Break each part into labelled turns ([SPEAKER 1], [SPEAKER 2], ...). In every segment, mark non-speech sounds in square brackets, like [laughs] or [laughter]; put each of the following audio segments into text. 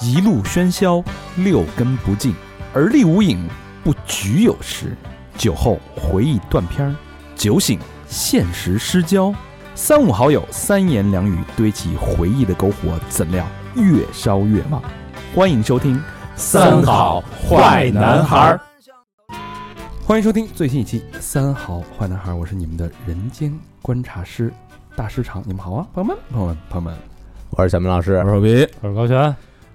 [SPEAKER 1] 一路喧嚣，六根不净，而立无影，不局有时。酒后回忆断片儿，酒醒现实失焦。三五好友，三言两语堆起回忆的篝火，怎料越烧越旺。欢迎收听《
[SPEAKER 2] 三好坏男孩儿》，
[SPEAKER 1] 欢迎收听最新一期《三好坏男孩儿》，我是你们的人间观察师大市场，你们好啊，朋友们，朋友们，朋友们。
[SPEAKER 2] 我是小明老师
[SPEAKER 3] 我，是皮，
[SPEAKER 4] 我是高璇，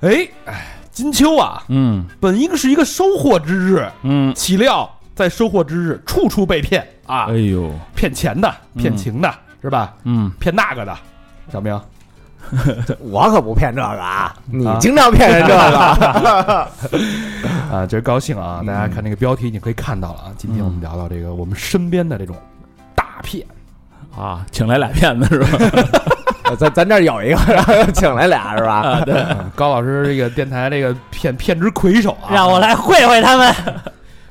[SPEAKER 1] 哎，哎，金秋啊，
[SPEAKER 3] 嗯
[SPEAKER 1] 本应是一个收获之日，
[SPEAKER 3] 嗯，
[SPEAKER 1] 岂料在收获之日处处被骗啊
[SPEAKER 3] 哎，呦，
[SPEAKER 1] 骗钱的，骗情的，是吧？
[SPEAKER 3] 嗯，
[SPEAKER 1] 骗那个的，
[SPEAKER 3] [laughs]
[SPEAKER 1] 小明，
[SPEAKER 2] 我可不骗这个啊，你
[SPEAKER 1] 啊
[SPEAKER 2] 经常骗人这
[SPEAKER 5] [laughs]
[SPEAKER 2] 个，
[SPEAKER 1] 啊，今儿高兴啊！大家看这个标题已经可以看到了啊。今天我们
[SPEAKER 3] 嗯
[SPEAKER 1] 聊聊这个我们身边的这种大骗，
[SPEAKER 3] 啊，请来俩骗子是
[SPEAKER 4] [laughs]
[SPEAKER 3] 吧？
[SPEAKER 2] 咱咱这儿有一个， [laughs] 然后请来俩是吧？
[SPEAKER 3] 嗯
[SPEAKER 1] 啊高老师这个电台这个骗骗之魁首啊。
[SPEAKER 3] 让我来会会他们。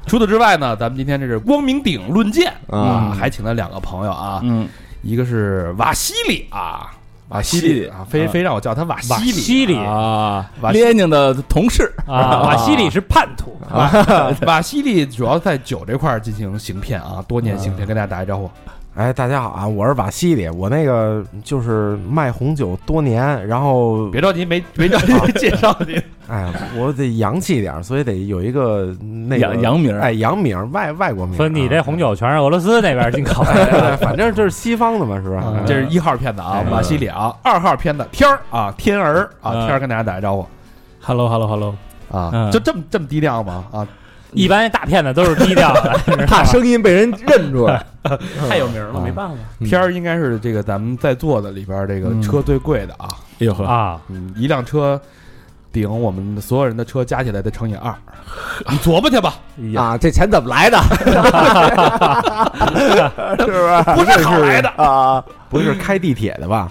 [SPEAKER 1] 除此之外呢，咱们今天这是光明顶论剑啊，
[SPEAKER 3] 嗯
[SPEAKER 1] 还请了两个朋友啊，
[SPEAKER 3] 嗯，
[SPEAKER 1] 一个是瓦西里啊，瓦西里啊，非
[SPEAKER 3] 啊
[SPEAKER 1] 非让我叫他瓦
[SPEAKER 4] 瓦
[SPEAKER 1] 西里，
[SPEAKER 4] 西里
[SPEAKER 3] 啊
[SPEAKER 1] 瓦，西
[SPEAKER 3] 列宁的同事，
[SPEAKER 4] 啊，瓦西里是叛徒，
[SPEAKER 1] 啊 [laughs] 瓦西里主要在酒这块儿进行行骗啊，多年行骗，跟大家打一招呼。
[SPEAKER 6] 哎，大家好啊，我是瓦西里，我那个就是卖红酒多年，然后
[SPEAKER 1] 别着急， [laughs] 没没着急介绍你。
[SPEAKER 6] 哎，我得洋气点儿，所以得有一个那个
[SPEAKER 3] 杨杨明儿
[SPEAKER 6] 哎，洋名儿外外国名儿啊。
[SPEAKER 4] 说你这
[SPEAKER 6] [laughs]
[SPEAKER 4] 红酒全是俄罗斯那边进口
[SPEAKER 6] 哎，
[SPEAKER 4] 的，嗯
[SPEAKER 6] 对反正就是西方的嘛，是吧？
[SPEAKER 1] 这是一号骗子啊，瓦西里啊，二号骗子天儿啊，天儿啊，
[SPEAKER 3] 嗯
[SPEAKER 1] 天儿跟大家打一招呼
[SPEAKER 4] Hello Hello Hello，
[SPEAKER 1] 啊，
[SPEAKER 3] 嗯
[SPEAKER 1] 就这么这么低调吗？啊，
[SPEAKER 4] 一般大骗子都是低调的，
[SPEAKER 2] [laughs] 怕声音被人认出
[SPEAKER 5] [laughs]
[SPEAKER 2] 来，
[SPEAKER 4] 太有名
[SPEAKER 1] 啊
[SPEAKER 4] 了，没办法
[SPEAKER 1] 天儿应该是这个咱们在座的里边儿这个
[SPEAKER 3] 嗯
[SPEAKER 1] 车最贵的啊，
[SPEAKER 3] 哎呦呵，
[SPEAKER 4] 啊。
[SPEAKER 1] 嗯，一辆车顶我们所有人的车加起来的乘以 [laughs] 二，你琢磨去吧，
[SPEAKER 5] 哎
[SPEAKER 2] 啊，这钱怎么来的？是不是？
[SPEAKER 1] 不是好来的，
[SPEAKER 2] 啊，
[SPEAKER 6] 不是开地铁的吧？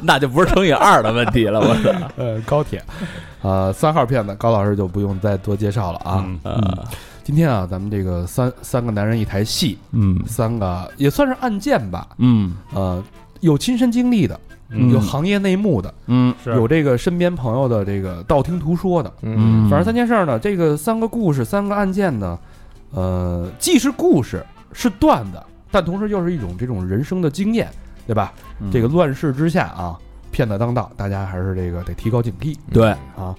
[SPEAKER 3] 那就不是乘以二的问题了，我操，
[SPEAKER 1] [laughs] 呃，高铁，呃，三号骗子高老师就不用再多介绍了啊，
[SPEAKER 4] 嗯
[SPEAKER 3] 啊
[SPEAKER 1] 今天啊，咱们这个三三个男人一台戏，
[SPEAKER 3] 嗯
[SPEAKER 1] 三个也算是案件吧，
[SPEAKER 3] 嗯
[SPEAKER 1] 呃，有亲身经历的，
[SPEAKER 3] 嗯
[SPEAKER 1] 有行业内幕的，
[SPEAKER 3] 嗯
[SPEAKER 4] 是
[SPEAKER 1] 有这个身边朋友的这个道听途说的，
[SPEAKER 6] 嗯，
[SPEAKER 3] 嗯，
[SPEAKER 1] 反正三件事儿呢，这个三个故事，三个案件呢，呃，既是故事，是段子，但同时又是一种这种人生的经验，对吧？
[SPEAKER 3] 嗯
[SPEAKER 1] 这个乱世之下啊，骗子当道，大家还是这个得提高警惕
[SPEAKER 3] 对，
[SPEAKER 1] 啊。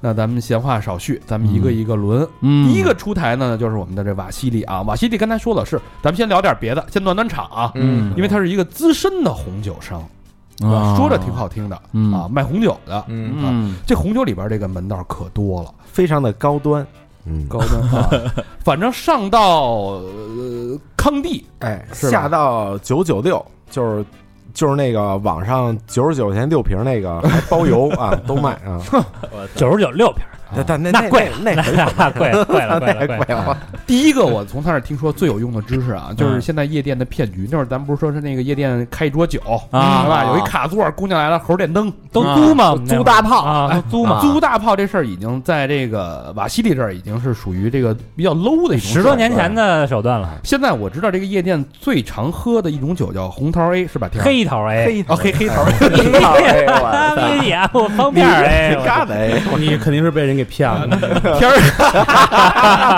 [SPEAKER 1] 那咱们闲话少叙，咱们一个一个轮，
[SPEAKER 3] 嗯
[SPEAKER 1] 第一个出台呢，就是我们的这瓦西里啊。瓦西里刚才说了是，咱们先聊点别的，先暖暖场啊，
[SPEAKER 2] 嗯
[SPEAKER 1] 因为他是一个资深的红酒商，
[SPEAKER 3] 啊
[SPEAKER 1] 说着挺好听的、
[SPEAKER 3] 嗯
[SPEAKER 1] 啊，卖红酒的。
[SPEAKER 2] 嗯
[SPEAKER 3] 嗯
[SPEAKER 1] 这红酒里边这个门道可多了，
[SPEAKER 6] 非常的高端，嗯，
[SPEAKER 1] 高端啊，反正上到呃康帝
[SPEAKER 6] 哎，
[SPEAKER 1] 是吧
[SPEAKER 6] 下到九九六就是。就是那个网上九十九块钱六瓶那个还包邮啊，都卖啊，
[SPEAKER 4] 九十九六瓶，
[SPEAKER 6] 但但那
[SPEAKER 4] 那贵了，
[SPEAKER 6] 那那很少
[SPEAKER 4] [laughs] 那贵了，贵
[SPEAKER 6] [laughs]
[SPEAKER 4] 了，贵了，贵了。
[SPEAKER 6] 贵了，
[SPEAKER 1] 第一个，我从他那儿听说最有用的知识
[SPEAKER 4] 嗯
[SPEAKER 1] 啊，就是现在夜店的骗局。那会儿咱不是说是那个夜店开一桌酒
[SPEAKER 3] 啊
[SPEAKER 1] 是吧？有一卡座，姑娘来了，猴电灯，啊
[SPEAKER 4] 都租嘛，
[SPEAKER 2] 租大炮
[SPEAKER 4] 啊，都租嘛，
[SPEAKER 1] 租哎大炮这事儿已经在这个瓦西里这儿已经是属于这个比较 low 的一种
[SPEAKER 4] 十多年
[SPEAKER 1] 手段
[SPEAKER 4] 前。的手段了。
[SPEAKER 1] 现在我知道这个夜店最常喝的一种酒叫红桃 A，是吧？天儿
[SPEAKER 4] 黑头哎，
[SPEAKER 1] 哦黑黑 [laughs] 桃 A，
[SPEAKER 2] 哎呦我 [laughs]
[SPEAKER 5] 嗯
[SPEAKER 4] 啊，
[SPEAKER 2] 操
[SPEAKER 4] 你啊，我方便
[SPEAKER 1] [laughs]
[SPEAKER 4] 儿哎，我
[SPEAKER 2] 干的哎，
[SPEAKER 7] 你肯定是被人给骗了。
[SPEAKER 1] 天儿，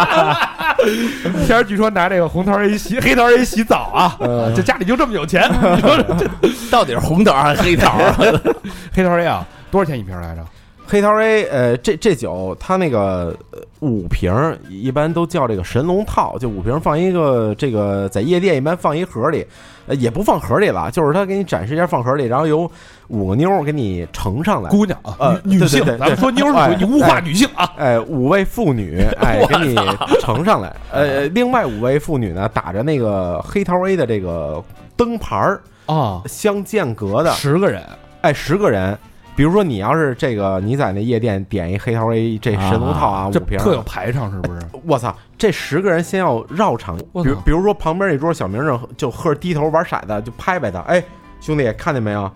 [SPEAKER 1] 天儿据说拿这个红桃 A 洗黑桃 A 洗澡啊，这家里就这么有钱，你说这
[SPEAKER 3] 到底是红桃还是黑桃？
[SPEAKER 1] [laughs] 黑桃 A 啊，多少钱一瓶来着？
[SPEAKER 6] 黑桃 A，呃，这这酒它那个呃五瓶儿一般都叫这个神龙套，就五瓶放一个这个在夜店一般放一盒里，呃，也不放盒里了，就是他给你展示一下放盒里，然后由五个妞儿给你盛上
[SPEAKER 1] [laughs]
[SPEAKER 6] 来，
[SPEAKER 1] 姑娘啊
[SPEAKER 6] 呃，
[SPEAKER 1] 女女
[SPEAKER 6] 对对
[SPEAKER 1] 性，
[SPEAKER 6] 对对
[SPEAKER 1] 咱们说妞儿属于
[SPEAKER 6] 哎
[SPEAKER 1] 你物化女性啊，
[SPEAKER 6] 哎，五位妇女，哎，给你盛上来，呃，另外五位妇女呢打着那个黑桃 A 的这个灯牌儿
[SPEAKER 1] 啊，
[SPEAKER 6] 相间隔的，
[SPEAKER 1] 十个人，
[SPEAKER 6] 哎，十个人。比如说，你要是这个，你在那夜店点一黑桃 A 这神龙套啊，五
[SPEAKER 1] 这
[SPEAKER 6] 瓶儿
[SPEAKER 1] 特有排场是不是？
[SPEAKER 6] 呃我操，这十个人先要绕场，
[SPEAKER 1] 我
[SPEAKER 6] 比
[SPEAKER 1] 操
[SPEAKER 6] 如比如说旁边一桌小明正就喝着低头玩骰子，就拍拍他，哎，兄弟看见没有？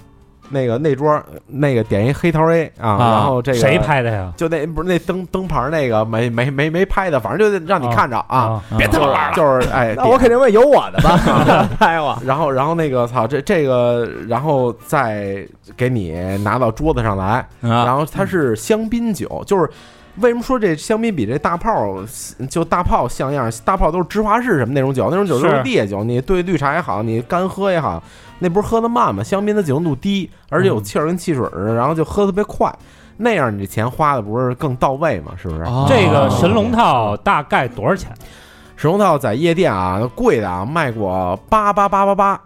[SPEAKER 6] 那个那桌那个点一黑桃 A 啊，
[SPEAKER 5] 啊
[SPEAKER 6] 然后这个
[SPEAKER 4] 谁？拍的呀？
[SPEAKER 6] 就那不是那灯灯牌那个没没没没拍的，反正就让你看着啊，，
[SPEAKER 5] 别
[SPEAKER 6] 就是就是哎，
[SPEAKER 2] [laughs] 那我肯定问有我的吧，
[SPEAKER 5] [laughs] 哎
[SPEAKER 2] 拍我。
[SPEAKER 6] 然后，然后那个操，这这个，然后再给你拿到桌子上来，
[SPEAKER 5] 啊
[SPEAKER 6] 然后它是香槟酒，就是为什么说这香槟比这大炮就大炮像样？大炮都是芝华士什么那种酒，那种酒都是
[SPEAKER 4] 是
[SPEAKER 6] 烈酒，你兑绿茶也好，你干喝也好，那不是喝的慢吗？香槟的酒精度低，而且有
[SPEAKER 5] 嗯
[SPEAKER 6] 气儿跟汽水儿，然后就喝特别快，那样你这钱花的不是更到位吗？是不是？
[SPEAKER 5] 哦
[SPEAKER 4] 这个神龙套大概多少钱？
[SPEAKER 6] 石龙套在夜店啊，贵的啊，卖过八八八八八。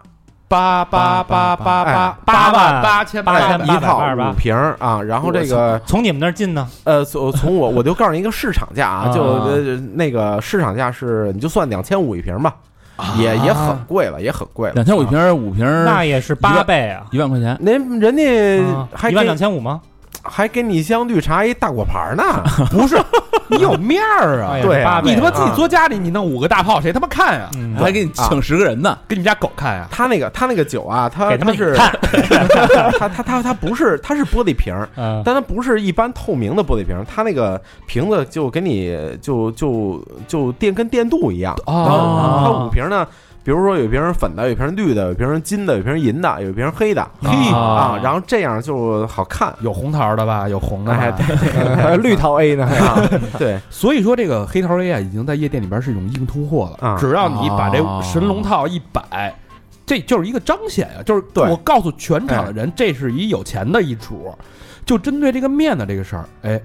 [SPEAKER 1] 八八八八哎八
[SPEAKER 4] 八
[SPEAKER 1] 万
[SPEAKER 4] 万
[SPEAKER 1] 八千
[SPEAKER 4] 八
[SPEAKER 1] 八
[SPEAKER 4] 千
[SPEAKER 1] 百
[SPEAKER 6] 一套
[SPEAKER 4] 八百八十八
[SPEAKER 6] 五瓶儿啊，然后这个
[SPEAKER 4] 从你们那儿进呢？
[SPEAKER 6] 呃，从从我我就告诉你一个市场价啊，
[SPEAKER 4] 啊
[SPEAKER 6] 就呃那个市场价是你就算两千五一瓶吧，
[SPEAKER 4] 啊
[SPEAKER 6] 也也很贵了，也很贵了，
[SPEAKER 5] 两千五一瓶儿，五瓶儿
[SPEAKER 4] 那也是八倍啊！
[SPEAKER 5] 一万块钱，
[SPEAKER 6] 人人家还
[SPEAKER 4] 嗯一万
[SPEAKER 6] 给
[SPEAKER 4] 两千五吗？
[SPEAKER 6] 还给你一箱绿茶一大果
[SPEAKER 4] [laughs]
[SPEAKER 6] 盘呢，不是你有面儿啊？
[SPEAKER 4] 哎呀
[SPEAKER 6] 对
[SPEAKER 4] 八
[SPEAKER 6] 啊，
[SPEAKER 4] 倍
[SPEAKER 1] 你他妈
[SPEAKER 6] 啊
[SPEAKER 1] 自己坐家里，你弄五个大炮，谁他妈看呀？
[SPEAKER 4] 嗯
[SPEAKER 5] 还给你请十个人呢。
[SPEAKER 1] 给你们家狗看呀？
[SPEAKER 6] 他那个他那个酒啊，他
[SPEAKER 4] 给他们
[SPEAKER 6] 是
[SPEAKER 4] 看
[SPEAKER 6] [laughs] 他他他他不是他是玻璃瓶儿，
[SPEAKER 4] 嗯
[SPEAKER 6] 但它不是一般透明的玻璃瓶，它那个瓶子就给你就就就电跟电镀一样。
[SPEAKER 5] 哦
[SPEAKER 6] 它五瓶呢，比如说有一瓶粉的，有一瓶绿的，有一瓶金的，有一瓶银的，有一瓶黑的
[SPEAKER 1] 嘿
[SPEAKER 6] 啊，然后这样就好看。
[SPEAKER 1] 有红桃的吧？有红的吧
[SPEAKER 6] 哎，对
[SPEAKER 2] 还有 [laughs] 绿桃 A 呢，
[SPEAKER 6] 啊，对，
[SPEAKER 1] 所以说这个黑桃 A 啊，已经在夜店里边是一种硬通货了。
[SPEAKER 6] 啊
[SPEAKER 1] 只要你把这
[SPEAKER 5] 哦
[SPEAKER 1] 神龙套一摆，这就是一个彰显啊！就是
[SPEAKER 6] 对哎
[SPEAKER 1] 我告诉全场的人，这是一有钱的一主。就针对这个面的这个事儿，哎，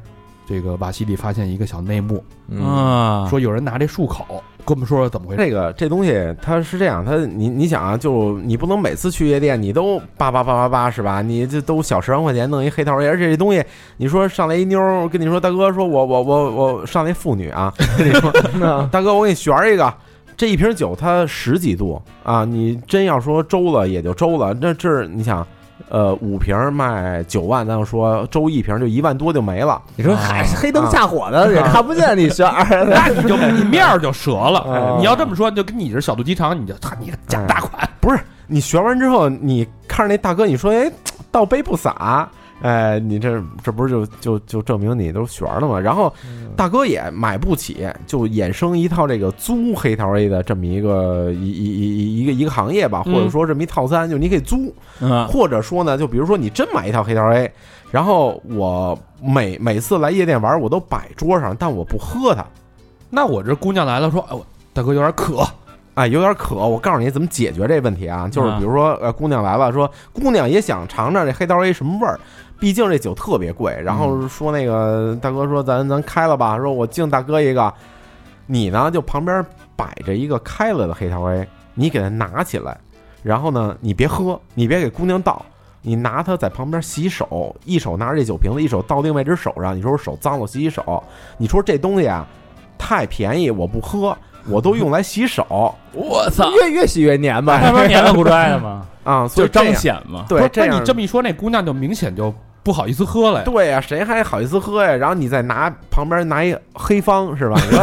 [SPEAKER 1] 这个瓦西里发现一个小内幕，
[SPEAKER 2] 嗯
[SPEAKER 5] 啊，
[SPEAKER 1] 说有人拿这漱口，跟我们说说怎么回事。
[SPEAKER 6] 这个这东西它是这样，它你你想啊，就你不能每次去夜店你都八八八八八是吧？你这都小十万块钱弄一黑桃 A，而且这东西你说上来一妞儿跟你说大哥，说我我我我上来一妇女啊，跟你说大哥，我给你旋儿一个。这一瓶酒它十几度啊，你真要说周了也就周了。那这儿你想，呃，五瓶卖九万，咱就说周一瓶就一万多就没了。
[SPEAKER 2] 你说嗨，黑灯瞎火的也看不见你是
[SPEAKER 1] [laughs]
[SPEAKER 2] 二的，
[SPEAKER 1] [laughs] 那你就你面儿就折了
[SPEAKER 6] 哎
[SPEAKER 1] 哎
[SPEAKER 2] 哦。
[SPEAKER 1] 你要这么说，就跟你是小肚鸡肠，你就操你个假大款。
[SPEAKER 6] 你旋完之后，你看着那大哥，你说，哎，倒杯不洒，哎，你这这不是就就就证明你都旋了吗？然后大哥也买不起，就衍生一套这个租黑桃 A 的这么一个一一一一一个一个行业吧，或者
[SPEAKER 1] 嗯
[SPEAKER 6] 说这么一套餐，就你可以租。
[SPEAKER 5] 嗯
[SPEAKER 6] 或者说呢，就比如说你真买一套黑桃 A，然后我每每次来夜店玩，我都摆桌上，但我不喝它，
[SPEAKER 1] 那我这姑娘来了，说，哎，我大哥有点渴，
[SPEAKER 6] 哎，有点渴。我告诉你怎么解决这问题啊，就是
[SPEAKER 5] 嗯
[SPEAKER 6] 比如说，呃，姑娘来了，说姑娘也想尝尝这黑桃 A 什么味儿，毕竟这酒特别贵。然后说那个大哥说咱咱开了吧，说我敬大哥一个，你呢就旁边摆着一个开了的黑桃 A，你给它拿起来，然后呢你别喝，你别给姑娘倒。你拿它在旁边洗手，一手拿着这酒瓶子，一手倒另外一只手上。你说我手脏了，洗洗手。你说这东西啊，太便宜，我不喝，我都用来洗手
[SPEAKER 5] 我操，
[SPEAKER 2] 越越洗越黏吧
[SPEAKER 4] 那。 [laughs] 不是年了不拽的吗？
[SPEAKER 6] 啊。
[SPEAKER 5] 就
[SPEAKER 6] 所以
[SPEAKER 5] 是
[SPEAKER 6] 这
[SPEAKER 5] 彰
[SPEAKER 6] 样
[SPEAKER 5] 显嘛。
[SPEAKER 1] 不
[SPEAKER 6] 对
[SPEAKER 1] 是，
[SPEAKER 6] 这
[SPEAKER 1] 那
[SPEAKER 6] 样
[SPEAKER 1] 你这么一说，那姑娘就明显就不好意思喝了呀。
[SPEAKER 6] 对呀、谁还好意思喝呀？然后你再拿旁边拿一黑方是吧？你说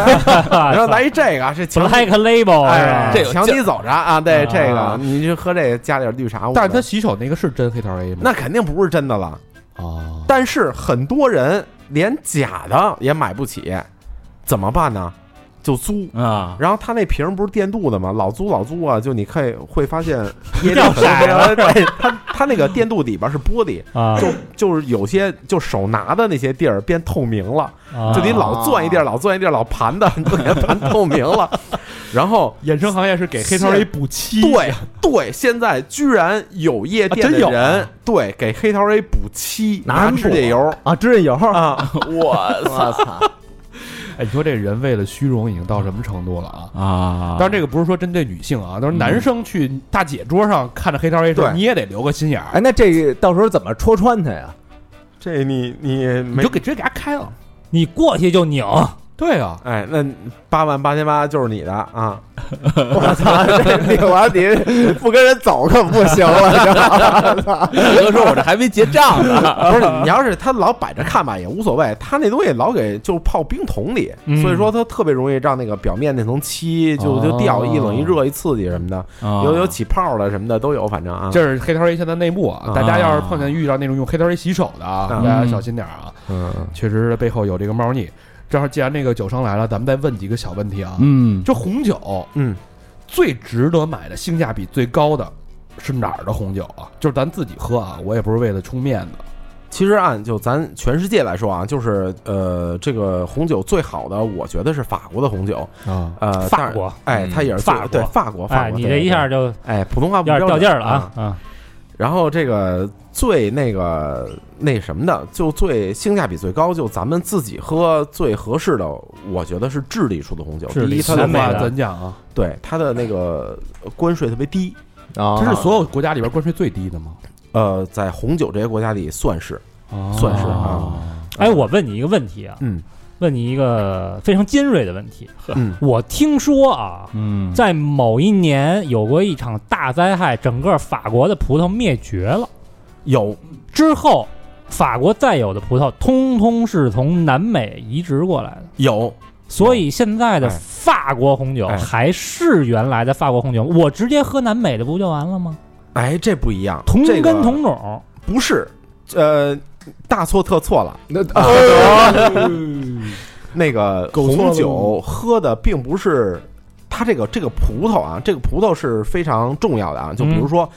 [SPEAKER 6] 然后来一这个，这强
[SPEAKER 4] Black Label 啊是吧
[SPEAKER 6] 哎，
[SPEAKER 5] 这有
[SPEAKER 6] 强你走着啊！对
[SPEAKER 4] 啊
[SPEAKER 6] 这个，你就喝这个加点绿茶。
[SPEAKER 1] 但是
[SPEAKER 6] 我
[SPEAKER 1] 他洗手那个是真黑桃 A 吗？
[SPEAKER 6] 那肯定不是真的了。
[SPEAKER 1] 哦，
[SPEAKER 6] 但是很多人连假的也买不起，怎么办呢？就租。
[SPEAKER 5] 啊，
[SPEAKER 6] 然后他那瓶儿不是电镀的吗？老租老租啊，就你可以会发现夜
[SPEAKER 4] 掉
[SPEAKER 6] 店
[SPEAKER 4] 色了
[SPEAKER 6] 对，他他那个电镀里边是玻璃，
[SPEAKER 4] 啊，
[SPEAKER 6] 就就是有些就手拿的那些地儿变透明了，
[SPEAKER 4] 啊
[SPEAKER 6] 就你老攥一地儿，老攥一地儿，老盘的，都给它盘透明了。 [laughs] 然后
[SPEAKER 1] 衍生行业是给黑桃 A 补漆，
[SPEAKER 6] 对对，现在居然有夜店
[SPEAKER 1] 啊
[SPEAKER 6] 的
[SPEAKER 1] 真有
[SPEAKER 6] 人、对给黑桃 A 补漆，
[SPEAKER 2] 拿
[SPEAKER 6] 拿
[SPEAKER 2] 布
[SPEAKER 6] 指甲油
[SPEAKER 2] 啊，指甲
[SPEAKER 1] [laughs]
[SPEAKER 2] 油
[SPEAKER 6] 啊，
[SPEAKER 2] [laughs] 我操！
[SPEAKER 1] 哎，你说这人为了虚荣已经到什么程度了啊？
[SPEAKER 5] 啊，
[SPEAKER 1] 当然，这个不是说针对女性啊，都是男生去大姐桌上看着黑桃 A 时候，
[SPEAKER 6] 对
[SPEAKER 1] 你也得留个心眼儿，
[SPEAKER 2] 哎，那这个到时候怎么戳穿他呀？ [laughs]
[SPEAKER 6] 这你你
[SPEAKER 1] 你
[SPEAKER 6] 没
[SPEAKER 1] 就给直接给他开了。
[SPEAKER 4] 你过去就拧，
[SPEAKER 1] 对啊，
[SPEAKER 6] 哎，那八万八千八就是你的啊！我操，这你我你不跟人走可不行了，知道吗
[SPEAKER 5] 大哥说：“我这还没结
[SPEAKER 2] [laughs]
[SPEAKER 5] 账呢。
[SPEAKER 1] 啊
[SPEAKER 6] 不是你要是他老摆着看吧也无所谓，他那东西老给就泡冰桶里，
[SPEAKER 4] 嗯
[SPEAKER 6] 所以说他特别容易让那个表面那层漆就就掉，
[SPEAKER 1] 哦
[SPEAKER 6] 一冷一热一刺激什么的，
[SPEAKER 4] 啊
[SPEAKER 6] 有有起泡了什么的都有，反正啊，
[SPEAKER 1] 这是黑桃 A 现在内部啊，
[SPEAKER 6] 啊
[SPEAKER 1] 大家要是碰见遇到那种用黑桃 A 洗手的啊，大
[SPEAKER 6] 嗯
[SPEAKER 1] 家小心点儿啊，
[SPEAKER 6] 嗯，
[SPEAKER 1] 确实是背后有这个猫腻。正好既然那个酒商来了，咱们再问几个小问题啊。
[SPEAKER 8] 嗯，
[SPEAKER 1] 这红酒，
[SPEAKER 6] 嗯，
[SPEAKER 1] 最值得买的性价比最高的是哪儿的红酒啊？就是咱自己喝啊，我也不是为了充面子。
[SPEAKER 6] 其实按就咱全世界来说啊，就是呃，这个红酒最好的，我觉得是法国的红酒，
[SPEAKER 1] 啊，
[SPEAKER 6] 呃，但
[SPEAKER 4] 法
[SPEAKER 6] 是，
[SPEAKER 4] 国，嗯
[SPEAKER 6] 哎，它也是最
[SPEAKER 4] 法国
[SPEAKER 6] 对法国，法
[SPEAKER 4] 哎，
[SPEAKER 6] 国，
[SPEAKER 4] 你
[SPEAKER 6] 对
[SPEAKER 4] 这一，下
[SPEAKER 6] 对
[SPEAKER 4] 就
[SPEAKER 6] 哎，普通话不
[SPEAKER 4] 有点掉
[SPEAKER 6] 标准
[SPEAKER 4] 劲儿了啊！啊，
[SPEAKER 6] 然后这个最那个那什么的，就最性价比最高，就咱们自己喝最合适的，我觉得是智利出的红酒。
[SPEAKER 4] 智
[SPEAKER 6] 第
[SPEAKER 4] 利
[SPEAKER 6] 一，它
[SPEAKER 1] 的
[SPEAKER 6] 的
[SPEAKER 4] 南美
[SPEAKER 1] 话
[SPEAKER 4] 的
[SPEAKER 1] 咱讲啊，
[SPEAKER 6] 对它的那个关税特别低，
[SPEAKER 2] 啊
[SPEAKER 1] 这是所有国家里边关税最低的吗？
[SPEAKER 6] 呃，在红酒这些国家里算是算是啊，
[SPEAKER 4] 哎，我问你一个问题啊，
[SPEAKER 6] 嗯
[SPEAKER 4] 问你一个非常尖锐的问题。
[SPEAKER 6] 嗯
[SPEAKER 4] 我听说啊，
[SPEAKER 8] 嗯，
[SPEAKER 4] 在某一年有过一场大灾害，整个法国的葡萄灭绝了。
[SPEAKER 6] 有
[SPEAKER 4] 之后，法国再有的葡萄，通通是从南美移植过来的。
[SPEAKER 6] 有，
[SPEAKER 4] 所以现在的
[SPEAKER 6] 哎
[SPEAKER 4] 法国红酒
[SPEAKER 6] 哎
[SPEAKER 4] 还是原来的法国红酒，我直接喝南美的不就完了吗？
[SPEAKER 6] 哎，这不一样，
[SPEAKER 4] 同
[SPEAKER 6] 这
[SPEAKER 4] 根
[SPEAKER 6] 个
[SPEAKER 4] 同种，
[SPEAKER 6] 不是，呃，大错特错了。
[SPEAKER 9] 那
[SPEAKER 2] 啊哦
[SPEAKER 1] [laughs]
[SPEAKER 6] 那个
[SPEAKER 9] 狗错了
[SPEAKER 6] 红酒喝的并不是它这个这个葡萄啊，这个葡萄是非常重要的啊。就比如说，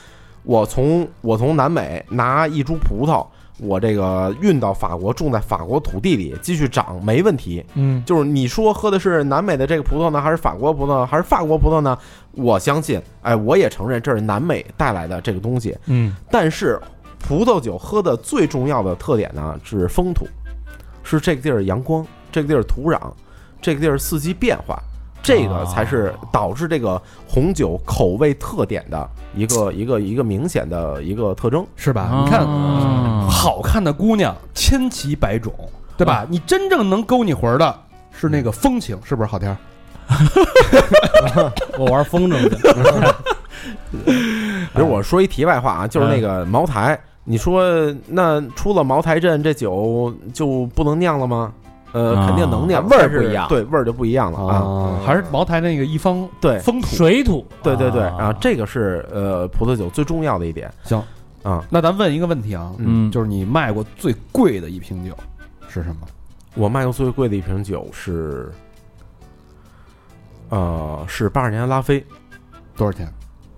[SPEAKER 6] 我从我从南美拿一株葡萄，我这个运到法国，种在法国土地里继续长没问题。
[SPEAKER 4] 嗯，
[SPEAKER 6] 就是你说喝的是南美的这个葡萄呢，还是法国葡萄呢，还是法国葡萄呢？我相信，哎，我也承认这是南美带来的这个东西。
[SPEAKER 4] 嗯，
[SPEAKER 6] 但是葡萄酒喝的最重要的特点呢是风土，是这个地儿阳光，这个地儿土壤，这个地儿四季变化，这
[SPEAKER 2] 啊
[SPEAKER 6] 个才是导致这个红酒口味特点的一个一个一个明显的一个特征。
[SPEAKER 1] 是吧？你看，
[SPEAKER 4] 啊
[SPEAKER 1] 好看的姑娘千奇百种，对吧？你真正能勾你魂儿的是那个风情，是不是好天儿？
[SPEAKER 9] 我玩风筝去，
[SPEAKER 2] 哎
[SPEAKER 6] 比如我说一题外话啊，就是那个茅台，你说那出了茅台镇这酒就不能酿了吗？呃，肯定能酿，
[SPEAKER 2] 啊味儿
[SPEAKER 6] 但是
[SPEAKER 2] 不一样
[SPEAKER 6] 对，味儿就不一样了啊。
[SPEAKER 1] 还是茅台那个一方
[SPEAKER 6] 对
[SPEAKER 1] 风土？
[SPEAKER 4] 水土，
[SPEAKER 6] 嗯对对对啊，这个是呃葡萄酒最重要的一点。
[SPEAKER 1] 行
[SPEAKER 6] 啊，
[SPEAKER 1] 那咱问一个问题啊，
[SPEAKER 8] 嗯
[SPEAKER 1] 就是你卖过最贵的一瓶酒是什么？
[SPEAKER 6] 我卖过最贵的一瓶酒是，呃，是八二年的拉菲，
[SPEAKER 1] 多少钱？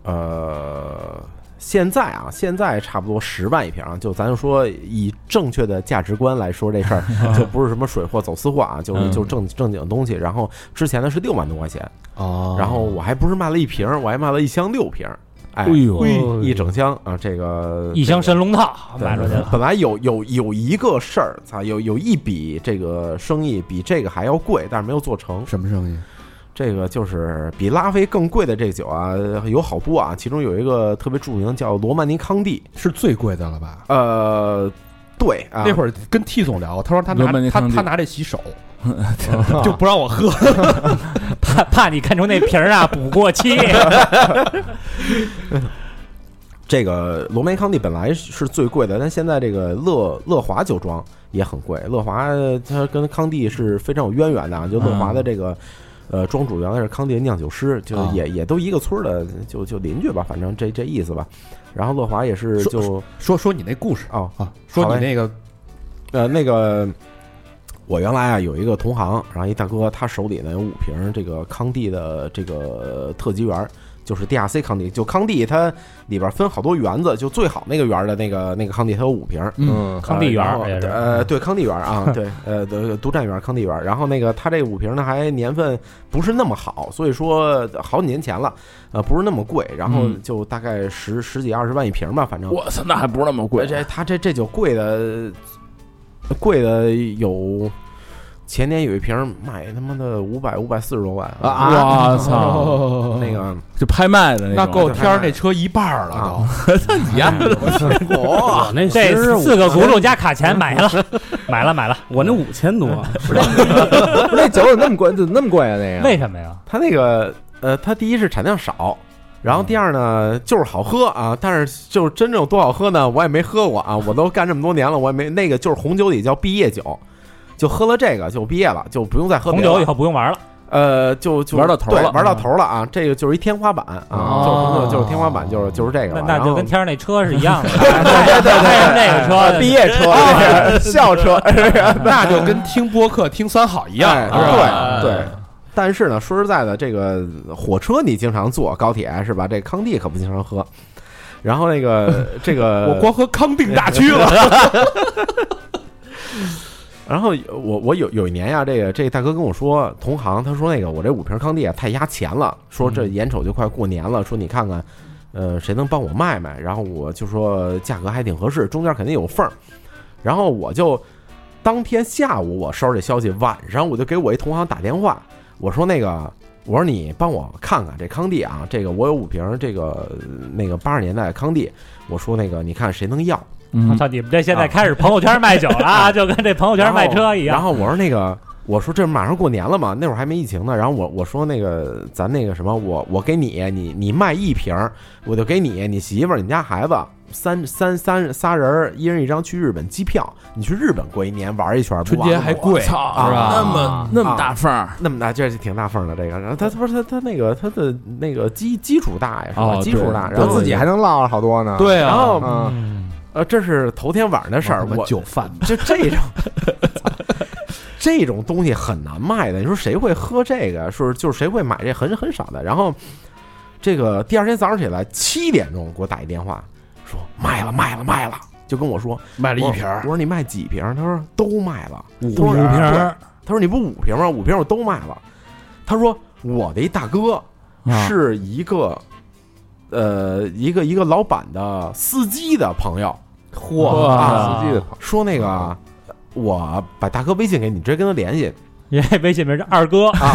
[SPEAKER 6] 呃，现在啊，现在差不多十万一瓶啊，就咱就说以正确的价值观来说这事儿，就不是什么水货走私货啊，就是
[SPEAKER 8] 嗯
[SPEAKER 6] 就正正经的东西。然后之前的是六万多块钱，
[SPEAKER 1] 哦
[SPEAKER 6] 然后我还不是卖了一瓶，我还卖了一箱六瓶，哎，
[SPEAKER 8] 呦
[SPEAKER 4] 呦
[SPEAKER 6] 一整箱啊，这个
[SPEAKER 4] 一箱神龙套
[SPEAKER 6] 对
[SPEAKER 4] 买出去了，
[SPEAKER 6] 本来有有有一个事儿，操，有有一笔这个生意比这个还要贵，但是没有做成。
[SPEAKER 1] 什么生意？
[SPEAKER 6] 这个就是比拉菲更贵的这酒啊，有好多啊，其中有一个特别著名叫罗曼尼康帝，
[SPEAKER 1] 是最贵的了吧？
[SPEAKER 6] 呃，对啊，
[SPEAKER 1] 那会儿跟 T 总聊，他说他拿
[SPEAKER 8] 罗曼尼
[SPEAKER 1] 他
[SPEAKER 8] 康帝
[SPEAKER 1] 他拿这洗手，
[SPEAKER 6] 就
[SPEAKER 1] 不让我喝。
[SPEAKER 4] [laughs] 怕怕你看出那瓶儿啊补过
[SPEAKER 6] [laughs]
[SPEAKER 4] 期，
[SPEAKER 6] 这个罗曼尼康帝本来是最贵的，但现在这个乐乐华酒庄也很贵，乐华呃它跟康帝是非常有渊源的啊，就乐华的这个。呃，庄主原来是康帝的酿酒师，就
[SPEAKER 1] 嗯啊
[SPEAKER 6] 也、也都一个村儿的，就就邻居吧，反正这这意思吧。然后乐华也是
[SPEAKER 1] 说
[SPEAKER 6] 就
[SPEAKER 1] 说说你那故事
[SPEAKER 6] 哦，
[SPEAKER 1] 啊，说
[SPEAKER 6] 好嘞
[SPEAKER 1] 你那个
[SPEAKER 6] 呃，那个我原来啊有一个同行，然后一大哥他手里呢有五瓶这个康帝的这个特级园儿，就是 DRC 康帝，就康帝它里边分好多园子，就最好那个园儿的那个那个康帝它有五瓶儿。
[SPEAKER 2] 嗯，
[SPEAKER 4] 康帝园
[SPEAKER 6] 然后
[SPEAKER 4] 儿也哎是，
[SPEAKER 6] 呃，对，康帝园
[SPEAKER 4] [laughs]
[SPEAKER 6] 儿啊，对，呃，独独占园儿康帝园儿。然后那个它这五瓶呢，还年份不是那么好，所以说好几年前了，呃，不是那么贵，然后
[SPEAKER 4] 嗯
[SPEAKER 6] 就大概十十几二十万一瓶吧，反正
[SPEAKER 2] 我操，那还不是那么贵啊
[SPEAKER 6] 这他这这酒贵的，贵的有前年有一瓶卖他妈的五百五百四十多万啊，
[SPEAKER 5] 我
[SPEAKER 2] 哦
[SPEAKER 5] 操，
[SPEAKER 6] 那个
[SPEAKER 5] 就拍卖的
[SPEAKER 2] 啊
[SPEAKER 1] 那
[SPEAKER 5] 那
[SPEAKER 1] 够
[SPEAKER 5] 种，
[SPEAKER 1] 天儿那车一半儿了
[SPEAKER 6] 啊
[SPEAKER 1] 都。
[SPEAKER 5] 你呀，
[SPEAKER 6] [laughs]
[SPEAKER 9] 我那
[SPEAKER 4] 这
[SPEAKER 9] 其实我
[SPEAKER 4] 四个轱辘加卡钳买了，买了买了，
[SPEAKER 9] 我那五千多，
[SPEAKER 2] 不是那酒怎么那么贵？怎么那么贵啊？那个
[SPEAKER 4] 为什么呀？
[SPEAKER 6] 它那个呃，它第一是产量少，然后第二呢就是好喝啊，但是就是真正有多好喝呢，我也没喝过啊，我都干这么多年了，我也没那个就是红酒里叫毕业酒，就喝了这个就毕业了，就不用再喝
[SPEAKER 4] 红
[SPEAKER 6] 别的
[SPEAKER 4] 酒以
[SPEAKER 6] 了
[SPEAKER 4] 后不用玩了，
[SPEAKER 6] 呃，就就
[SPEAKER 5] 玩到头了
[SPEAKER 6] 对玩到头了啊，这个就是一天花板啊，就是红酒就是天花板，就是就是这
[SPEAKER 4] 那
[SPEAKER 6] 个了，
[SPEAKER 4] 哦那
[SPEAKER 6] 哎然
[SPEAKER 4] 就
[SPEAKER 6] 后
[SPEAKER 4] 跟天上那车是一
[SPEAKER 6] [laughs]
[SPEAKER 4] 样的，对对
[SPEAKER 6] 哎
[SPEAKER 4] 对，那个车
[SPEAKER 2] 啊毕业车、那个校车，
[SPEAKER 1] [laughs] 那就跟听播客听三好一样，
[SPEAKER 6] 哎
[SPEAKER 1] 是吧？啊
[SPEAKER 6] 对对。但是呢，说实在的，这个火车你经常坐，高铁是吧？这康帝可不经常喝。然后那个这个，
[SPEAKER 1] [laughs] 我光喝康定大曲了，
[SPEAKER 6] 然后我我有有一年呀、这个这个大哥跟我说，同行他说那个我这五瓶康帝啊太压钱了，说这眼瞅就快过年了，说你看看，呃，谁能帮我卖卖？然后我就说价格还挺合适，中间肯定有缝儿。然后我就当天下午我收到这消息，晚上我就给我一同行打电话，我说那个。我说你帮我看看这康帝啊，这个我有五瓶这个那个八十年代的康帝，我说那个你看谁能要？
[SPEAKER 4] 我
[SPEAKER 8] 嗯，
[SPEAKER 4] 操，你们这现在开始朋友圈卖酒了啊，就跟这朋友圈卖车一
[SPEAKER 6] 啊
[SPEAKER 4] 样。
[SPEAKER 6] 然后我说那个，我说这马上过年了嘛，那会儿还没疫情呢。然后我我说那个，咱那个什么，我我给你，你你卖一瓶儿，我就给你，你媳妇儿、你们家孩子三三三仨人儿，一人一张去日本机票。你去日本过一年玩一圈儿，不
[SPEAKER 1] 春节
[SPEAKER 6] 完了
[SPEAKER 1] 还
[SPEAKER 6] 吗
[SPEAKER 1] 贵，
[SPEAKER 5] 操，
[SPEAKER 6] 啊
[SPEAKER 1] 是吧啊
[SPEAKER 5] 那么那么大缝儿，
[SPEAKER 6] 那么大，这是挺大缝儿的这个。然后他他不是他他那个他的那个基基础大呀，是吧？
[SPEAKER 5] 哦
[SPEAKER 6] 基础大，
[SPEAKER 5] 对
[SPEAKER 6] 然
[SPEAKER 2] 我
[SPEAKER 6] 后
[SPEAKER 2] 自己还能落了好多呢。
[SPEAKER 1] 对
[SPEAKER 6] 然
[SPEAKER 1] 啊，
[SPEAKER 6] 后、
[SPEAKER 2] 嗯，
[SPEAKER 6] 呃，这是头天晚上的事儿，我
[SPEAKER 1] 酒贩子，
[SPEAKER 6] 就这种，这种东西很难卖的。你说谁会喝这个？啊说就是谁会买这很很少的。然后这个第二天早上起来七点钟给我打一电话，说卖了卖了卖了，就跟我说
[SPEAKER 1] 卖了一瓶
[SPEAKER 6] 我
[SPEAKER 1] 儿
[SPEAKER 6] 说，我说你卖几瓶？他说都啊卖了五
[SPEAKER 4] 五瓶儿，啊
[SPEAKER 6] 他说你不五瓶吗？五瓶我都卖了。他说我的一大哥
[SPEAKER 5] 啊
[SPEAKER 6] 是一个、呃一个一个老板的司机的朋友。
[SPEAKER 2] 哇
[SPEAKER 6] 啊
[SPEAKER 2] 司机的
[SPEAKER 6] 说那个啊，我把大哥微信给你，直接跟他
[SPEAKER 2] [laughs]
[SPEAKER 6] 联系。
[SPEAKER 4] 人家微信名是二哥，
[SPEAKER 6] 啊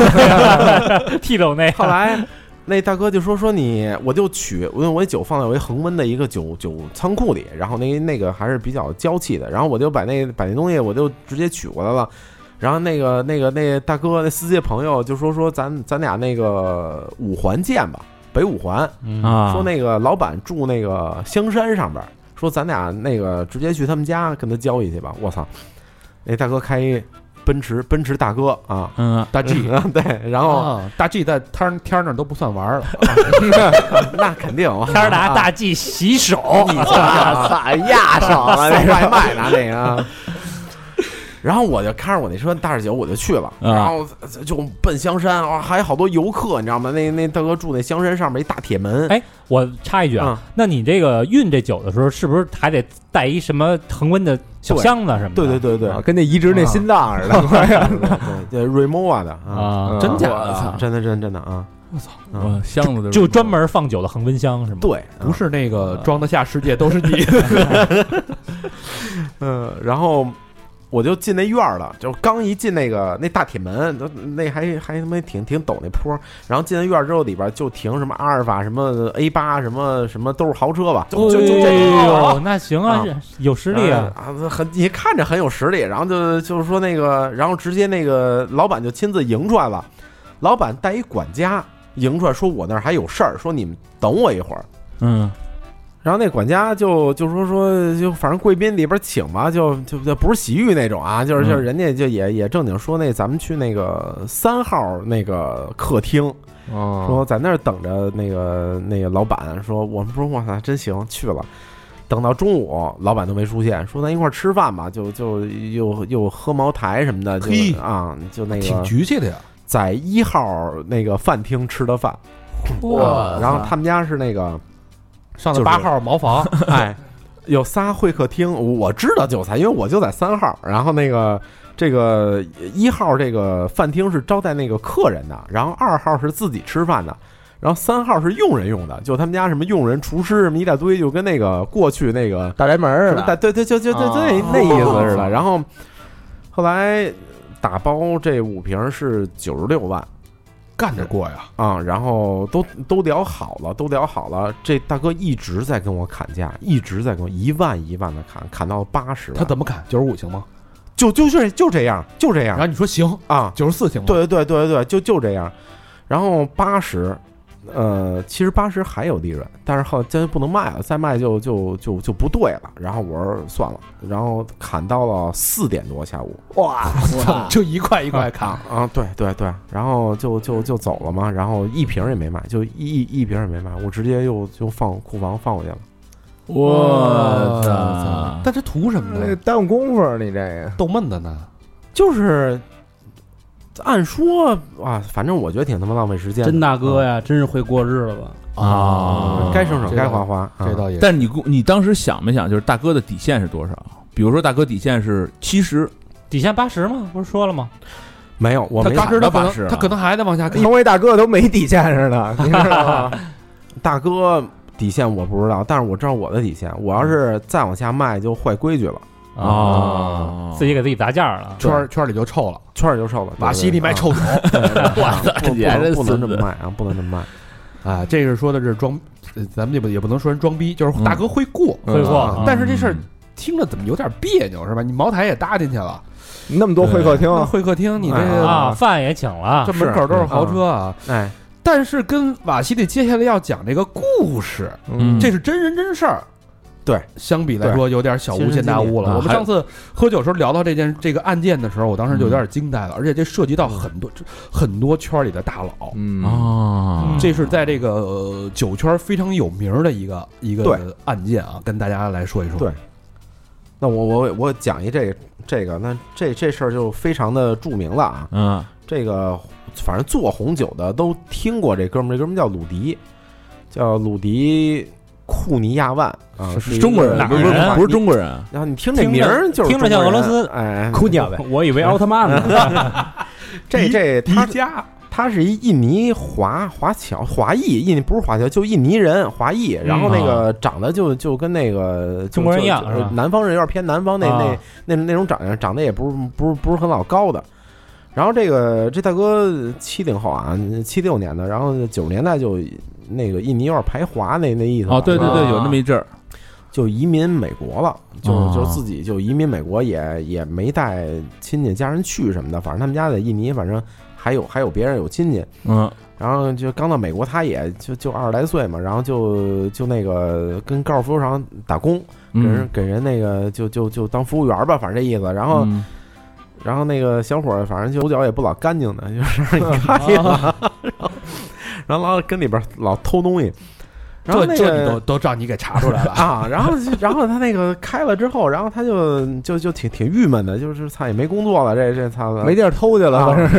[SPEAKER 4] [laughs] 剃头那
[SPEAKER 6] [laughs] 后来那大哥就说说你，我就取，我用我酒放在我一恒温的一个酒酒仓库里，然后那那个还是比较娇气的，然后我就把那把那东西我就直接取过来了。然后那个那个那大哥那司机的朋友就说说咱咱俩那个五环见吧，北五环。
[SPEAKER 5] 啊，
[SPEAKER 6] 说那个老板住那个香山上边儿，说咱俩那个直接去他们家跟他交易去吧。我操，那大哥开一奔驰，奔驰大哥啊，
[SPEAKER 5] 嗯，
[SPEAKER 1] 大 G。
[SPEAKER 6] [laughs] 对，然后、
[SPEAKER 4] 哦
[SPEAKER 1] 啊，大 G 在天儿天儿那儿都不算玩儿了，
[SPEAKER 6] 那肯定我
[SPEAKER 4] 天儿达大 G 洗手，
[SPEAKER 6] 啊哦
[SPEAKER 4] 啊
[SPEAKER 6] 你操，
[SPEAKER 2] 操，压上了 [laughs]
[SPEAKER 6] 送
[SPEAKER 2] 那
[SPEAKER 6] 外
[SPEAKER 2] 个。
[SPEAKER 6] 卖拿那个啊。然后我就开着我那车大二九，我就去了，
[SPEAKER 5] 啊
[SPEAKER 6] 然后就奔香山，哇，还有好多游客，你知道吗？那那大哥住那香山上面一大铁门，
[SPEAKER 4] 哎我插一句啊，
[SPEAKER 6] 嗯
[SPEAKER 4] 那你这个运这酒的时候，是不是还得带一什么恒温的小箱子什么的？
[SPEAKER 6] 对对对对，
[SPEAKER 2] 啊
[SPEAKER 6] 啊
[SPEAKER 2] 跟那移植那心脏似的，
[SPEAKER 6] [laughs]
[SPEAKER 2] [laughs]
[SPEAKER 6] 对 Remova 的啊，
[SPEAKER 5] 啊，
[SPEAKER 2] 真
[SPEAKER 5] 假
[SPEAKER 1] 我
[SPEAKER 5] 的？
[SPEAKER 6] 真的真真的啊，
[SPEAKER 5] 我箱子
[SPEAKER 4] 就专门放酒的恒温箱是吗？
[SPEAKER 6] 对，啊
[SPEAKER 1] 不是那个装得下世界都是你的，
[SPEAKER 6] 嗯，然后我就进那院儿了，就刚一进那个那大铁门，都那还还他妈挺挺陡那坡儿，然后进了院儿之后里边就停什么阿尔法、什么 A 八、什么什么都是豪车吧，就就就
[SPEAKER 4] 哎
[SPEAKER 6] 这
[SPEAKER 4] 呦，那行啊
[SPEAKER 6] 啊，
[SPEAKER 4] 是有实力啊！
[SPEAKER 6] 啊，很你看着很有实力，然后就就是说那个，然后直接那个老板就亲自迎出来了，老板带一管家迎出来说我那儿还有事儿，说你们等我一会儿。
[SPEAKER 5] 嗯
[SPEAKER 6] 然后那管家就就说说就反正贵宾里边请吧，就就就不是洗浴那种啊，就是
[SPEAKER 5] 嗯
[SPEAKER 6] 就是人家就也也正经说那咱们去那个三号那个客厅，
[SPEAKER 2] 说
[SPEAKER 1] 哦
[SPEAKER 6] 说在那儿等着那个那个老板，说我们说哇塞真行去了。等到中午，老板都没出现，说咱一块儿吃饭吧，就就又又喝茅台什么的，就
[SPEAKER 1] 嘿
[SPEAKER 6] 啊，就那
[SPEAKER 1] 挺
[SPEAKER 6] 个
[SPEAKER 1] 局气的呀。
[SPEAKER 6] 在一号那饭厅吃的饭，啊
[SPEAKER 5] 哇
[SPEAKER 6] 然后他们家是那个
[SPEAKER 1] 上了
[SPEAKER 6] 就是
[SPEAKER 1] 八号茅
[SPEAKER 6] [laughs]
[SPEAKER 1] 房，
[SPEAKER 6] 哎，有仨会客厅，我知道就在，因为我就在三号。然后那个这个一号这个饭厅是招待那个客人的，然后二号是自己吃饭的，然后三号是用人用的，就他们家什么佣人、厨师什么一大堆，就跟那个过去那个
[SPEAKER 2] 大宅门
[SPEAKER 6] 什
[SPEAKER 2] 似
[SPEAKER 6] 么
[SPEAKER 2] 的，
[SPEAKER 6] 大对对就就就就
[SPEAKER 2] 哦
[SPEAKER 6] 那那意思似的。然后后来打包这五瓶是九十六万
[SPEAKER 1] 干得过呀？
[SPEAKER 6] 啊、然后都都聊好了，都聊好了，这大哥一直在跟我砍价，一直在跟我一万一万的砍，砍到八十万，
[SPEAKER 1] 他怎么砍？九十五行吗？
[SPEAKER 6] 就就是就这样，就这
[SPEAKER 1] 然
[SPEAKER 6] 样
[SPEAKER 1] 后你说行，
[SPEAKER 6] 啊，
[SPEAKER 1] 九十四行吗？，
[SPEAKER 6] 对对对对对，就就这样，然后八十。呃，其实八十还有利润，但是后真不能卖了，再卖就就就就不对了。然后我说算了，然后砍到了四点多下午， [laughs]
[SPEAKER 1] 哇， [laughs] 就一块一块砍，
[SPEAKER 6] 啊啊，对对对，然后就就就走了嘛，然后一瓶儿也没卖，就一一一瓶儿也没卖，我直接又就放库房放回去了。
[SPEAKER 5] 我操
[SPEAKER 1] 操！但这图什么
[SPEAKER 2] 那
[SPEAKER 1] 的？
[SPEAKER 2] 耽误功夫，你这
[SPEAKER 6] 哎
[SPEAKER 2] 个
[SPEAKER 1] 哎逗闷子呢？
[SPEAKER 6] 就是按说啊，反正我觉得挺他妈浪费时间的，
[SPEAKER 9] 真大哥呀，真是会过日子了。
[SPEAKER 5] 啊
[SPEAKER 6] 该省省
[SPEAKER 1] 这
[SPEAKER 6] 该
[SPEAKER 1] 倒
[SPEAKER 6] 花花，
[SPEAKER 1] 这
[SPEAKER 6] 啊
[SPEAKER 1] 倒也
[SPEAKER 5] 但你估你当时想没想，就是大哥的底线是多少？比如说大哥底线是七十，
[SPEAKER 4] 底线八十嘛，不是说了吗？
[SPEAKER 6] 没有，我
[SPEAKER 1] 他
[SPEAKER 6] 没
[SPEAKER 1] 嘎
[SPEAKER 6] 砍
[SPEAKER 1] 吱
[SPEAKER 5] 到
[SPEAKER 1] 他可
[SPEAKER 5] 八十
[SPEAKER 1] 能
[SPEAKER 5] 啊
[SPEAKER 1] 他可能还得往下砍
[SPEAKER 2] 成为大哥都没底线似的，你知道
[SPEAKER 6] [laughs]
[SPEAKER 2] 吗？
[SPEAKER 6] 大哥底线我不知道，但是我知道我的底线，我
[SPEAKER 1] 嗯
[SPEAKER 6] 要是再往下卖就坏规矩了，
[SPEAKER 1] 啊
[SPEAKER 5] 哦
[SPEAKER 4] 自己给自己砸价了。
[SPEAKER 1] 圈儿圈儿里就臭了。
[SPEAKER 6] 圈儿就受了。
[SPEAKER 1] 瓦西里卖
[SPEAKER 6] 臭
[SPEAKER 1] 臭酒
[SPEAKER 6] [laughs] 哇，啊不
[SPEAKER 5] 你还
[SPEAKER 6] 能
[SPEAKER 5] 真
[SPEAKER 6] 不能
[SPEAKER 5] 孙
[SPEAKER 6] 这
[SPEAKER 5] 子
[SPEAKER 6] 么卖啊，不能这么卖。
[SPEAKER 1] 啊，这是说的是装，呃咱们也不也不能说人装逼，就是
[SPEAKER 5] 嗯
[SPEAKER 1] 大哥会过，
[SPEAKER 4] 会过
[SPEAKER 1] 啊
[SPEAKER 4] 嗯
[SPEAKER 1] 但是这事儿听着怎么有点别扭是吧？你茅台也搭进去了，
[SPEAKER 2] 那么多会客厅，
[SPEAKER 1] 那会客厅你这
[SPEAKER 6] 嗯
[SPEAKER 1] 个
[SPEAKER 4] 啊，饭也请了
[SPEAKER 1] 这，门口都是豪车啊。
[SPEAKER 6] 哎，
[SPEAKER 1] 但是跟瓦西里接下来要讲这个故事，
[SPEAKER 5] 嗯
[SPEAKER 1] 这是真人真事儿。
[SPEAKER 6] 对，
[SPEAKER 1] 相比来说有点小巫见大巫了。
[SPEAKER 5] 啊
[SPEAKER 1] 我们
[SPEAKER 5] 还
[SPEAKER 1] 上次喝酒时候聊到这件这个案件的时候，我当时就有点惊呆了，而且这涉及到很多这很多圈里的大佬，
[SPEAKER 6] 啊
[SPEAKER 2] 嗯，
[SPEAKER 5] 哦，
[SPEAKER 1] 这是在这个呃酒圈非常有名的一个一
[SPEAKER 6] 对
[SPEAKER 1] 个案件啊，跟大家来说一说。
[SPEAKER 6] 对那我我我讲一这个这个，那这这事儿就非常的著名了啊。
[SPEAKER 5] 嗯
[SPEAKER 6] 这个反正做红酒的都听过这哥们儿，这哥们儿叫鲁迪，叫鲁迪库尼亚万啊，是一个
[SPEAKER 5] 中国人
[SPEAKER 4] 哪
[SPEAKER 5] 不
[SPEAKER 4] 儿
[SPEAKER 5] 是
[SPEAKER 4] 人啊
[SPEAKER 5] 不是中国人，
[SPEAKER 6] 然后你听这
[SPEAKER 4] 听着
[SPEAKER 6] 名儿就是
[SPEAKER 4] 听着像俄
[SPEAKER 6] 中国人
[SPEAKER 4] 罗斯
[SPEAKER 6] 哎，
[SPEAKER 9] 姑娘呗，
[SPEAKER 6] [laughs]
[SPEAKER 9] 我以为奥特曼呢。
[SPEAKER 6] 这这他
[SPEAKER 1] 家
[SPEAKER 6] 他是一印尼华华侨华裔，印尼不是华侨，就印尼人华裔。然后那个长得就就跟那
[SPEAKER 4] 啊
[SPEAKER 6] 个就
[SPEAKER 4] 中国人一样
[SPEAKER 6] 就是
[SPEAKER 4] 吧
[SPEAKER 6] 南方人有点偏南方那
[SPEAKER 4] 啊
[SPEAKER 6] 那那那种长相，长得也不是不是不是很老高的。然后这个这大哥七零后啊，七六年的，然后九十年代就那个印尼有点排华那那意思吧
[SPEAKER 5] 哦，对对对，
[SPEAKER 4] 啊
[SPEAKER 5] 有那么一阵儿，
[SPEAKER 6] 就移民美国了，就
[SPEAKER 5] 哦
[SPEAKER 6] 是就是自己就移民美国也，也没带亲戚家人去什么的，反正他们家在印尼，反正还有还有别人有亲戚，
[SPEAKER 5] 嗯
[SPEAKER 6] 然后就刚到美国，他也就就二十来岁嘛，然后就就那个跟高尔夫球场打工，给人
[SPEAKER 5] 嗯，
[SPEAKER 6] 给人那个就就就当服务员吧，反正这意思。然后
[SPEAKER 5] 嗯
[SPEAKER 6] 然后那个小伙儿反正就手脚也不老干净的， [laughs] 就是让你看见了，然后然后老跟里边老偷东西，然后
[SPEAKER 1] 这
[SPEAKER 6] 那
[SPEAKER 1] 这你
[SPEAKER 6] 个
[SPEAKER 1] 都都让你给查出来了。 [laughs]
[SPEAKER 6] 啊，然后就然后他那个开了之后，然后他就就就挺挺郁闷的，就是操也没工作了，这这操的
[SPEAKER 2] 没地儿偷去了，
[SPEAKER 6] 啊
[SPEAKER 2] 反正
[SPEAKER 6] [laughs]
[SPEAKER 2] 是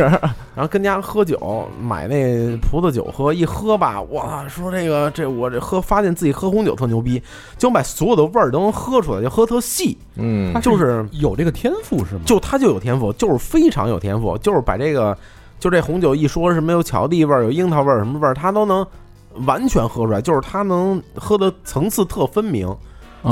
[SPEAKER 6] 然后跟家喝酒，买那葡萄酒喝，一喝吧，哇，说这个这我这喝，发现自己喝红酒特牛逼，就把所有的味儿都能喝出来，就喝特细，
[SPEAKER 2] 嗯
[SPEAKER 6] 就是
[SPEAKER 1] 有这个天赋是吗？
[SPEAKER 6] 就他就有天赋，就是非常有天赋，就是把这个就这红酒一说什么有巧克力味儿，有樱桃味儿什么味儿，他都能完全喝出来，就是他能喝的层次特分明。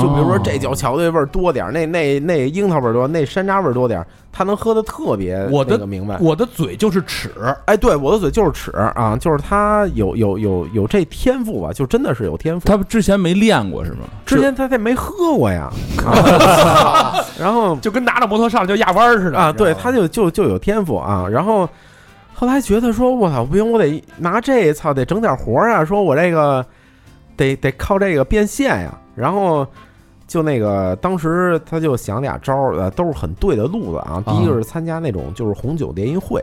[SPEAKER 6] 就比如
[SPEAKER 1] 哦
[SPEAKER 6] 说
[SPEAKER 5] 哦
[SPEAKER 6] 这酒巧克力味儿多点儿，那那那樱桃味儿多，那山楂味儿多点儿，他能喝的特别
[SPEAKER 1] 我的
[SPEAKER 6] 那个明白。
[SPEAKER 1] 哎我的嘴就是尺，
[SPEAKER 6] 哎，对，我的嘴就是尺啊，就是他有有有有这天赋吧，就真的是有天赋。
[SPEAKER 5] 他之前没练过是吗？
[SPEAKER 6] 之前他他没喝过
[SPEAKER 1] [laughs]
[SPEAKER 6] 呀， [laughs] 啊然后
[SPEAKER 1] 就跟拿着摩托上来就压弯儿似的
[SPEAKER 6] 啊，对，
[SPEAKER 1] 你知道
[SPEAKER 6] 他
[SPEAKER 1] 吗
[SPEAKER 6] 就就就有天赋啊。然后后来觉得说，我操，不行，我得拿这操得整点活儿啊，说我这个得得靠这个变现呀、然后就那个当时他就想俩招儿，呃，都是很对的路子啊。第一个是参加那种就是红酒联谊会。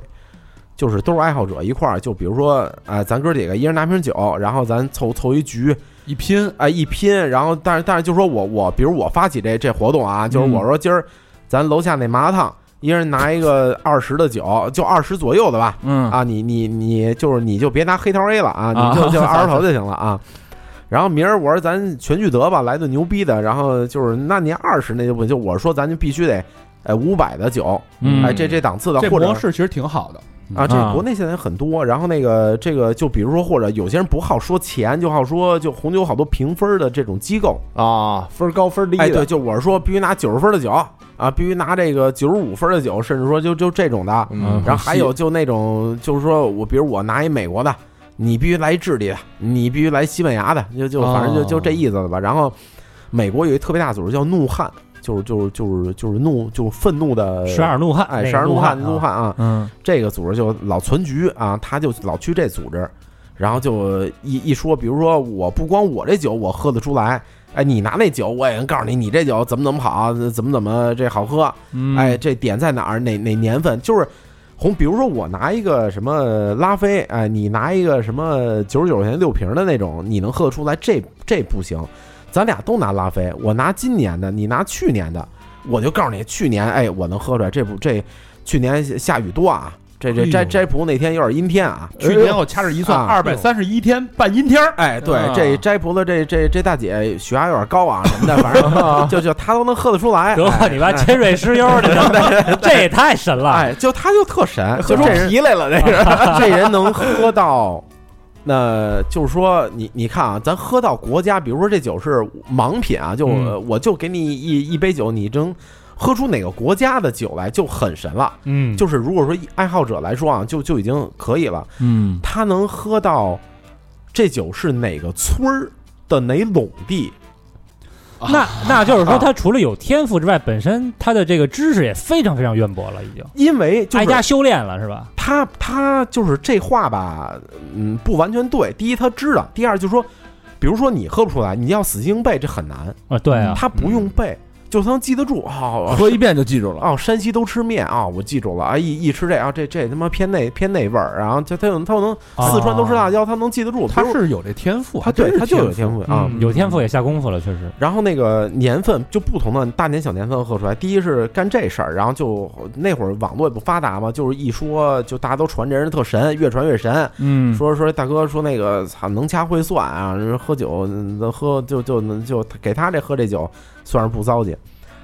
[SPEAKER 6] 就是都是爱好者一块儿，就比如说啊、咱哥几个一人拿瓶酒，然后咱凑凑一局，
[SPEAKER 1] 一拼，
[SPEAKER 6] 哎一拼，然后但是但是就说我我比如我发起这这活动啊，就是
[SPEAKER 5] 嗯
[SPEAKER 6] 我说今儿咱楼下那麻辣烫，一人拿一个二十的酒，就二十左右的吧，
[SPEAKER 5] 嗯
[SPEAKER 6] 啊你你你就是你就别拿黑桃 A 了啊，
[SPEAKER 5] 啊
[SPEAKER 6] 你
[SPEAKER 5] [laughs]
[SPEAKER 6] 就就二十头就行了啊。然后明儿我说咱全聚德吧，来顿牛逼的，然后就是那您二十那就不就我说咱就必须得。哎，五百的酒，
[SPEAKER 5] 嗯
[SPEAKER 6] 哎，这这档次的，
[SPEAKER 1] 这
[SPEAKER 6] 或者
[SPEAKER 1] 模式其实挺好的，
[SPEAKER 6] 啊，这
[SPEAKER 5] 啊
[SPEAKER 6] 个国内现在很多。然后那个这个，就比如说，或者有些人不好说钱，就好说就红酒好多评分的这种机构。
[SPEAKER 2] 啊，分儿高分儿低的，
[SPEAKER 6] 哎，对，就我是说必须拿九十分的酒啊，必须拿这个九十五分的酒，甚至说就就这种的。
[SPEAKER 2] 嗯，
[SPEAKER 6] 然后还有就那种，就是说我比如我拿一美国的，你必须来智利的，你必须来西班牙的，就就反正就就这意思了吧。然后美国有一特别大组织叫怒汉，就是就是就是就是怒就是愤怒的
[SPEAKER 4] [laughs] 十二怒汉，
[SPEAKER 6] 哎
[SPEAKER 4] 那个
[SPEAKER 6] 十二怒汉怒
[SPEAKER 4] 啊
[SPEAKER 6] 汉啊，
[SPEAKER 5] 嗯
[SPEAKER 6] 这个组织就老存局啊，他就老去这组织，然后就一一说，比如说我不光我这酒我喝得出来，哎，你拿那酒我也能告诉你，你这酒怎么怎么好，怎么怎么这好喝，
[SPEAKER 5] 嗯
[SPEAKER 6] 哎，这点在哪儿，哪哪年份，就是。红，比如说我拿一个什么拉菲，哎，你拿一个什么九十九块钱六瓶的那种，你能喝得出来？这这不行，咱俩都拿拉菲，我拿今年的，你拿去年的，我就告诉你，去年哎，我能喝出来，这不这去年下雨多啊，这这
[SPEAKER 1] 哎
[SPEAKER 6] 摘
[SPEAKER 1] 呦哎
[SPEAKER 6] 摘葡那天有点阴天啊，
[SPEAKER 1] 去年我掐指一算，
[SPEAKER 6] 啊
[SPEAKER 1] 二百三十一天半阴天儿，
[SPEAKER 6] 哎，对
[SPEAKER 5] 啊，
[SPEAKER 6] 这摘葡的这这这大姐血压有点高啊什么的，反正就就她都能喝得出来，
[SPEAKER 4] 得了，
[SPEAKER 6] 哎
[SPEAKER 4] 你妈尖锐湿疣，你知道
[SPEAKER 6] [laughs]
[SPEAKER 4] 吗？这也太神了！
[SPEAKER 6] 哎，就他就特神，
[SPEAKER 2] 喝
[SPEAKER 6] 就
[SPEAKER 2] 出
[SPEAKER 6] 这人
[SPEAKER 2] 皮来了，那是
[SPEAKER 4] [laughs]
[SPEAKER 6] 这人能喝到，那就是说你你看啊，咱喝到国家，比如说这酒是盲品啊，就、
[SPEAKER 4] 嗯
[SPEAKER 6] 我就给你一一杯酒，你能喝出哪个国家的酒来就很神了。
[SPEAKER 4] 嗯，
[SPEAKER 6] 就是如果说一爱好者来说啊，就就已经可以了。
[SPEAKER 5] 嗯
[SPEAKER 6] 他能喝到这酒是哪个村儿的哪垄地，
[SPEAKER 4] 那那就是说，他除了有天赋之外，本身他的这个知识也非常非常渊博了，已经
[SPEAKER 6] 因为就
[SPEAKER 4] 挨
[SPEAKER 6] 是
[SPEAKER 4] 家修炼了，是吧？
[SPEAKER 6] 他他就是这话吧，嗯，不完全对。第一，他知道；第二，就是说，比如说你喝不出来，你要死记硬背，这很难。
[SPEAKER 4] 啊，对
[SPEAKER 1] 哎
[SPEAKER 4] 啊，
[SPEAKER 6] 他不
[SPEAKER 1] 嗯
[SPEAKER 6] 用背，就他能记得住。哦，
[SPEAKER 5] 喝一遍就记住了，
[SPEAKER 6] 哦，山西都吃面啊、我记住了。啊，一一吃这啊，这这他妈偏那偏那味儿。然后就他有他有能四川都吃辣椒，他能记得住。
[SPEAKER 1] 啊他
[SPEAKER 6] 比如
[SPEAKER 1] 是有这天赋，
[SPEAKER 6] 他
[SPEAKER 1] 还真
[SPEAKER 6] 对
[SPEAKER 1] 是
[SPEAKER 6] 他就有啊天赋啊。
[SPEAKER 4] 嗯有天赋也下功夫了，确实。
[SPEAKER 6] 然后那个年份就不同的大年小年份喝出来。第一是干这事儿，然后就那会儿网络也不发达嘛，就是一说就大家都传这人特神，越传越神。
[SPEAKER 5] 嗯
[SPEAKER 6] 说说大哥说那个操能掐会算啊，人喝酒嗯喝就就就给他这喝这酒算是不糟践。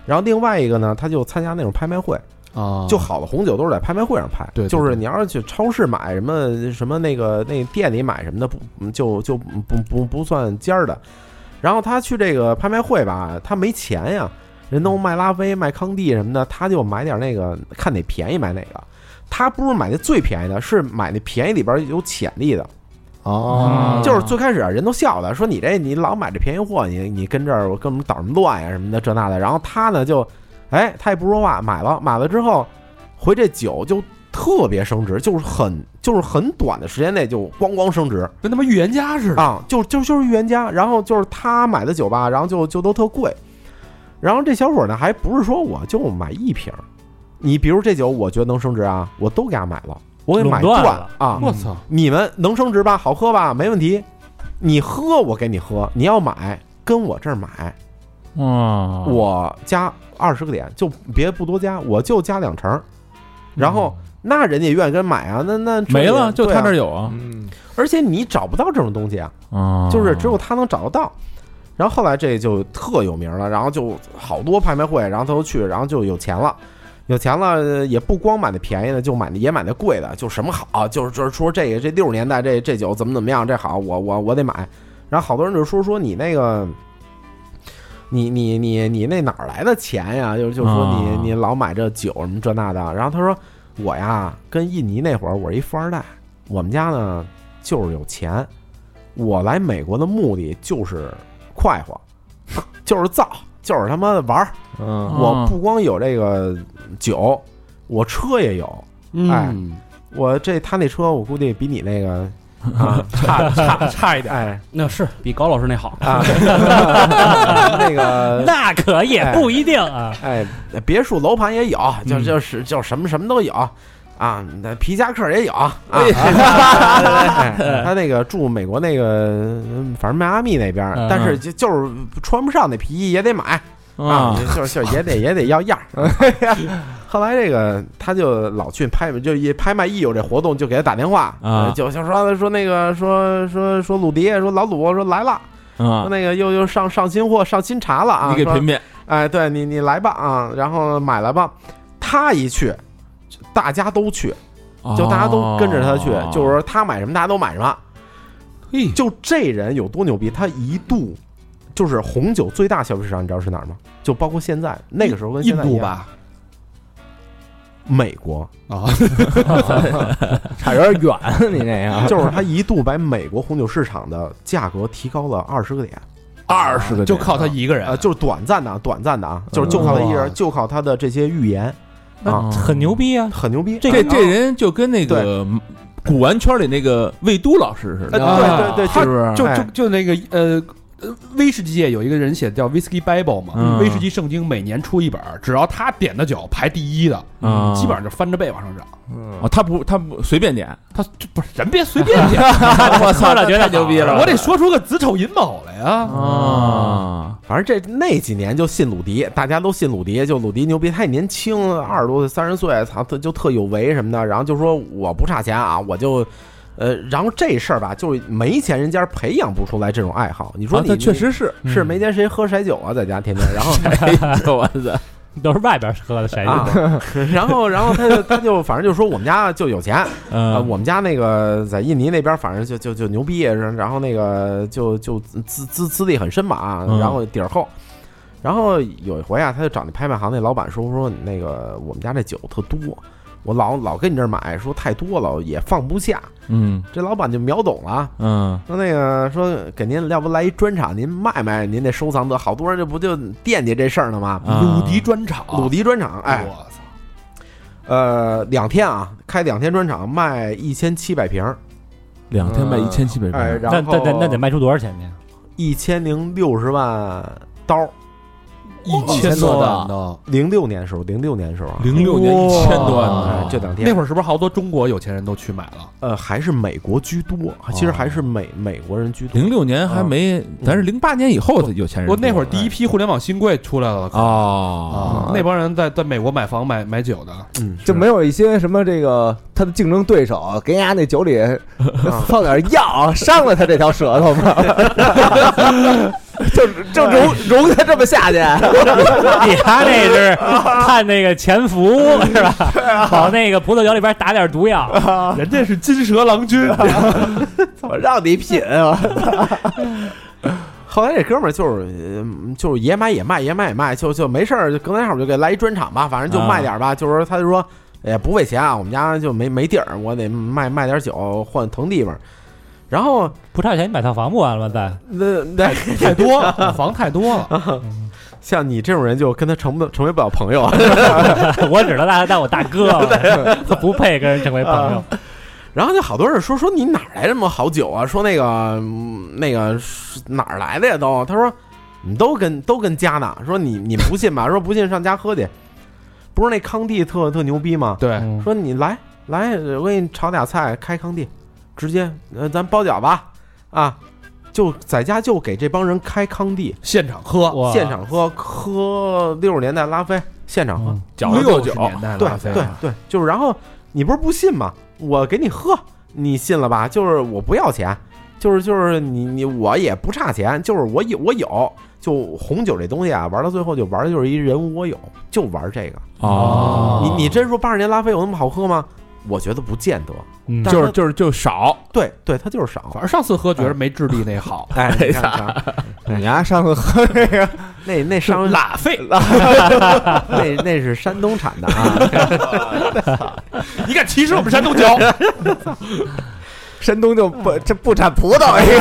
[SPEAKER 6] 然后另外一个呢，他就参加那种拍卖会，
[SPEAKER 1] 啊，
[SPEAKER 6] 就好的红酒都是在拍卖会上拍，
[SPEAKER 1] 对对
[SPEAKER 6] 就是
[SPEAKER 1] 对
[SPEAKER 6] 你要是去超市买什么什么那个那店里买什么的，不嗯就就不不不算尖儿的。然后他去这个拍卖会吧，他没钱呀，人都卖拉菲、卖康帝什么的，他就买点那个看哪便宜买哪个。他不是买那最便宜的，是买那便宜里边有潜力的。
[SPEAKER 4] 嗯
[SPEAKER 2] 哦
[SPEAKER 6] 就是最开始啊人都笑他，说你这你老买这便宜货，你你跟这儿我跟我们捣什么乱呀什么的这那的。然后他呢就，哎，他也不说话，买了买了之后，回这酒就特别升值，就是很就是很短的时间内就咣咣升值
[SPEAKER 1] 跟他妈预言家似的。
[SPEAKER 6] 啊，就就就是预言家。然后就是他买的酒吧，然后就就都特贵。然后这小伙呢还不是说我就买一瓶儿，你比如这酒我觉得能升值啊，我都给他买了，我给买
[SPEAKER 4] 垄断
[SPEAKER 6] 断
[SPEAKER 4] 了
[SPEAKER 6] 啊，
[SPEAKER 1] 我操，
[SPEAKER 6] 你们能升值吧？好喝吧？没问题。你喝我给你喝，你要买跟我这儿买，
[SPEAKER 5] 啊哇，
[SPEAKER 6] 我加二十个点，就别不多加，我就加两成儿。然后那人家愿意跟买啊，那那这
[SPEAKER 5] 嗯没了，就他
[SPEAKER 6] 对
[SPEAKER 5] 这儿
[SPEAKER 6] 啊
[SPEAKER 5] 有啊
[SPEAKER 2] 嗯
[SPEAKER 6] 而且你找不到这种东西啊，
[SPEAKER 5] 啊，
[SPEAKER 6] 就是只有他能找得到。然后后来这就特有名了，然后就好多拍卖会，然后他都去，然后就有钱了，有钱了呃也不光买那便宜的，就买那也买那贵的，就什么好，就是就是说这个这六十年代这这酒怎么怎么样，这好，我我我得买。然后好多人就说说你那个，你你你你那哪儿来的钱呀？就就说
[SPEAKER 5] 啊
[SPEAKER 6] 你你老买这酒什么这那的。然后他说我呀，跟印尼那会儿我是一富二代，我们家呢就是有钱，我来美国的目的就是快活， [laughs] 就是造，就是他妈的玩儿。
[SPEAKER 2] 嗯，
[SPEAKER 6] 我不光有这个酒，我车也有。哎
[SPEAKER 1] 嗯，
[SPEAKER 6] 我这他那车，我估计比你那个啊
[SPEAKER 9] 差
[SPEAKER 4] [laughs]
[SPEAKER 9] 差差一点，
[SPEAKER 6] 哎
[SPEAKER 9] 那是比高老师那好。
[SPEAKER 6] [laughs] 啊，那个
[SPEAKER 4] 呃那可也不一定啊。
[SPEAKER 6] 哎，别墅楼盘也有，就
[SPEAKER 4] 嗯
[SPEAKER 6] 就是就什么什么都有啊，那皮夹克也有啊。
[SPEAKER 2] 哎
[SPEAKER 6] 哎他那个住美国那个，嗯反正迈阿密那边
[SPEAKER 4] 嗯，
[SPEAKER 6] 但是就就是穿不上那皮衣也得买啊
[SPEAKER 5] 啊，，
[SPEAKER 6] 就是就是也得也得要样儿。 [laughs] 后来这个他就老去拍，就一拍卖一有这活动就给他打电话
[SPEAKER 5] 啊
[SPEAKER 6] 就就说说那个说说说鲁迪说老鲁说来了，说
[SPEAKER 5] 啊，
[SPEAKER 6] 那个又又上上新货上新茶了啊，
[SPEAKER 5] 你给
[SPEAKER 6] 说
[SPEAKER 5] 品品，
[SPEAKER 6] 哎，对你你来吧啊，然后买来吧。他一去，大家都去，
[SPEAKER 1] 哦
[SPEAKER 6] 就大家都跟着他去
[SPEAKER 5] 哦，
[SPEAKER 6] 就是说他买什么大家都买什么。
[SPEAKER 1] 嘿，
[SPEAKER 6] 就这人有多牛逼？他一度就是红酒最大消费市场，你知道是哪儿吗？就包括现在那个时候跟
[SPEAKER 1] 印
[SPEAKER 6] 现在一
[SPEAKER 1] 度
[SPEAKER 6] 样，
[SPEAKER 1] 吧，
[SPEAKER 6] 美
[SPEAKER 1] [laughs]
[SPEAKER 6] 国，
[SPEAKER 1] 啊，
[SPEAKER 2] 差有点远，啊你这个
[SPEAKER 6] [laughs] 就是他一度把美国红酒市场的价格提高了二十个点，
[SPEAKER 2] 二十个点
[SPEAKER 1] 就靠他一个人
[SPEAKER 6] 呃，，就是短暂的啊，短暂的啊，就是就靠他一
[SPEAKER 1] 哇
[SPEAKER 6] 人，就靠他的这些预言
[SPEAKER 5] 嗯
[SPEAKER 6] 啊，
[SPEAKER 4] 很牛逼啊！
[SPEAKER 6] 很牛逼。
[SPEAKER 4] 这
[SPEAKER 5] 哎这这人就跟那个古玩圈里那个魏都老师似
[SPEAKER 6] 呃
[SPEAKER 5] 的，
[SPEAKER 6] 对对对，
[SPEAKER 1] 他
[SPEAKER 6] 是不是
[SPEAKER 1] 就就
[SPEAKER 6] 哎
[SPEAKER 1] 就那个呃。呃威士忌界有一个人写的叫 Whisky Bible 嘛，
[SPEAKER 5] 嗯
[SPEAKER 1] 威士忌圣经每年出一本儿，只要他点的酒排第一的，
[SPEAKER 6] 嗯
[SPEAKER 5] 啊
[SPEAKER 1] 基本上就翻着背往上涨。
[SPEAKER 5] 哦，他不他不随便点，
[SPEAKER 1] 他这不是人别随便
[SPEAKER 4] [laughs]
[SPEAKER 1] 点，
[SPEAKER 6] 哎
[SPEAKER 5] 我
[SPEAKER 4] 操那绝对牛逼了
[SPEAKER 1] 我得说出个子丑寅卯来呀。
[SPEAKER 5] 啊，
[SPEAKER 6] 反正这那几年就信鲁迪，大家都信鲁迪，就鲁迪牛逼，他也年轻，二十多岁、三十岁，操，他就特有为什么的，然后就说我不差钱啊，我就。呃，然后这事儿吧，就是没钱人家培养不出来这种爱好。你说
[SPEAKER 5] 啊
[SPEAKER 6] 你、
[SPEAKER 5] 他确实嗯是，
[SPEAKER 6] 你是没钱谁喝白酒啊，在家天天，然
[SPEAKER 5] [laughs]
[SPEAKER 6] 后
[SPEAKER 5] 我操，
[SPEAKER 4] 都是外边喝的，谁
[SPEAKER 6] 啊， [laughs] 然后然后他就他就反正就说我们家就有钱，啊，
[SPEAKER 5] 嗯
[SPEAKER 6] 我们家那个在印尼那边，反正就就就牛逼，然然后那个就就资资资历很深嘛啊，
[SPEAKER 5] 嗯
[SPEAKER 6] 然后底儿厚。然后有一回啊，他就找那拍卖行那老板说说你那个我们家这酒特多，我老老跟你这儿买，说太多了也放不下。
[SPEAKER 5] 嗯
[SPEAKER 6] 这老板就秒懂了，
[SPEAKER 5] 嗯
[SPEAKER 6] 说那个说给您要不来一专场，您卖卖您这收藏得，好多人这不就惦记这事儿呢吗？
[SPEAKER 5] 啊哦
[SPEAKER 1] 鲁迪专场，
[SPEAKER 6] 嗯鲁迪专场，哎，
[SPEAKER 1] 我操，
[SPEAKER 6] 呃，两天啊，开两天专场卖一千七百瓶儿，
[SPEAKER 5] 两天卖一千七百
[SPEAKER 6] 哎，
[SPEAKER 5] 瓶，
[SPEAKER 6] 然
[SPEAKER 4] 那
[SPEAKER 6] 后
[SPEAKER 4] 那那那得卖出多少钱去？ [laughs]
[SPEAKER 6] 一千零六十万刀。
[SPEAKER 1] 一
[SPEAKER 2] 哦千多万
[SPEAKER 1] 的，
[SPEAKER 6] 零六年时候，零六年时候啊，
[SPEAKER 5] 零六年一千多万
[SPEAKER 1] 哇
[SPEAKER 5] 呢，
[SPEAKER 6] 哎这两天
[SPEAKER 1] 那会儿是不是好多中国有钱人都去买了？
[SPEAKER 6] 呃还是美国居多，其实还是美美国人居多。
[SPEAKER 5] 零六年还没，咱是零八年以后的有钱人
[SPEAKER 1] 我
[SPEAKER 5] 多，
[SPEAKER 1] 那会儿第一批互联网新贵出来了，
[SPEAKER 5] 哦，
[SPEAKER 1] 啊，那帮人在在美国买房买买酒的，
[SPEAKER 6] 嗯，
[SPEAKER 2] 就没有一些什么这个他的竞争对手给人家那酒里放点药伤了他这条舌头吗？ [laughs] 就就容容他这么下去，
[SPEAKER 4] 你他那是看那个潜伏是吧？往那个葡萄酒里边打点毒药，
[SPEAKER 1] 人家 [laughs] 是金蛇郎君，
[SPEAKER 2] 我让你品啊！
[SPEAKER 6] 后来这哥们儿就是呃就是也买也卖，也买也卖，就就没事儿，就隔三差五就给来一专场吧，反正就卖点儿吧。就是说他就说也不为钱啊，我们家就没没地儿，我得卖卖点酒换腾地方。然后
[SPEAKER 4] 不差钱你买套房不完了吗？再
[SPEAKER 6] 那那
[SPEAKER 1] 太多 [laughs] 房太多了，
[SPEAKER 6] 哎像你这种人就跟他成不成为不了朋友。
[SPEAKER 4] [laughs] 我只能拿他当我大哥
[SPEAKER 6] [laughs]
[SPEAKER 4] 了， [laughs] 他不配跟人成为朋友。
[SPEAKER 6] 然后就好多人说说你哪儿来这么好酒啊？说那个嗯那个是哪儿来的呀都？他说你都跟都跟家呢。说你你不信吧？说不信上家喝去。不是那康帝特特牛逼吗？
[SPEAKER 1] 对，
[SPEAKER 4] 嗯
[SPEAKER 6] 说你来来，我给你炒俩菜，开康帝，直接呃咱包饺子啊，就在家就给这帮人开康帝，
[SPEAKER 1] 现场喝，
[SPEAKER 4] 哇
[SPEAKER 6] 现场喝喝六十年代拉菲，现场喝。
[SPEAKER 5] 饺子
[SPEAKER 1] 六
[SPEAKER 5] 兑
[SPEAKER 1] 十
[SPEAKER 5] 酒，
[SPEAKER 1] 年代
[SPEAKER 6] 对
[SPEAKER 1] 了，啊
[SPEAKER 6] 对对，就是然后你不是不信吗？我给你喝，你信了吧？就是我不要钱，就是就是你你我也不差钱，就是我有我有。就红酒这东西啊，玩到最后就玩的就是一人无我有，就玩这个。
[SPEAKER 4] 啊
[SPEAKER 5] 哦，
[SPEAKER 6] 你你真说八十年拉菲有那么好喝吗？我觉得不见得。
[SPEAKER 4] 嗯
[SPEAKER 6] 但
[SPEAKER 5] 就是
[SPEAKER 6] 它
[SPEAKER 5] 就是就少，
[SPEAKER 6] 对对，它就是少
[SPEAKER 1] 反。正上次喝觉得没智利那好，
[SPEAKER 6] 哎，你看看
[SPEAKER 2] 你丫上次喝那个
[SPEAKER 6] 那那商
[SPEAKER 2] 拉菲，
[SPEAKER 6] [laughs] 那那是山东产的啊。
[SPEAKER 1] [laughs] 你敢歧视我们山东酒？
[SPEAKER 2] 山东就不这不产葡萄一个。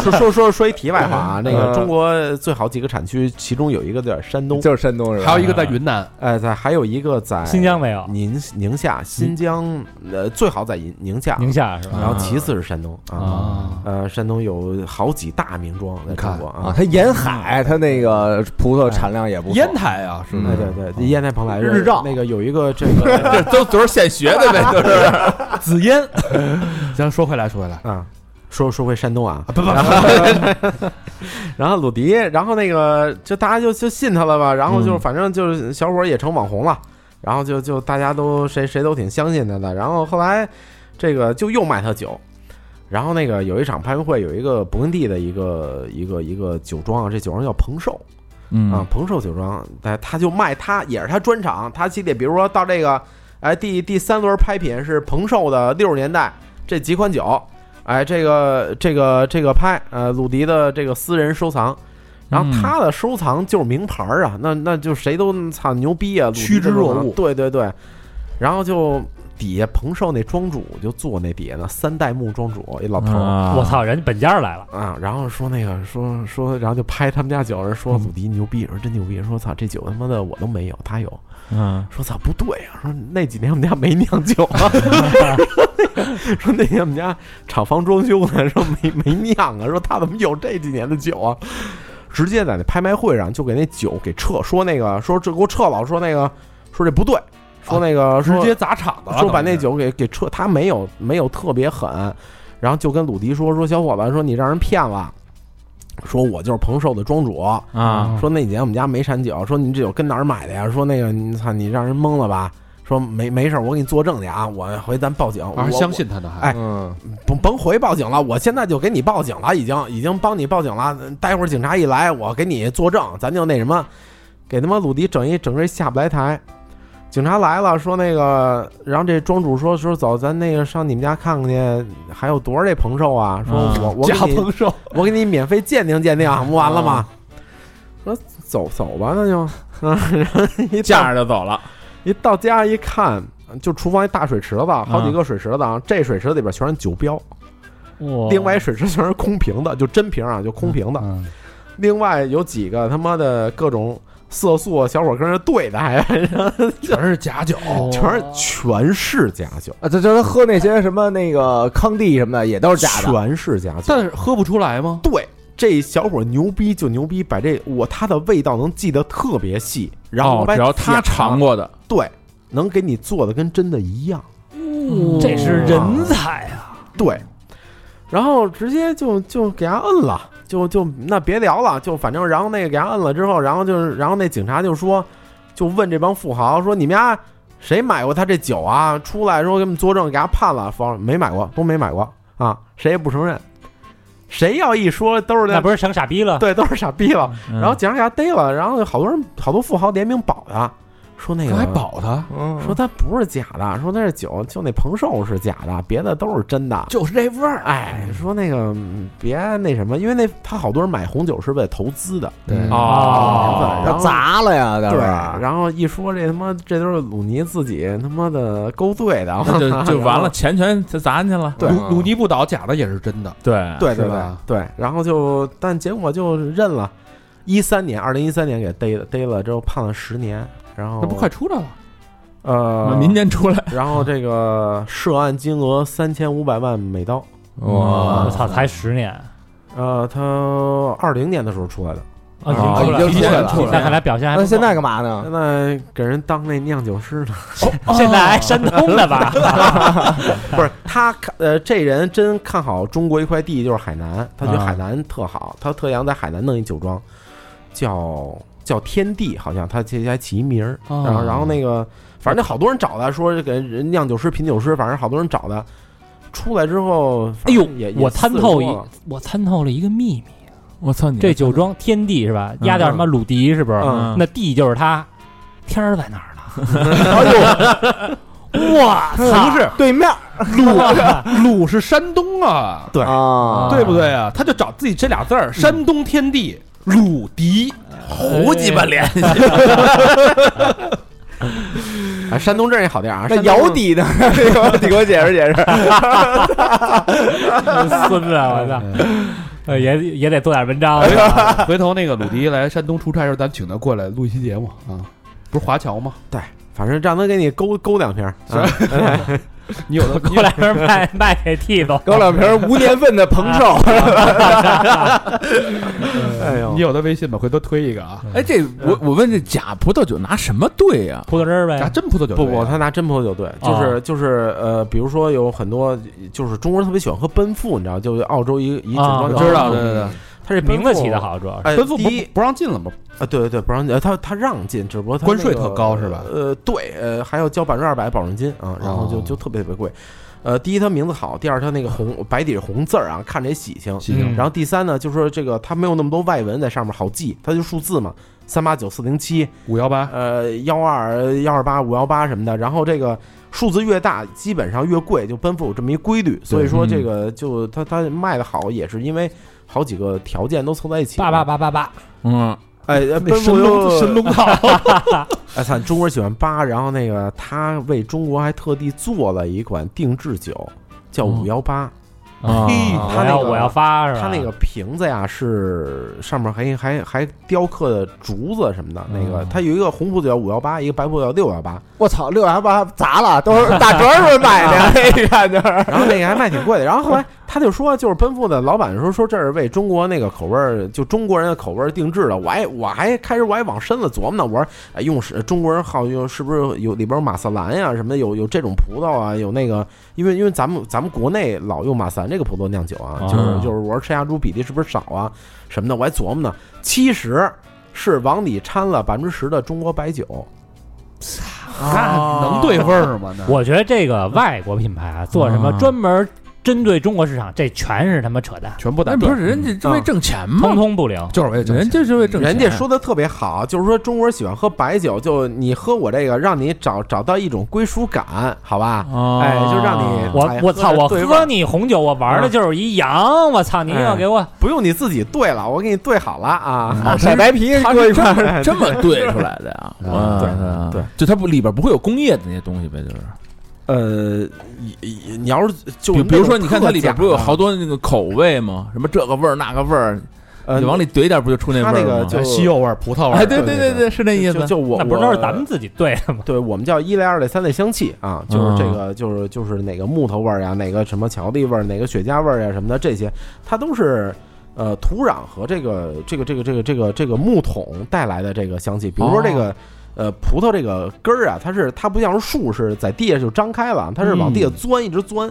[SPEAKER 6] 说说说说一题外话啊，那个
[SPEAKER 2] 嗯
[SPEAKER 6] 中国最好几个产区，其中有一个叫山东，
[SPEAKER 2] 就是山东啊是吧？
[SPEAKER 1] [laughs] 还有一个在云南，
[SPEAKER 6] 哎，在还有一个在
[SPEAKER 4] 新疆没有，
[SPEAKER 6] 宁宁夏、新疆，呃，最好在宁宁夏，
[SPEAKER 4] 宁夏是吧？
[SPEAKER 6] 然后其次是山东
[SPEAKER 1] 嗯
[SPEAKER 6] 啊。
[SPEAKER 4] 啊，
[SPEAKER 6] 呃，山东有好几大名庄在中国
[SPEAKER 2] 啊，
[SPEAKER 6] 啊，
[SPEAKER 2] 它沿海，它那个葡萄产量也不错
[SPEAKER 1] 烟台啊，是
[SPEAKER 6] 哎对对，烟台蓬莱
[SPEAKER 2] 日照
[SPEAKER 6] 那个有一个这个
[SPEAKER 5] 这都都是现学的呗，都是。
[SPEAKER 1] 紫烟。 [laughs] 咱说回来，说回来，
[SPEAKER 6] 啊，说说回山东啊，
[SPEAKER 1] 不不，
[SPEAKER 6] [laughs] 然后鲁迪，然后那个就大家就就信他了吧，然后
[SPEAKER 1] 嗯
[SPEAKER 6] 就是反正就是小伙儿也成网红了，然后就就大家都谁谁都挺相信他的，然后后来这个就又卖他酒，然后那个有一场拍卖会，有一个勃艮第的一个一个一个酒庄啊，这酒庄叫彭寿啊
[SPEAKER 5] 嗯，
[SPEAKER 6] 彭寿酒庄，他他就卖他也是他专场，他系列，比如说到这个哎，第第三轮拍品是彭寿的六十年代这几款酒，哎，这个这个这个拍，呃，鲁迪的这个私人收藏。然
[SPEAKER 1] 嗯
[SPEAKER 6] 后他的收藏就是名牌儿啊，那那就谁都操牛逼啊，鲁迪
[SPEAKER 1] 趋之
[SPEAKER 6] 这种
[SPEAKER 1] 若鹜
[SPEAKER 6] 对对对，然后就底下彭寿那庄主就坐那底下呢，三代目庄主一老头儿。
[SPEAKER 1] 啊
[SPEAKER 5] 嗯啊
[SPEAKER 4] 啊我，操，人家本家来了，
[SPEAKER 6] 啊，然后说那个说说，然后就拍他们家酒，人说鲁迪牛逼，说真牛逼，说操这酒他妈的我都没有，他有，
[SPEAKER 5] 嗯，
[SPEAKER 6] 说操不对啊，说那几年我们家没酿酒啊， [laughs] 说那天我们家厂房装修呢，说没没酿啊，说他怎么有这几年的酒啊？直接在那拍卖会上就给那酒给撤，说那个说这给我撤了，说那个说这不对，说那个
[SPEAKER 1] 啊直
[SPEAKER 6] 说
[SPEAKER 1] 接砸场子了，
[SPEAKER 6] 说把
[SPEAKER 1] 等于
[SPEAKER 6] 那
[SPEAKER 1] 是
[SPEAKER 6] 酒给给撤，他没有没有特别狠，然后就跟鲁迪说说小伙子，说你让人骗了，说我就是彭寿的庄主，
[SPEAKER 5] 啊，
[SPEAKER 6] 说那几年我们家没产酒，说你这酒跟哪儿买的呀？说那个你操你让人蒙了吧？说没没事儿，我给你作证去啊，我回咱报警，
[SPEAKER 1] 还
[SPEAKER 6] 我
[SPEAKER 1] 是啊相信他的，还
[SPEAKER 6] 哎
[SPEAKER 2] 嗯，
[SPEAKER 6] 甭甭回报警了，我现在就给你报警了，已经已经帮你报警了。待会儿警察一来，我给你作证，咱就那什么，给他妈鲁迪整一整个下不来台。警察来了，说那个，然后这庄主说说走，咱那个上你们家看看去，还有多少这彭寿啊？说
[SPEAKER 5] 嗯
[SPEAKER 6] 我我给
[SPEAKER 1] 假
[SPEAKER 6] 你
[SPEAKER 1] 彭寿，嗯
[SPEAKER 6] 我给你免费鉴定鉴定，不完了吗？说走走吧，那就，啊，然后一到
[SPEAKER 5] 架着就走了，
[SPEAKER 6] 一到家一看，就厨房一大水池子，好几个水池子啊，这水池子里边全是酒标，另外一水池全是空瓶的，就真瓶啊，就空瓶的。
[SPEAKER 4] 哦嗯
[SPEAKER 6] 另外有几个他妈的各种色素小伙跟那兑的，还
[SPEAKER 1] 全是假酒，
[SPEAKER 6] 全是全是假酒，
[SPEAKER 2] 啊，就就他喝那些什么那个康帝什么的，也都是假的。
[SPEAKER 6] 全是假酒。
[SPEAKER 1] 但是喝不出来吗？
[SPEAKER 6] 对，这小伙牛逼就牛逼，把这我他的味道能记得特别细，然后
[SPEAKER 5] 哦
[SPEAKER 6] 啊我把
[SPEAKER 5] 只要他
[SPEAKER 6] 检查
[SPEAKER 5] 尝过的，
[SPEAKER 6] 对，能给你做的跟真的一样。
[SPEAKER 4] 这是人才啊！
[SPEAKER 6] 对，然后直接就就给他摁了，就就那别聊了，就反正然后那个给他摁了之后，然后就是然后那警察就说，就问这帮富豪说你们家谁买过他这酒啊？出来说给我们作证，给他判了。富豪没买过，都没买过啊，谁也不承认。谁要一说都是
[SPEAKER 4] 那嗯
[SPEAKER 6] 那
[SPEAKER 4] 不是成傻逼了？
[SPEAKER 6] 对，都是傻逼了。
[SPEAKER 5] 然
[SPEAKER 6] 然后警察给他逮了，然后好多人好多富豪联名保他，说那个
[SPEAKER 1] 他还保他，
[SPEAKER 2] 嗯
[SPEAKER 6] 说它不是假的，说那是酒，就那彭寿是假的，别的都是真的。
[SPEAKER 1] 就是这味儿，
[SPEAKER 6] 哎，说那个嗯别那什么，因为那他好多人买红酒是为了投资的，
[SPEAKER 1] 对
[SPEAKER 5] 哦
[SPEAKER 6] 哦然
[SPEAKER 2] 嗯要
[SPEAKER 6] 后
[SPEAKER 2] 砸了呀，当
[SPEAKER 6] 对，
[SPEAKER 2] 然。
[SPEAKER 6] 然后一说这他妈这都是鲁尼自己他妈的勾兑的，
[SPEAKER 5] [laughs] 那就
[SPEAKER 6] [laughs]
[SPEAKER 5] 就完了，
[SPEAKER 6] 然后。
[SPEAKER 5] 钱全砸进去了，
[SPEAKER 6] 对
[SPEAKER 2] 嗯
[SPEAKER 1] 鲁鲁尼不岛假的也是真的，
[SPEAKER 5] 对，
[SPEAKER 6] 对对
[SPEAKER 1] 是
[SPEAKER 6] 对
[SPEAKER 1] 吧
[SPEAKER 6] 对，然后就但结果就认了，一三年，二零一三年给逮了，逮了之后判了十年，然后
[SPEAKER 1] 那不快出来了？
[SPEAKER 6] 呃
[SPEAKER 5] 明年出来，
[SPEAKER 6] 然后这个涉案金额三千五百万美刀，
[SPEAKER 4] 哦我操，
[SPEAKER 2] 嗯
[SPEAKER 4] 才十年
[SPEAKER 6] 呃，他二零年的时候出来的，
[SPEAKER 4] 啊，
[SPEAKER 2] 哦
[SPEAKER 1] 啊
[SPEAKER 4] 已经
[SPEAKER 1] 已经
[SPEAKER 4] 出来
[SPEAKER 1] 出来了
[SPEAKER 4] 那看来表现还不
[SPEAKER 2] 那
[SPEAKER 4] 错
[SPEAKER 2] 现在干嘛
[SPEAKER 6] 啊
[SPEAKER 2] 呢？
[SPEAKER 6] 那给人当那酿酒师呢？
[SPEAKER 4] 现在还山东的吧？
[SPEAKER 6] [laughs] 哦不是他看，呃，这人真看好中国一块地，就是海南，他觉得
[SPEAKER 5] 啊
[SPEAKER 6] 海南特好，他特想在海南弄一酒庄，叫叫天地，好像他这还起一名儿。然后，然后那个，反正好多人找他说给人酿酒师、品酒师，反正好多人找他。出来之后，
[SPEAKER 4] 哎呦
[SPEAKER 6] 反正也，
[SPEAKER 4] 我参透一
[SPEAKER 6] 一，
[SPEAKER 4] 我参透了一个秘密。
[SPEAKER 5] 我操你
[SPEAKER 4] 这酒庄天地是吧？压叫什么鲁迪是不是？
[SPEAKER 6] 嗯
[SPEAKER 4] 那地就是他，天儿在哪儿呢？哇
[SPEAKER 1] 不
[SPEAKER 4] 操！
[SPEAKER 1] 是
[SPEAKER 2] 对面
[SPEAKER 1] [laughs] 鲁鲁是山东啊，嗯
[SPEAKER 6] 对
[SPEAKER 2] 啊，
[SPEAKER 1] 对不对啊？他就找自己这俩字儿，山东天地鲁迪，
[SPEAKER 5] 胡鸡巴联系，
[SPEAKER 6] 啊，山东这儿也好地儿啊，
[SPEAKER 2] 那
[SPEAKER 6] 山东
[SPEAKER 2] 姚底呢？这个你给我解释解释。
[SPEAKER 4] [laughs] 嗯孙子，啊我操！
[SPEAKER 6] 嗯
[SPEAKER 4] 呃，也也得做点文
[SPEAKER 6] 哎
[SPEAKER 4] 章。是吧
[SPEAKER 1] [laughs] 回头那个鲁迪来山东出差的时候，咱请他过来录一期节目啊。不是华侨吗？
[SPEAKER 6] 反正让他给你勾勾两瓶儿，啊
[SPEAKER 1] 你有 [laughs] 的
[SPEAKER 4] [laughs] 过来人
[SPEAKER 6] [laughs]
[SPEAKER 4] 卖卖给 T 总，
[SPEAKER 2] 高两瓶无年份的彭
[SPEAKER 4] [laughs]
[SPEAKER 2] 寿，
[SPEAKER 6] 哎呦
[SPEAKER 1] 你有的微信吧，回头推一个啊。
[SPEAKER 5] [laughs] 哎，这我我问这假葡萄酒拿什么兑啊呀？
[SPEAKER 4] 葡萄汁儿
[SPEAKER 1] 假
[SPEAKER 6] [laughs]
[SPEAKER 4] 呗。
[SPEAKER 1] 哎真葡萄酒
[SPEAKER 6] 不不，他拿真葡萄酒兑，
[SPEAKER 1] 啊
[SPEAKER 6] 就是就是呃，比如说有很多就是中国人特别喜欢喝奔富，你知道，就是澳洲一一酒
[SPEAKER 4] 啊
[SPEAKER 6] 庄
[SPEAKER 4] 我
[SPEAKER 6] 叫
[SPEAKER 1] 我知道，
[SPEAKER 6] 奔
[SPEAKER 1] 对
[SPEAKER 6] 富
[SPEAKER 1] 对对，
[SPEAKER 6] 它这
[SPEAKER 4] 名字起
[SPEAKER 6] 的
[SPEAKER 4] 的，好，主要是
[SPEAKER 6] [laughs] 哎，
[SPEAKER 1] 奔富
[SPEAKER 6] 第
[SPEAKER 1] 不
[SPEAKER 6] 一
[SPEAKER 1] 不让进了吗？
[SPEAKER 6] 啊，对对对，不让呃他他让进，只不过它
[SPEAKER 1] 关
[SPEAKER 6] 那
[SPEAKER 1] 税
[SPEAKER 6] 个
[SPEAKER 1] 特高是吧
[SPEAKER 6] 呃，对，呃，还要交百分之二百保证金啊，然后就
[SPEAKER 1] 哦
[SPEAKER 6] 就特别特别贵。呃，第一它名字好，第二它那个红白底红字儿啊，看着也喜庆。
[SPEAKER 1] 喜庆
[SPEAKER 4] 嗯
[SPEAKER 6] 然后第三呢，就说这个它没有那么多外文在上面好记，它就数字嘛，三八九四零七，
[SPEAKER 1] 五幺八，
[SPEAKER 6] 呃，幺二幺二八五幺八什么的，然后这个数字越大，基本上越贵，就奔赴有这么一规律。所以说这个就它它卖的好，也是因为好几个条件都凑在一起。
[SPEAKER 4] 八八，八八八，
[SPEAKER 5] 嗯，
[SPEAKER 6] 哎，呃奔赴有
[SPEAKER 1] 神龙套，
[SPEAKER 6] 哎，操，中国人喜欢八，然后那个他为中国还特地做了一款定制酒，叫
[SPEAKER 5] 哦
[SPEAKER 6] 五幺八。
[SPEAKER 5] 啊
[SPEAKER 6] 嘿他
[SPEAKER 4] 我
[SPEAKER 6] 那
[SPEAKER 4] 要
[SPEAKER 6] 个
[SPEAKER 4] 我要发是啊吧？
[SPEAKER 6] 它那个瓶子呀，是上面还还还雕刻的竹子什么的。那个
[SPEAKER 5] 哦
[SPEAKER 6] 它有一个红葡萄叫五幺八，一个白葡萄叫六幺八，
[SPEAKER 2] 我操，六幺八砸了，都是打折时候买的，
[SPEAKER 6] 哎
[SPEAKER 2] 那一看就是。
[SPEAKER 6] 然后那个还卖挺贵的。然
[SPEAKER 1] [laughs]
[SPEAKER 6] 后后来他就说，就是奔赴的老板说说这是为中国那个口味儿，就中国人的口味儿定制的。我还我还开始我还往深了琢磨呢，我说哎用是中国人好用是不是有里边有马萨兰呀、什么的，有有这种葡萄啊，有那个因为因为咱们咱们国内老用马三这个葡萄酿酒啊，
[SPEAKER 5] 啊
[SPEAKER 6] 就是就是我说赤霞珠比例是不是少啊什么的，我还琢磨呢，其实是往里掺了百分之十的中国白酒，
[SPEAKER 1] [laughs] 那能对味儿吗？那
[SPEAKER 4] 我觉得这个外国品牌啊，做什么
[SPEAKER 5] 啊
[SPEAKER 4] 专门针对中国市场，这全是他妈扯淡，
[SPEAKER 1] 全部打
[SPEAKER 5] 那不是人家这为挣钱
[SPEAKER 4] 通
[SPEAKER 5] 吗？
[SPEAKER 4] 通不灵。
[SPEAKER 1] 就是为了挣钱
[SPEAKER 5] 人家是为挣
[SPEAKER 6] 嗯
[SPEAKER 5] 钱，
[SPEAKER 6] 人家说的特别好，就是说中国人喜欢喝白酒，就你喝我这个，让你找找到一种归属感，好吧？
[SPEAKER 5] 啊，
[SPEAKER 6] 哎就让你
[SPEAKER 4] 我
[SPEAKER 6] 哎
[SPEAKER 4] 我
[SPEAKER 6] 喝
[SPEAKER 4] 操！
[SPEAKER 6] 着
[SPEAKER 4] 我
[SPEAKER 6] 对味儿
[SPEAKER 4] 喝你红酒，我玩的
[SPEAKER 6] 嗯
[SPEAKER 4] 就是一羊，我操！你
[SPEAKER 6] 哎
[SPEAKER 4] 要给我
[SPEAKER 6] 不用你自己兑了，我给你兑好了
[SPEAKER 5] 嗯
[SPEAKER 6] 啊。
[SPEAKER 2] 晒白皮
[SPEAKER 5] 他
[SPEAKER 2] 搁
[SPEAKER 5] 是
[SPEAKER 2] 一
[SPEAKER 5] 这
[SPEAKER 2] 块儿，
[SPEAKER 5] 么这么兑出来
[SPEAKER 6] [laughs]
[SPEAKER 5] 的呀？嗯哇塞
[SPEAKER 6] 啊对对，
[SPEAKER 5] 就它不里边不会有工业的那些东西呗，就是，
[SPEAKER 6] 呃，你你你要是就
[SPEAKER 5] 比比如说你看它里
[SPEAKER 6] 边
[SPEAKER 5] 边不是有好多那个口味吗？什么这个味儿那个味儿，
[SPEAKER 6] 呃
[SPEAKER 5] 你往里怼点不就出那味
[SPEAKER 6] 它那
[SPEAKER 5] 儿
[SPEAKER 6] 个
[SPEAKER 5] 了吗？
[SPEAKER 6] 就
[SPEAKER 1] 西柚味儿、葡萄味
[SPEAKER 5] 哎，
[SPEAKER 1] 儿，
[SPEAKER 5] 对对对对，是那意
[SPEAKER 6] 就
[SPEAKER 5] 思。
[SPEAKER 6] 就我
[SPEAKER 4] 那不是都是
[SPEAKER 6] 我
[SPEAKER 4] 咱们自己兑的吗？
[SPEAKER 6] 对我们叫一类、二类、三类香气啊，就是这个，就是就是哪个木头味儿呀，哪个什么巧克力味儿，哪个雪茄味儿呀什么的，这些它都是呃土壤和这个这个这个这个这个这个木桶带来的这个香气。比如说这个、呃葡萄这个根儿啊，它是它不像是树是在地下就张开了，它是往地下钻，一直钻。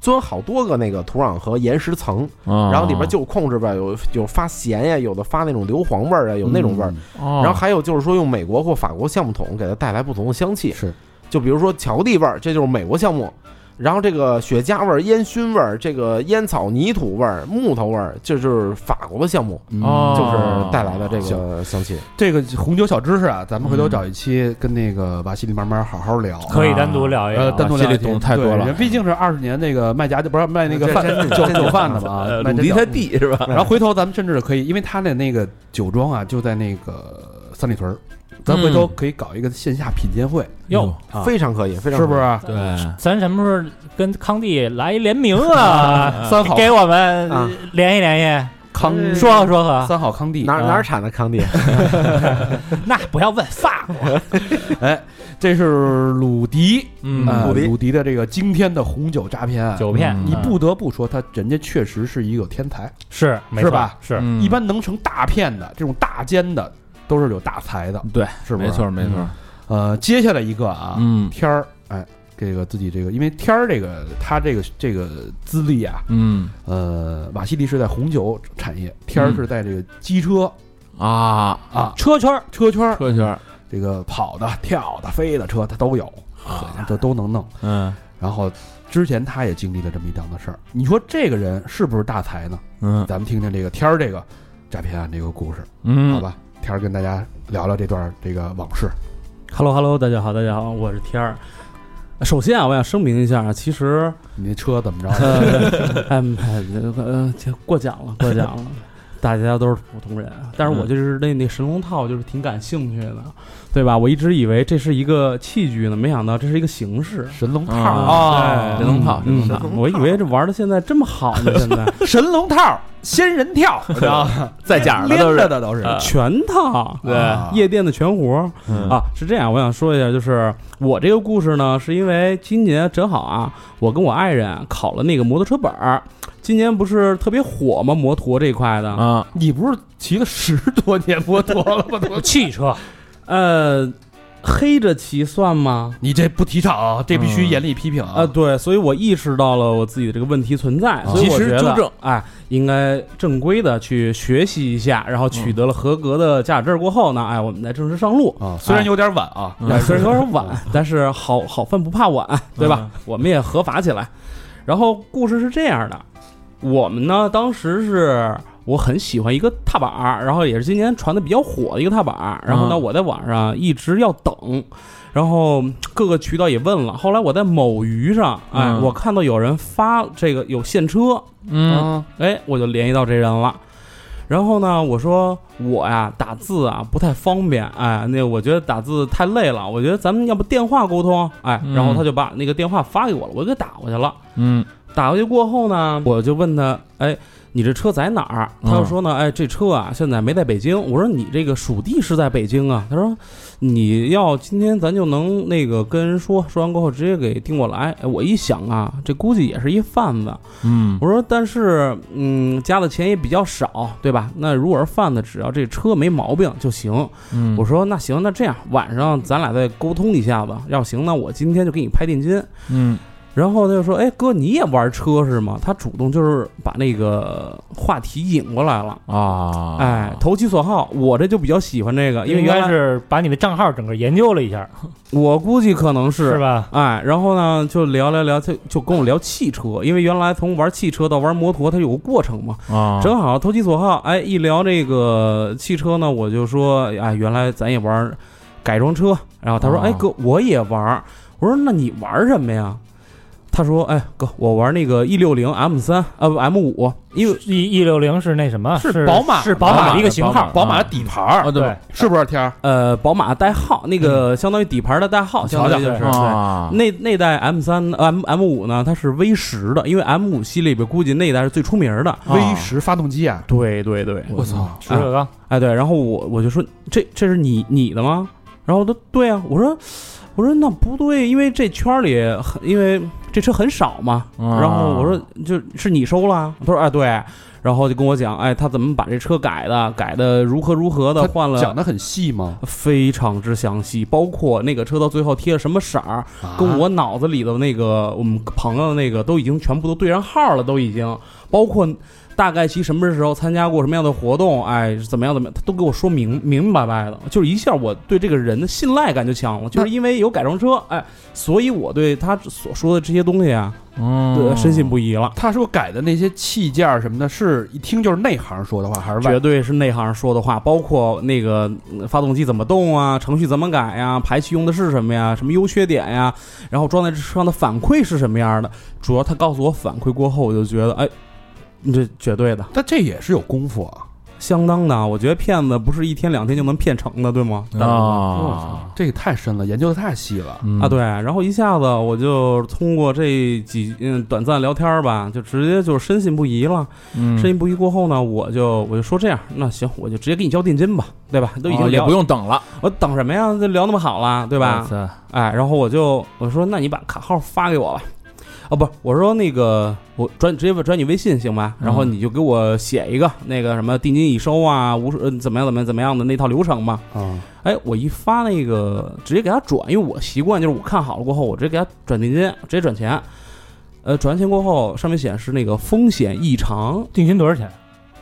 [SPEAKER 6] 钻好多个那个土壤和岩石层，然
[SPEAKER 5] 然
[SPEAKER 6] 后里边就有控制吧，有有发咸呀，有的发那种硫磺味儿啊，有那
[SPEAKER 1] 嗯
[SPEAKER 6] 种味儿，
[SPEAKER 5] 然
[SPEAKER 1] 哦
[SPEAKER 6] 然后还有就是说用美国或法国橡木桶给它带来不同的香气，
[SPEAKER 1] 是，
[SPEAKER 6] 就比如说巧克力味儿，这就是美国橡木。然后这个雪茄味儿、烟熏味儿、这个烟草泥土味儿、木头味儿，这就是法国的橡木，
[SPEAKER 5] 哦
[SPEAKER 6] 就是带来的这个香气。
[SPEAKER 1] 这个红酒小知识啊，咱们回头找一期跟那个瓦西里慢慢好好聊。啊
[SPEAKER 4] 可以
[SPEAKER 6] 啊
[SPEAKER 4] 啊单独聊一
[SPEAKER 1] 呃，
[SPEAKER 4] 聊。
[SPEAKER 1] 单独聊一期
[SPEAKER 5] 瓦西里懂太多了
[SPEAKER 1] 对人毕竟是二十年那个卖家，不是卖那个饭
[SPEAKER 6] 真
[SPEAKER 1] 酒酒贩子嘛，啊
[SPEAKER 5] 呃
[SPEAKER 1] 卖
[SPEAKER 5] 鲁
[SPEAKER 1] 这
[SPEAKER 5] 迪
[SPEAKER 1] 酒
[SPEAKER 5] 他弟是吧？
[SPEAKER 1] 然后回头咱们甚至可以，因为他的那个酒庄啊，就在那个三里屯儿，咱回头可以搞一个线下品鉴会，
[SPEAKER 4] 哟，
[SPEAKER 1] 啊
[SPEAKER 6] 非常可以，非常
[SPEAKER 1] 是不
[SPEAKER 6] 可以？
[SPEAKER 1] 是？
[SPEAKER 5] 对，
[SPEAKER 4] 咱什么时候跟康帝来一联名
[SPEAKER 9] [laughs]
[SPEAKER 4] 啊？
[SPEAKER 1] 三好
[SPEAKER 4] 给我们
[SPEAKER 6] 啊
[SPEAKER 4] 联系联
[SPEAKER 1] 康
[SPEAKER 4] 系，说和说
[SPEAKER 9] [laughs]
[SPEAKER 4] 和。
[SPEAKER 1] 三好康帝，
[SPEAKER 6] 哪哪儿产的康帝？
[SPEAKER 4] 那不要问，法国
[SPEAKER 1] 哎这是鲁迪，
[SPEAKER 5] 嗯
[SPEAKER 1] 呃
[SPEAKER 6] 鲁迪
[SPEAKER 1] 鲁迪的这个惊天的红酒诈骗案。
[SPEAKER 4] 酒骗
[SPEAKER 5] 嗯
[SPEAKER 1] 你不得不说，他人家确实是一个天才。
[SPEAKER 4] 是没
[SPEAKER 1] 是
[SPEAKER 4] 错
[SPEAKER 1] 吧？
[SPEAKER 4] 是
[SPEAKER 5] 嗯
[SPEAKER 1] 一般能成大片的，这种大奸的，都是有大才的，
[SPEAKER 5] 对，
[SPEAKER 1] 是不是？
[SPEAKER 5] 没错。没错，
[SPEAKER 1] 呃，接下来一个啊，
[SPEAKER 5] 嗯
[SPEAKER 1] 天儿，哎，这个自己这个，因为天儿这个他这个这个资历啊，
[SPEAKER 5] 嗯
[SPEAKER 1] 呃，瓦西里是在红酒产业，天儿
[SPEAKER 5] 嗯
[SPEAKER 1] 是在这个机车
[SPEAKER 5] 啊，
[SPEAKER 1] 啊
[SPEAKER 4] 车圈儿
[SPEAKER 1] 车圈儿，
[SPEAKER 5] 车圈，
[SPEAKER 1] 这个跑的、跳的、飞的车，他都有啊，这都能弄。
[SPEAKER 5] 嗯
[SPEAKER 1] 然后之前他也经历了这么一档子事儿，你说这个人是不是大才呢？
[SPEAKER 5] 嗯
[SPEAKER 1] 咱们听听这个天儿这个诈骗案这个故事。
[SPEAKER 5] 嗯，
[SPEAKER 1] 好，吧，天儿跟大家聊聊这段这个往事。
[SPEAKER 9] Hello Hello，大家好，大家好，我是天儿。首先啊，我想声明一下啊，其
[SPEAKER 4] [laughs]
[SPEAKER 9] 实，
[SPEAKER 1] 你那车怎么着？ [laughs]
[SPEAKER 9] 呃，哎，呃，过奖了，过
[SPEAKER 4] [laughs]
[SPEAKER 9] 奖了，大家都是普通人啊，但是
[SPEAKER 4] 嗯
[SPEAKER 9] 我就是对那神龙套就是挺感兴趣的，对吧？我一直以为这是一个器具呢，没想到这是一个形式。
[SPEAKER 1] 神龙套
[SPEAKER 5] 啊
[SPEAKER 9] 哦
[SPEAKER 5] 神龙套神龙
[SPEAKER 9] 嗯
[SPEAKER 5] 套，
[SPEAKER 9] 我以为这玩的现在这么好呢，现在
[SPEAKER 1] 神龙套，仙人 [laughs] 跳，你知
[SPEAKER 9] [laughs]
[SPEAKER 1] 道吗？
[SPEAKER 5] 在家
[SPEAKER 1] 连着的都是。
[SPEAKER 4] 啊
[SPEAKER 1] 嗯
[SPEAKER 9] 全
[SPEAKER 4] [laughs]
[SPEAKER 9] 套，
[SPEAKER 1] 对
[SPEAKER 9] 啊夜店的全活儿。
[SPEAKER 4] 嗯
[SPEAKER 5] 啊，
[SPEAKER 9] 啊，是这样，我想说一下，就是我这个故事呢，是因为今年正好啊，我跟我爱人考了那个摩托车本儿，今年不是特别火吗？摩托这一块的，
[SPEAKER 5] 啊，
[SPEAKER 1] 你不是骑了十多年摩托了吗？
[SPEAKER 4] 汽车，
[SPEAKER 9] 呃，黑着骑算吗？
[SPEAKER 1] [laughs] 你这不提倡啊，这必须
[SPEAKER 5] 嗯
[SPEAKER 1] 严厉批评啊！
[SPEAKER 9] 啊、对，所以我意识到了我自己的这个问题存
[SPEAKER 2] 啊
[SPEAKER 9] 在，所以
[SPEAKER 5] 及
[SPEAKER 9] 我
[SPEAKER 5] 时
[SPEAKER 9] 觉得
[SPEAKER 5] 纠正，
[SPEAKER 9] 哎，应该正规的去学习一下，然后取得了合格的驾驶证过后呢，哎，我们再正式上路。
[SPEAKER 1] 啊，虽然有点晚啊，
[SPEAKER 5] 嗯
[SPEAKER 9] 哎虽然有点晚，但是好好饭不怕晚，对吧？我们也合法起来。然后故事是这样的，我们呢当时是我很喜欢一个踏板儿，然后也是今年传的比较火的一个踏板儿，然后呢，
[SPEAKER 5] 嗯
[SPEAKER 9] 我在网上一直要等，然后嗯各个渠道也问了，后来我在某鱼上，哎，
[SPEAKER 5] 嗯
[SPEAKER 9] 我看到有人发这个有现车，
[SPEAKER 5] 嗯
[SPEAKER 9] 哎，我就联系到这人了。然后呢，我说我呀打字啊不太方便，哎，那我觉得打字太累了，我觉得咱们要不电话沟通，哎，
[SPEAKER 5] 嗯
[SPEAKER 9] 然后他就把那个电话发给我了，我就给打过去了。
[SPEAKER 5] 嗯
[SPEAKER 9] 打过去过后呢，我就问他，哎，你这车在哪儿？
[SPEAKER 5] 嗯
[SPEAKER 9] 他就说呢，哎，这车啊现在没在北京。我说你这个属地是在北京啊？他说你要今天咱就能那个跟人说，说完过后直接给订过来。哎，我一想啊，这估计也是一贩子，
[SPEAKER 5] 嗯
[SPEAKER 9] 我说，但是，嗯，加的钱也比较少，对吧？那如果是贩子，只要这车没毛病就行。
[SPEAKER 5] 嗯，
[SPEAKER 9] 我说，那行，那这样晚上咱俩再沟通一下吧。要行，那我今天就给你拍定金。
[SPEAKER 5] 嗯
[SPEAKER 9] 然后他就说，哎，哥，你也玩车是吗？他主动就是把那个话题引过来了。
[SPEAKER 5] 啊，
[SPEAKER 9] 哎，投其所好，我这就比较喜欢这个，因为
[SPEAKER 4] 应
[SPEAKER 9] 原
[SPEAKER 4] 该
[SPEAKER 9] 来
[SPEAKER 4] 是把你的账号整个研究了一下，
[SPEAKER 9] 我估计可能是
[SPEAKER 4] 是吧？
[SPEAKER 9] 哎，然后呢，就聊聊聊，就就跟我聊汽车，因为原来从玩汽车到玩摩托，它有个过程嘛。
[SPEAKER 5] 啊，
[SPEAKER 9] 正好投其所好，哎，一聊这个汽车呢，我就说，哎，原来咱也玩改装车。然后他说，
[SPEAKER 5] 哦
[SPEAKER 9] 哎哥，我也玩。我说，那你玩什么呀？他说，哎哥，我玩那个 E 六零 M 三啊不 M 五，因为
[SPEAKER 4] 一一六零是那什么？是
[SPEAKER 1] 宝马
[SPEAKER 4] 是宝
[SPEAKER 5] 宝马
[SPEAKER 4] 马的一个
[SPEAKER 5] 的
[SPEAKER 4] 型
[SPEAKER 5] 宝马
[SPEAKER 4] 号，
[SPEAKER 1] 宝马的底盘
[SPEAKER 5] 啊
[SPEAKER 1] 儿，
[SPEAKER 5] 对
[SPEAKER 4] 对，
[SPEAKER 1] [laughs] 是不是天儿？
[SPEAKER 9] 呃宝马代
[SPEAKER 2] 嗯
[SPEAKER 9] 号，那个相当于底盘的代号，相当于就是。
[SPEAKER 5] 啊，
[SPEAKER 9] 那那代 M 三 M M 五呢，它是 V 十的，因为 M 五系列里边估计那一代是最出名的。
[SPEAKER 1] V 十发动机啊！
[SPEAKER 9] 啊对对对，
[SPEAKER 1] 我操，
[SPEAKER 4] 不锈钢，
[SPEAKER 9] 哎，对，然后我我就说这这是你你的吗？然后他对啊，我说我说那不对，因为这圈儿里很因为这车很少嘛。
[SPEAKER 5] 啊
[SPEAKER 9] 然后我说就是你收了啊，他说哎对，然后就跟我讲哎他怎么把这车改的，改的如何如何的，
[SPEAKER 1] 他
[SPEAKER 9] 换
[SPEAKER 1] 讲
[SPEAKER 9] 了
[SPEAKER 1] 的很细吗？
[SPEAKER 9] 非常之详细，包括那个车到最后贴了什么色儿，
[SPEAKER 1] 啊
[SPEAKER 9] 跟我脑子里的那个我们朋友的那个都已经全部都对上号了，都已经包括大概其什么时候参加过什么样的活动，哎，怎么样怎么样，他都给我说明明明白白的，就是一下我对这个人的信赖感就强了，就是因为有改装车，哎，所以我对他所说的这些东西啊，对
[SPEAKER 5] 嗯，
[SPEAKER 9] 深信不疑了。
[SPEAKER 1] 他说改的那些器件儿什么的，是一听就是内行说的话，还是外
[SPEAKER 9] 绝对是内行说的话，包括那个嗯发动机怎么动啊，程序怎么改呀、排气用的是什么呀，什么优缺点呀，然后装在这车上的反馈是什么样的。主要他告诉我反馈过后，我就觉得，哎，你这绝对的，
[SPEAKER 1] 但这也是有功夫啊！
[SPEAKER 9] 相当的啊。我觉得骗子不是一天两天就能骗成的，对吗？大佬
[SPEAKER 5] 啊
[SPEAKER 1] 这个太深了，研究的太细了。
[SPEAKER 5] 嗯
[SPEAKER 9] 哦啊，对，然后一下子我就通过这几嗯短暂聊天儿吧，就直接就深信不疑了。
[SPEAKER 5] 嗯
[SPEAKER 9] 深信不疑过后呢，我就我就说这样，那行，我就直接给你交定金吧，对吧？都已
[SPEAKER 5] 哦
[SPEAKER 9] 经
[SPEAKER 5] 也
[SPEAKER 9] 聊
[SPEAKER 5] 不用啊等了，
[SPEAKER 9] 我等什么呀？这聊那么好了，对
[SPEAKER 5] 对
[SPEAKER 9] 吧？？哎，然后我就我说，那你把卡号发给我吧。哦，不是，我说那个，我转直接转你微信行吧？然后
[SPEAKER 5] 嗯
[SPEAKER 9] 你就给我写一个那个什么定金已收啊，无呃怎么样怎么样怎么样的那套流程吧。
[SPEAKER 1] 啊，
[SPEAKER 9] 哎，我一发那个直接给他转，因为我习惯就是我看好了过后，我直接给他转定金，直接转钱。呃，转完钱过后，上面显示那个风险异常，
[SPEAKER 4] 定金多少钱？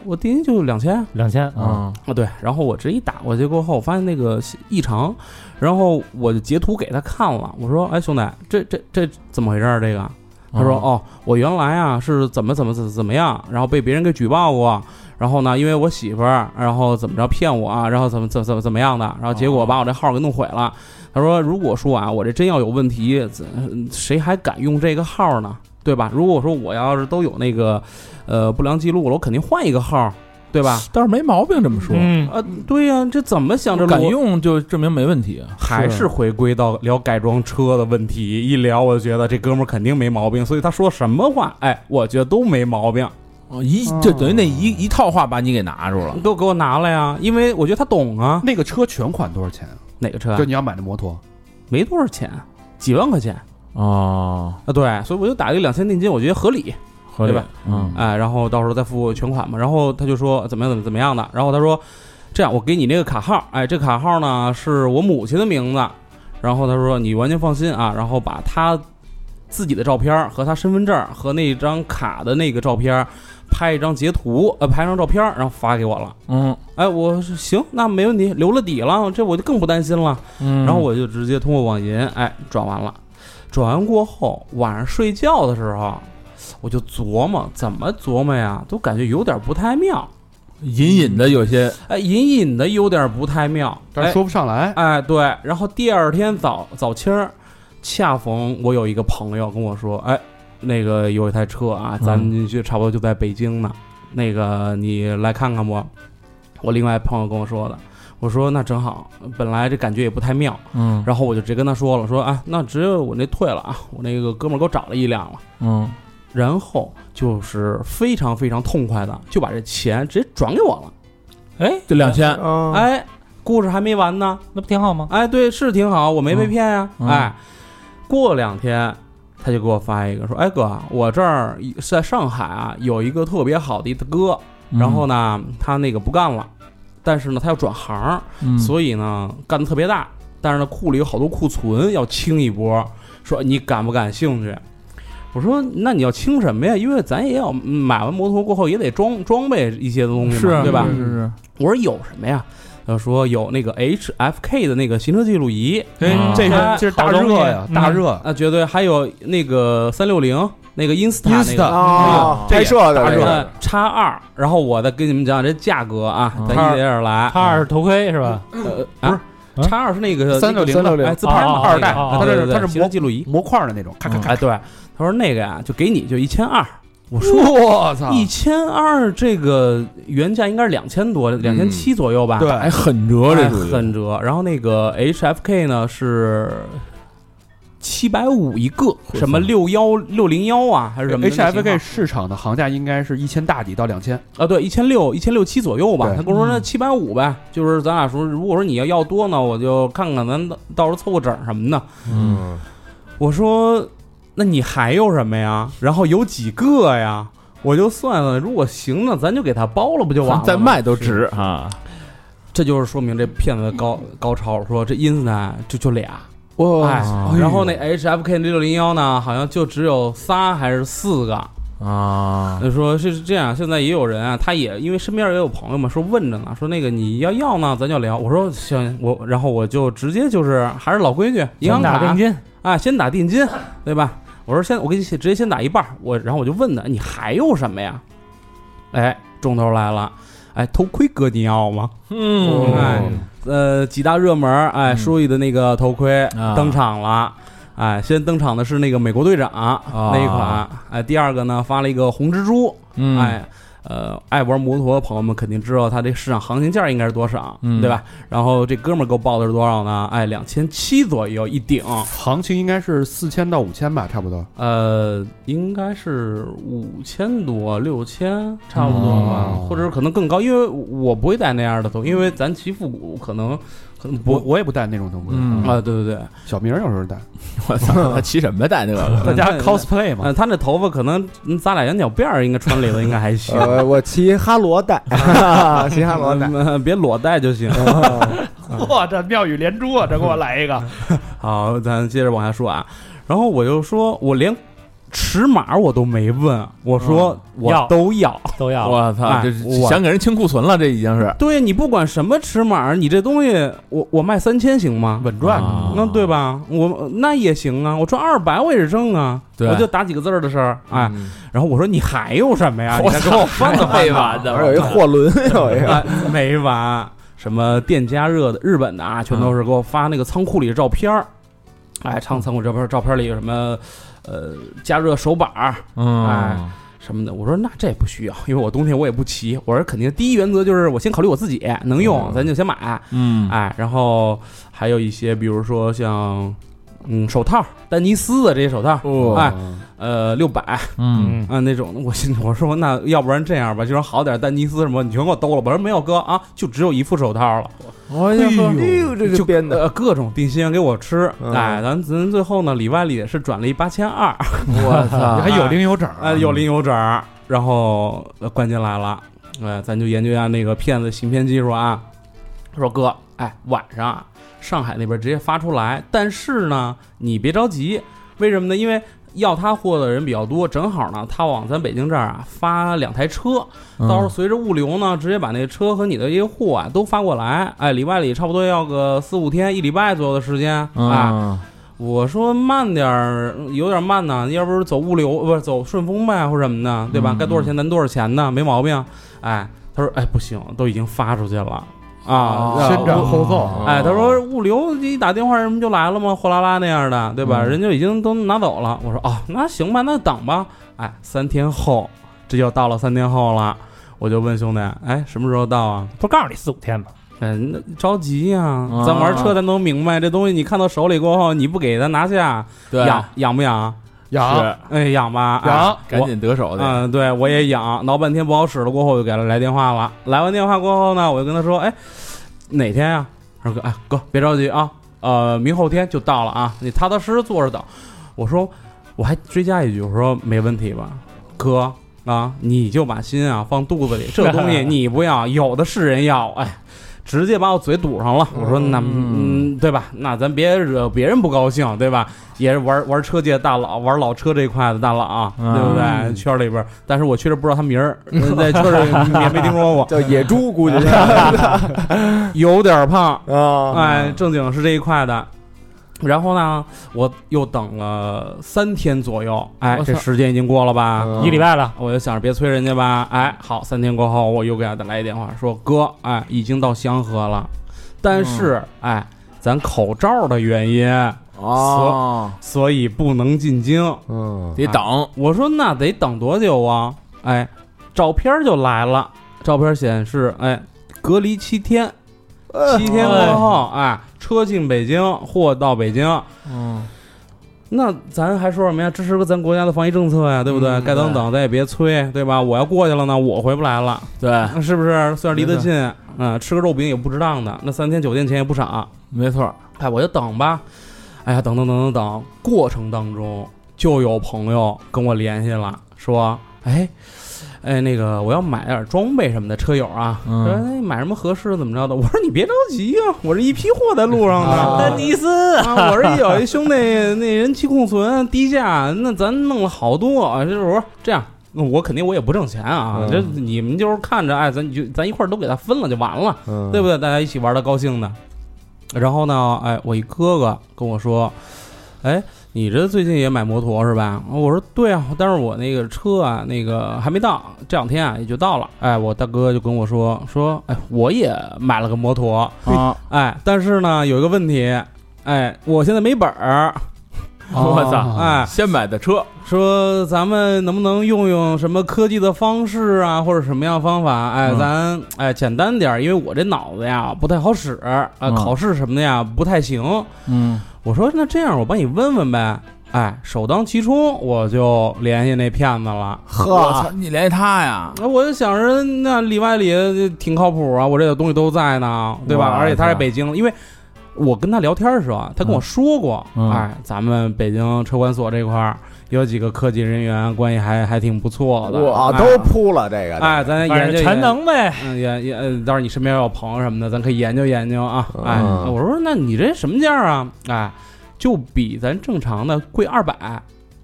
[SPEAKER 9] 我定金就两千，
[SPEAKER 4] 两千啊，
[SPEAKER 5] 嗯
[SPEAKER 9] 啊，对，然后我直接一打过去过后，我发现那个异常，然后我就截图给他看了，我说：“哎，兄弟，这这这怎么回事儿？这个？”他说：“哦，我原来啊是怎么怎么怎么怎么样，然后被别人给举报过，然后呢，因为我媳妇儿，然后怎么着骗我啊，然后怎么怎么怎么怎么样的，然后结果把我这号给弄毁了。”他说：“如果说啊，我这真要有问题，怎嗯谁还敢用这个号呢？对吧？如果说我要是都有那个呃不良记录了，我肯定换一个号，对吧？”
[SPEAKER 5] 但是没毛病，这么说，
[SPEAKER 4] 嗯，
[SPEAKER 9] [laughs] 啊，对呀、这怎么想着
[SPEAKER 5] 敢
[SPEAKER 9] 裸
[SPEAKER 5] 用就证明没问题啊。
[SPEAKER 9] 还是回归到聊改装车的问题，一聊我就觉得这哥们儿肯定没毛病，所以他说什么话，哎，我觉得都没毛病，
[SPEAKER 5] 哦一
[SPEAKER 9] 嗯
[SPEAKER 5] 就等于那一一套话把你给拿住了，
[SPEAKER 9] 都给我拿来呀，因为我觉得他懂啊。
[SPEAKER 1] 那个车全款多少钱？
[SPEAKER 9] 哪个车啊
[SPEAKER 1] 就你要买那摩托，
[SPEAKER 9] 没多少钱，几万块钱
[SPEAKER 5] 哦，
[SPEAKER 9] 啊？对，所以我就打了一个两千定金，我觉得合理，
[SPEAKER 5] 合理
[SPEAKER 9] 对吧？
[SPEAKER 5] 嗯
[SPEAKER 9] 哎，然后到时候再付全款嘛。然后他就说怎么样怎么怎么样的，然后他说这样，我给你那个卡号，哎，这卡号呢是我母亲的名字，然后他说你完全放心啊，然后把他自己的照片儿和他身份证儿和那张卡的那个照片儿拍一张截图，呃，拍一张照片儿，然后发给我了。
[SPEAKER 5] 嗯
[SPEAKER 9] 哎，我说行，那没问题，留了底了，这我就更不担心了。
[SPEAKER 5] 嗯，
[SPEAKER 9] 然后我就直接通过网银，哎，转完了。转完过后，晚上睡觉的时候，我就琢磨怎么琢磨呀，都感觉有点不太妙。
[SPEAKER 5] 隐隐的有些
[SPEAKER 9] 哎，隐隐的有点不太妙。
[SPEAKER 1] 但是说不上来。
[SPEAKER 9] 哎，哎，对。然后第二天早早清儿，恰逢我有一个朋友跟我说，哎，那个有一台车啊，咱们就差不多就在北京呢，那个你来看看不？我另外朋友跟我说的。我说那正好，本来这感觉也不太妙，
[SPEAKER 5] 嗯
[SPEAKER 9] 然后我就直接跟他说了，说啊，那只有我那退了啊，我那个哥们儿给我找了一辆了。
[SPEAKER 5] 嗯
[SPEAKER 9] 然后就是非常非常痛快的就把这钱直接转给我了。
[SPEAKER 4] 哎，
[SPEAKER 5] 这两千
[SPEAKER 2] 嗯
[SPEAKER 6] 啊，
[SPEAKER 9] 哎，故事还没完呢。
[SPEAKER 4] 那不挺好吗？
[SPEAKER 9] 哎，对，是挺好，我没被骗呀、
[SPEAKER 5] 嗯嗯
[SPEAKER 9] 哎，过两天他就给我发一个说，哎哥，我这儿在上海啊有一个特别好的一大哥，然后呢他那个不干了，但是呢他要转行，
[SPEAKER 5] 嗯
[SPEAKER 9] 所以呢干的特别大，但是呢库里有好多库存要清一波，说你感不感兴趣？我说那你要清什么呀？因为咱也要买完摩托过后也得装装备一些东西嘛，
[SPEAKER 5] 是啊
[SPEAKER 9] 对吧？
[SPEAKER 5] 是是，
[SPEAKER 9] 我说有什么呀？他说有那个 HFK 的那个行车记录仪，
[SPEAKER 1] 哎
[SPEAKER 5] 嗯，
[SPEAKER 1] 这
[SPEAKER 9] 哎
[SPEAKER 1] 是这是大
[SPEAKER 4] 好东
[SPEAKER 1] 热
[SPEAKER 4] 西
[SPEAKER 1] 呀，大
[SPEAKER 4] 嗯
[SPEAKER 1] 热。
[SPEAKER 9] 啊，绝对还有那个三六零那个 Insta 那
[SPEAKER 1] Insta
[SPEAKER 9] 个。
[SPEAKER 2] 啊，
[SPEAKER 1] 这
[SPEAKER 2] 拍摄的
[SPEAKER 1] 大
[SPEAKER 2] 这
[SPEAKER 1] 热
[SPEAKER 2] 个
[SPEAKER 9] 呃，叉二，然后我再跟你们讲讲这价格啊，
[SPEAKER 5] 嗯
[SPEAKER 9] 咱一点点来。
[SPEAKER 4] 他二是头盔是吧？
[SPEAKER 9] 呃
[SPEAKER 1] 不是
[SPEAKER 9] 啊，叉二是那个
[SPEAKER 1] 360
[SPEAKER 9] 那个哎，自拍嘛，
[SPEAKER 4] 哦哦哦
[SPEAKER 9] 那个
[SPEAKER 4] 哦哦哦
[SPEAKER 9] 啊
[SPEAKER 1] 它是
[SPEAKER 9] 对对对
[SPEAKER 1] 它是
[SPEAKER 9] 行
[SPEAKER 1] 模
[SPEAKER 9] 车记录仪。
[SPEAKER 1] 模块的那种，咔咔咔。
[SPEAKER 9] 哎，对，他说那个呀，就给你就一千二。我说
[SPEAKER 1] 我操
[SPEAKER 9] 一千二，这个原价应该是两千多，两千七左右吧？
[SPEAKER 1] 对
[SPEAKER 5] 还很折这
[SPEAKER 9] 哎
[SPEAKER 5] 属于
[SPEAKER 9] 很折。然后那个 HFK 呢是七百五一个，什么六幺六零幺啊，还是什么的那型号
[SPEAKER 1] ，HFK 市场的行价应该是一千大几到两千，
[SPEAKER 9] 啊？对，一千六一千六七左右吧。
[SPEAKER 1] 对
[SPEAKER 9] 他跟我说那七百五呗，就是咱俩说，如果说你要要多呢，我就看看咱到到时候凑个整什么的。
[SPEAKER 5] 嗯
[SPEAKER 9] 我说那你还有什么呀？然后有几个呀？我就算算，如果行呢，咱就给他包了，不就完了吗？
[SPEAKER 5] 再卖都值啊，
[SPEAKER 9] 这就是说明这骗子的高高超，说这 ins 呢就就俩，哎
[SPEAKER 5] 哎，
[SPEAKER 9] 然后那 HFK 六零幺呢，好像就只有仨还是四个。
[SPEAKER 5] 啊，
[SPEAKER 9] 他说是这样，现在也有人啊，他也因为身边也有朋友嘛，说问着呢，说那个你要要呢，咱就聊。我说行，我然后我就直接就是还是老规矩，银行
[SPEAKER 4] 打
[SPEAKER 9] 卡
[SPEAKER 4] 定金，
[SPEAKER 9] 啊，先打定金，对吧？我说先，我给你直接先打一半儿，我然后我就问他，你还有什么呀？哎，重头来了，哎，头盔哥你要吗？
[SPEAKER 5] 嗯
[SPEAKER 9] 哎，呃，几大热门儿，哎，
[SPEAKER 5] 嗯
[SPEAKER 9] 舒逸的那个头盔
[SPEAKER 5] 啊
[SPEAKER 9] 登场了。哎，先登场的是那个美国队长那一款
[SPEAKER 5] 啊，
[SPEAKER 9] 哎，第二个呢发了一个红蜘蛛，
[SPEAKER 5] 嗯，
[SPEAKER 9] 哎，呃，爱玩摩托的朋友们肯定知道它这市场行情价应该是多少，
[SPEAKER 5] 嗯
[SPEAKER 9] 对吧？然后这哥们儿给我报的是多少呢？哎，两千七左右一顶，
[SPEAKER 1] 行情应该是四千到五千吧，差不多。
[SPEAKER 9] 呃，应该是五千多、六千，差不多吧，
[SPEAKER 1] 哦
[SPEAKER 9] 啊或者可能更高，因为我不会戴那样的头，因为咱骑复古可能可能不
[SPEAKER 1] 我我也不戴那种东西，
[SPEAKER 5] 嗯
[SPEAKER 9] 啊，对对对，
[SPEAKER 1] 小明儿有时候戴。
[SPEAKER 5] [laughs] 我操，他骑什么带那
[SPEAKER 9] [laughs]
[SPEAKER 5] 个？
[SPEAKER 1] 大家
[SPEAKER 9] 嗯
[SPEAKER 1] cosplay 嘛，
[SPEAKER 9] 呃，他那头发可能嗯扎俩羊角辫儿，应该穿里头应该还行，
[SPEAKER 2] 呃，我骑哈罗带，
[SPEAKER 9] [laughs]
[SPEAKER 2] 骑哈罗带。
[SPEAKER 9] 呃别裸带就行。
[SPEAKER 1] 哇，这妙语连珠啊！这给我来一个，
[SPEAKER 9] 嗯 [laughs] 好，咱接着往下说啊。然后我就说，我连尺码我都没问，啊我说我
[SPEAKER 4] 要
[SPEAKER 9] 都要。
[SPEAKER 4] 都要了。
[SPEAKER 5] 我操，
[SPEAKER 9] 哎
[SPEAKER 5] 这
[SPEAKER 9] 我
[SPEAKER 5] 想给人清库存了，这已经是
[SPEAKER 9] 对你不管什么尺码，你这东西我我卖三千行吗？
[SPEAKER 1] 稳赚。
[SPEAKER 5] 啊
[SPEAKER 9] 那对吧？我那也行啊，我赚二百我也是挣啊，
[SPEAKER 5] 对
[SPEAKER 9] 我就打几个字儿的事儿，哎，
[SPEAKER 5] 嗯
[SPEAKER 9] 然后我说你还有什么呀？
[SPEAKER 5] 我
[SPEAKER 9] 你再给
[SPEAKER 5] 操
[SPEAKER 9] 我翻的
[SPEAKER 5] 还有完的
[SPEAKER 2] 然后有一货轮，有一个
[SPEAKER 9] 哎，没完，什么店家热的日本的啊，全都是给我发那个仓库里的照片儿，哎，仓仓库照片照片里有什么呃加热手把儿哎
[SPEAKER 5] 嗯，
[SPEAKER 9] 什么的，我说那这不需要，因为我冬天我也不骑，我说肯定第一原则就是我先考虑我自己能用，
[SPEAKER 5] 嗯
[SPEAKER 9] 咱就先买，
[SPEAKER 5] 嗯，
[SPEAKER 9] 哎，然后还有一些，比如说像，嗯，手套，丹尼斯的这些手套，
[SPEAKER 5] 哦
[SPEAKER 9] 哎，呃，六百
[SPEAKER 5] 嗯，
[SPEAKER 4] 嗯，
[SPEAKER 9] 啊那种的，我心里我说那要不然这样吧，就说好点丹尼斯什么，你全给我兜了吧。我说没有哥啊，就只有一副手套了，
[SPEAKER 5] 哎呀，
[SPEAKER 2] 哎呦，这是编的，
[SPEAKER 9] 呃，各种定心丸给我吃，
[SPEAKER 2] 嗯，
[SPEAKER 9] 哎，咱咱最后呢，里外里也是转了一八千二，
[SPEAKER 5] 我
[SPEAKER 9] 嗯
[SPEAKER 5] 操，
[SPEAKER 1] 还有零有整儿
[SPEAKER 9] [laughs]
[SPEAKER 5] 嗯
[SPEAKER 9] 哎，有零有整儿，然后、呃、关键来了，呃，咱就研究一下那个骗子行骗技术啊。他说哥，哎，晚上啊，上海那边直接发出来，但是呢，你别着急，为什么呢？因为要他货的人比较多，正好呢，他往咱北京这儿啊发两台车，
[SPEAKER 5] 嗯
[SPEAKER 9] 到时候随着物流呢，直接把那车和你的一个货啊都发过来，哎，里外里差不多要个四五天、一礼拜左右的时间啊。
[SPEAKER 5] 啊，
[SPEAKER 9] 我说慢点儿，有点慢呢，要不是走物流，不是走顺丰呗，或者什么的，对吧？
[SPEAKER 5] 嗯
[SPEAKER 9] 该多少钱咱多少钱呢？没毛病。哎，他说：“哎，不行，都已经发出去了
[SPEAKER 1] 哦
[SPEAKER 9] 啊，那
[SPEAKER 1] 先斩
[SPEAKER 9] 我
[SPEAKER 1] 后
[SPEAKER 5] 哦
[SPEAKER 1] 奏
[SPEAKER 9] 哎，他说物流你打电话人不就来了吗？货拉拉那样的，对吧？
[SPEAKER 1] 嗯
[SPEAKER 9] 人就已经都拿走了。我说哦，那行吧，那等吧。哎，三天后，这就到了三天后了。我就问兄弟，哎，什么时候到啊？
[SPEAKER 4] 不告诉你四五天吗？
[SPEAKER 9] 哎，那着急呀、咱玩车咱都明白，这东西你看到手里过后，你不给他拿下，
[SPEAKER 5] 对，
[SPEAKER 9] 痒痒不痒？
[SPEAKER 1] 养
[SPEAKER 9] 哎，痒吧。哎
[SPEAKER 1] 养
[SPEAKER 5] 赶紧得手的，
[SPEAKER 9] 嗯，对我也痒，挠半天不好使了，过后我就给他来电话了。来完电话过后呢，我就跟他说，哎，哪天呀、他说哥，哎哥，别着急啊，呃，明后天就到了啊，你踏踏实实坐着等。我说，我还追加一句，我说没问题吧，哥啊，你就把心啊放肚子里，这东 [laughs] 西你不要，有的是人要，哎。直接把我嘴堵上了，我说那嗯，对吧？那咱别惹别人不高兴，对吧？也是玩玩车界大佬，玩老车这一块的大佬、对不对？圈里边儿，但是我确实不知道他名儿，呃在圈里也没听说过
[SPEAKER 2] 叫野猪，估计
[SPEAKER 9] [laughs] 有点儿胖，
[SPEAKER 2] 啊，
[SPEAKER 9] 哎，正经是这一块的。然后呢，我又等了三天左右，哎，
[SPEAKER 5] 我操
[SPEAKER 9] 这时间已经过了吧？
[SPEAKER 2] 嗯
[SPEAKER 4] 一礼拜了，
[SPEAKER 9] 我就想着别催人家吧，哎，好，三天过后我又给他打来一电话，说哥，哎，已经到香河了，但是、
[SPEAKER 2] 嗯
[SPEAKER 9] 哎，咱口罩的原
[SPEAKER 2] 啊
[SPEAKER 9] 因，
[SPEAKER 5] 哦，
[SPEAKER 9] 所以不能进京。
[SPEAKER 2] 嗯，
[SPEAKER 5] 得等，
[SPEAKER 9] 我说那得等多久啊？哎，照片就来了，照片显示，哎，隔离七天，七天过后，哎，车进北京，货到北京。
[SPEAKER 5] 嗯，
[SPEAKER 9] 那咱还说什么呀？支持咱国家的防疫政策
[SPEAKER 2] 哎
[SPEAKER 9] 呀，对不对？
[SPEAKER 5] 嗯
[SPEAKER 9] 该等等，咱也别催，对吧？我要过去了呢，我回不来了，
[SPEAKER 5] 对，
[SPEAKER 9] 是不是？虽然离得
[SPEAKER 5] 没错
[SPEAKER 9] 近，啊、吃个肉饼也不值当的，那三天酒店钱也不少。
[SPEAKER 5] 没错，
[SPEAKER 9] 哎，我就等吧。哎呀，等等等等等，过程当中就有朋友跟我联系了，说，哎，哎，那个我要买点装备什么的，车友啊，
[SPEAKER 5] 嗯
[SPEAKER 9] 说、哎、买什么合适的怎么着的？我说你别着急呀、我这一批货在路上呢。
[SPEAKER 2] 啊
[SPEAKER 9] 但
[SPEAKER 4] 丹尼斯
[SPEAKER 9] 啊，我这有一兄弟，那人气库存低价，那咱弄了好多啊。就是我说这样，那我肯定我也不挣钱啊。
[SPEAKER 2] 嗯
[SPEAKER 9] 这你们就是看着，哎，咱就咱一块儿都给他分了就完了，对不对？大家一起玩的高兴的。然后呢，哎，我一哥哥跟我说，哎，你这最近也买摩托是吧？我说对啊，但是我那个车啊，那个还没到，这两天啊也就到了。哎，我大哥就跟我说说，哎，我也买了个摩托，
[SPEAKER 5] 啊，
[SPEAKER 9] 哎，但是呢，有一个问题，哎，我现在没本儿，
[SPEAKER 5] 我操，
[SPEAKER 9] 哎，
[SPEAKER 5] 先买的车，
[SPEAKER 9] 说咱们能不能用用什么科技的方式啊，或者什么样方法？哎，
[SPEAKER 5] 嗯
[SPEAKER 9] 咱哎简单点儿，因为我这脑子呀不太好使啊，
[SPEAKER 5] 嗯
[SPEAKER 9] 考试什么的呀不太行。
[SPEAKER 5] 嗯，
[SPEAKER 9] 我说那这样，我帮你问问呗。哎，首当其冲，我就联系那骗子了。
[SPEAKER 5] 我
[SPEAKER 2] 呵
[SPEAKER 5] 操，，啊你联系他呀？
[SPEAKER 9] 那我就想着，那里外里呃挺靠谱啊，我这个东西都在呢，对吧？
[SPEAKER 5] 哇
[SPEAKER 9] 而且他是
[SPEAKER 5] 塞
[SPEAKER 9] 北京，因为我跟他聊天的时候啊，他跟我说过，
[SPEAKER 5] 嗯嗯
[SPEAKER 9] 哎，咱们北京车管所这块儿有几个科技人员，关系还还挺不错的，
[SPEAKER 2] 啊，
[SPEAKER 9] 哎
[SPEAKER 2] 都铺了这个，
[SPEAKER 9] 哎，咱
[SPEAKER 4] 反
[SPEAKER 9] 研
[SPEAKER 4] 正
[SPEAKER 9] 究
[SPEAKER 4] 全
[SPEAKER 9] 研究。
[SPEAKER 4] 能呗。
[SPEAKER 9] 嗯，研研，呃到时候你身边有朋友什么的，咱可以研究研究啊。哎，
[SPEAKER 2] 嗯
[SPEAKER 9] 我说那你这什么价啊？哎，就比咱正常的贵二百。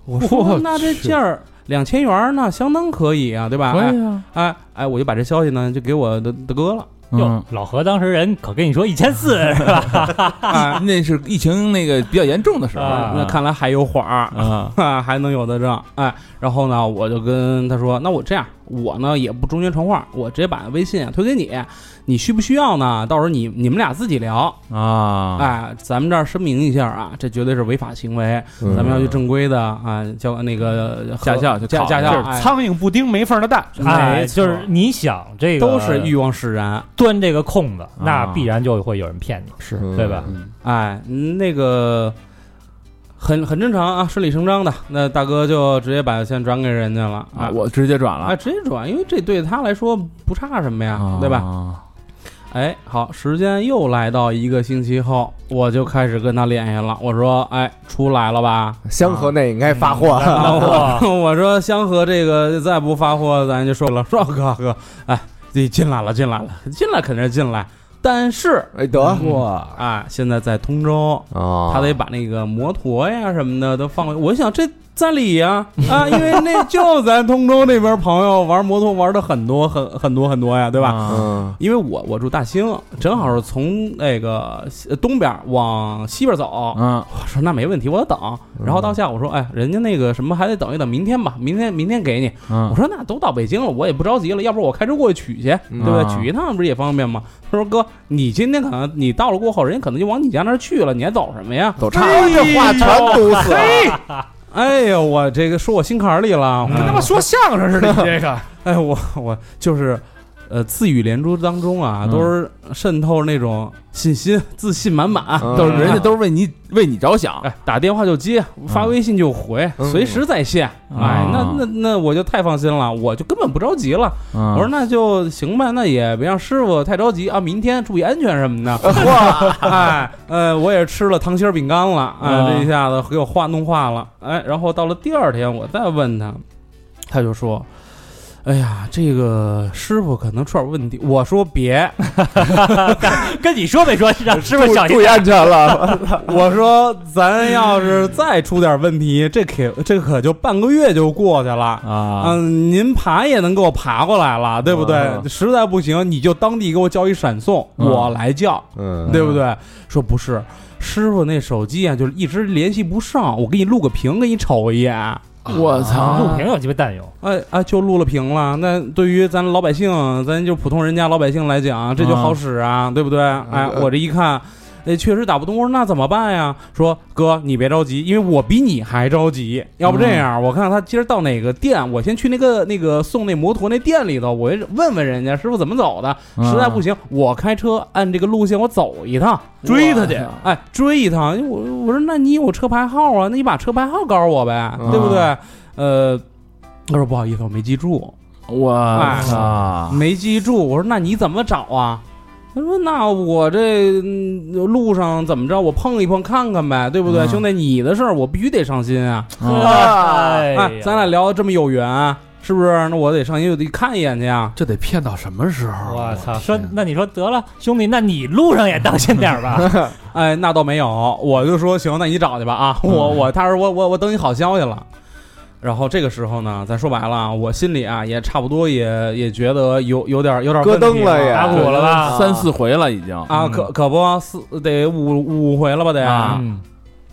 [SPEAKER 9] 我说那这价儿两千元儿，那相当可以啊，对吧？哎
[SPEAKER 5] 可以啊，
[SPEAKER 9] 哎哎，我就把这消息呢就给我的的哥了。
[SPEAKER 4] 哟
[SPEAKER 5] 嗯，，
[SPEAKER 4] 老何当时人可跟你说一千
[SPEAKER 9] [laughs]
[SPEAKER 4] 四是吧？
[SPEAKER 9] 哎，
[SPEAKER 5] [laughs] 那是疫情那个比较严重的时候
[SPEAKER 4] 啊
[SPEAKER 9] 那看来还有缓儿。
[SPEAKER 5] 啊，
[SPEAKER 9] 啊，还能有的挣，哎，然后呢，我就跟他说，那我这样，我呢也不中间传话，我直接把微信啊推给你，你需不需要呢？到时候你你们俩自己聊，
[SPEAKER 5] 啊，
[SPEAKER 9] 哎，咱们这儿声明一下啊，这绝对是违法行为，
[SPEAKER 2] 嗯
[SPEAKER 9] 咱们要去正规的啊，叫那个
[SPEAKER 5] 驾校去
[SPEAKER 9] 驾
[SPEAKER 5] 考
[SPEAKER 9] 驾
[SPEAKER 5] 就
[SPEAKER 9] 校，
[SPEAKER 5] 是
[SPEAKER 9] 哎
[SPEAKER 1] 苍蝇不叮没缝的蛋，
[SPEAKER 4] 哎，
[SPEAKER 9] 没错
[SPEAKER 4] 就是你想这个
[SPEAKER 9] 都是欲望啊使然，
[SPEAKER 4] 钻这个空子，那必然就会有人骗你，
[SPEAKER 1] 是
[SPEAKER 2] 嗯
[SPEAKER 4] 对吧？
[SPEAKER 9] 哎，那个很很正常啊，顺理成章的。那大哥就直接把钱转给人家了
[SPEAKER 5] 啊
[SPEAKER 9] 啊，
[SPEAKER 5] 我直接转
[SPEAKER 9] 啊
[SPEAKER 5] 了，
[SPEAKER 9] 直接转，因为这对他来说不差什么
[SPEAKER 5] 啊
[SPEAKER 9] 呀，对吧？
[SPEAKER 5] 吧？
[SPEAKER 9] 哎，好，时间又来到一个星期后，我就开始跟他联系了。我说，哎，出来了吧？
[SPEAKER 2] 嗯
[SPEAKER 9] 啊
[SPEAKER 2] 香河内应该发货，
[SPEAKER 9] 嗯
[SPEAKER 4] 包括
[SPEAKER 9] [laughs] 我说香河这个再不发货，咱就说了，说哥哥，哎，你进来了，进来了，进来肯定是进来，但是
[SPEAKER 2] [laughs] 哎得
[SPEAKER 1] 哇，
[SPEAKER 9] 啊，现在在通州，
[SPEAKER 2] 哦
[SPEAKER 9] 他得把那个摩托呀什么的都放回。我想这在理呀啊，因为那 [laughs] 就咱通州那边朋友玩摩托玩的很多很很多很多呀，对吧？
[SPEAKER 5] 啊
[SPEAKER 6] 嗯
[SPEAKER 9] 因为我我住大兴，正好是从那个西呃东边往西边走。
[SPEAKER 5] 啊，
[SPEAKER 9] 哦
[SPEAKER 5] 嗯
[SPEAKER 9] 我说那没问题，我等。然后到下午说，哎，人家那个什么还得等一等，明天吧，明天明天给你。
[SPEAKER 5] 嗯
[SPEAKER 9] 我说那都到北京了，我也不着急了，要不我开车过去取去，
[SPEAKER 2] 嗯
[SPEAKER 9] 对不对？
[SPEAKER 5] 啊
[SPEAKER 9] 取一趟不是也方便吗？他说哥，你今天可能你到了过后，人家可能就往你家那儿去了，你还走什么呀？
[SPEAKER 2] 走岔了，这话全堵死了。
[SPEAKER 9] 哎呦，我这个说我心坎儿里了，我
[SPEAKER 1] 跟他妈说相声似的，你这个
[SPEAKER 9] 哎，我我就是，呃，自语连珠当中啊，
[SPEAKER 5] 嗯
[SPEAKER 9] 都是渗透那种信心、自信满满。
[SPEAKER 6] 嗯
[SPEAKER 5] 都是人家都是为你为你着想，
[SPEAKER 9] 哎，打电话就接，发微信就回，
[SPEAKER 6] 嗯
[SPEAKER 9] 随时在线。
[SPEAKER 5] 嗯嗯
[SPEAKER 9] 哎
[SPEAKER 5] 啊，
[SPEAKER 9] 那那那我就太放心了，我就根本不着急了。
[SPEAKER 5] 我
[SPEAKER 9] 我说那就行吧，那也别让师傅太着急啊，明天注意安全什么的。哎，呃，我也吃了糖心儿饼干了，哎、
[SPEAKER 5] 啊
[SPEAKER 9] 这一下子给我化弄化了。哎，然后到了第二天，我再问他，他就说。哎呀，这个师傅可能出点问题。我说别，
[SPEAKER 4] [laughs] 跟你说没说，让师傅
[SPEAKER 2] 注
[SPEAKER 4] 小心
[SPEAKER 2] 注意安全了，
[SPEAKER 9] 我说咱要是再出点问题，这可这可就半个月就过去了。
[SPEAKER 5] 啊，
[SPEAKER 9] 嗯，您爬也能给我爬过来了，对不对？
[SPEAKER 6] 啊
[SPEAKER 9] 实在不行，你就当地给我叫一闪送，
[SPEAKER 5] 嗯
[SPEAKER 9] 我来叫，
[SPEAKER 6] 嗯
[SPEAKER 9] 对不对？说不是，师傅那手机啊，就是一直联系不上，我给你录个屏，给你瞅一眼。
[SPEAKER 5] 我
[SPEAKER 2] 啊
[SPEAKER 5] 操，
[SPEAKER 4] 录屏有鸡巴蛋用，
[SPEAKER 9] 哎啊，就录了屏了。那对于咱老百姓，咱就普通人家老百姓来讲，这就好使啊，对不对？哎，我这一看，哎，确实打不通。我说那怎么办呀？说哥，你别着急，因为我比你还着急。要不这样，我看看他今儿到哪个店，我先去那个那个送那摩托那店里头，我问问人家师傅怎么走的。
[SPEAKER 5] 嗯
[SPEAKER 9] 实在不行，我开车按这个路线我走一趟，
[SPEAKER 5] 追他去，
[SPEAKER 9] 哎，追一趟。因为我我说那你有车牌号啊？那你把车牌号告诉我呗，
[SPEAKER 5] 嗯
[SPEAKER 9] 对不对？呃，他说不好意思，我没记住，
[SPEAKER 5] 我操，
[SPEAKER 9] 没记住。我说那你怎么找啊？他说那我这嗯路上怎么着，我碰一碰看看呗，对不对，
[SPEAKER 5] 嗯
[SPEAKER 9] 兄弟？你的事儿我必须得上心啊！
[SPEAKER 4] 哎呀
[SPEAKER 9] 哎，咱俩聊得这么有缘，是不是？那我得上心，我得看一眼去啊。
[SPEAKER 1] 这得骗到什么时候啊？
[SPEAKER 4] 我操！说那你说得了，兄弟，那你路上也当心点
[SPEAKER 2] [laughs]
[SPEAKER 4] 儿吧。
[SPEAKER 9] 哎，那倒没有，我就说行，那你找去吧啊，我我他说我我我等你好消息了。然后这个时候呢，咱说白了啊，我心里啊也差不多也也觉得有有点有点
[SPEAKER 2] 咯噔了也
[SPEAKER 4] 打
[SPEAKER 9] 呀，
[SPEAKER 4] 鼓了吧？
[SPEAKER 5] 三四回了已经
[SPEAKER 9] 啊，可可不四得五五回了吧得、
[SPEAKER 5] 啊
[SPEAKER 4] 嗯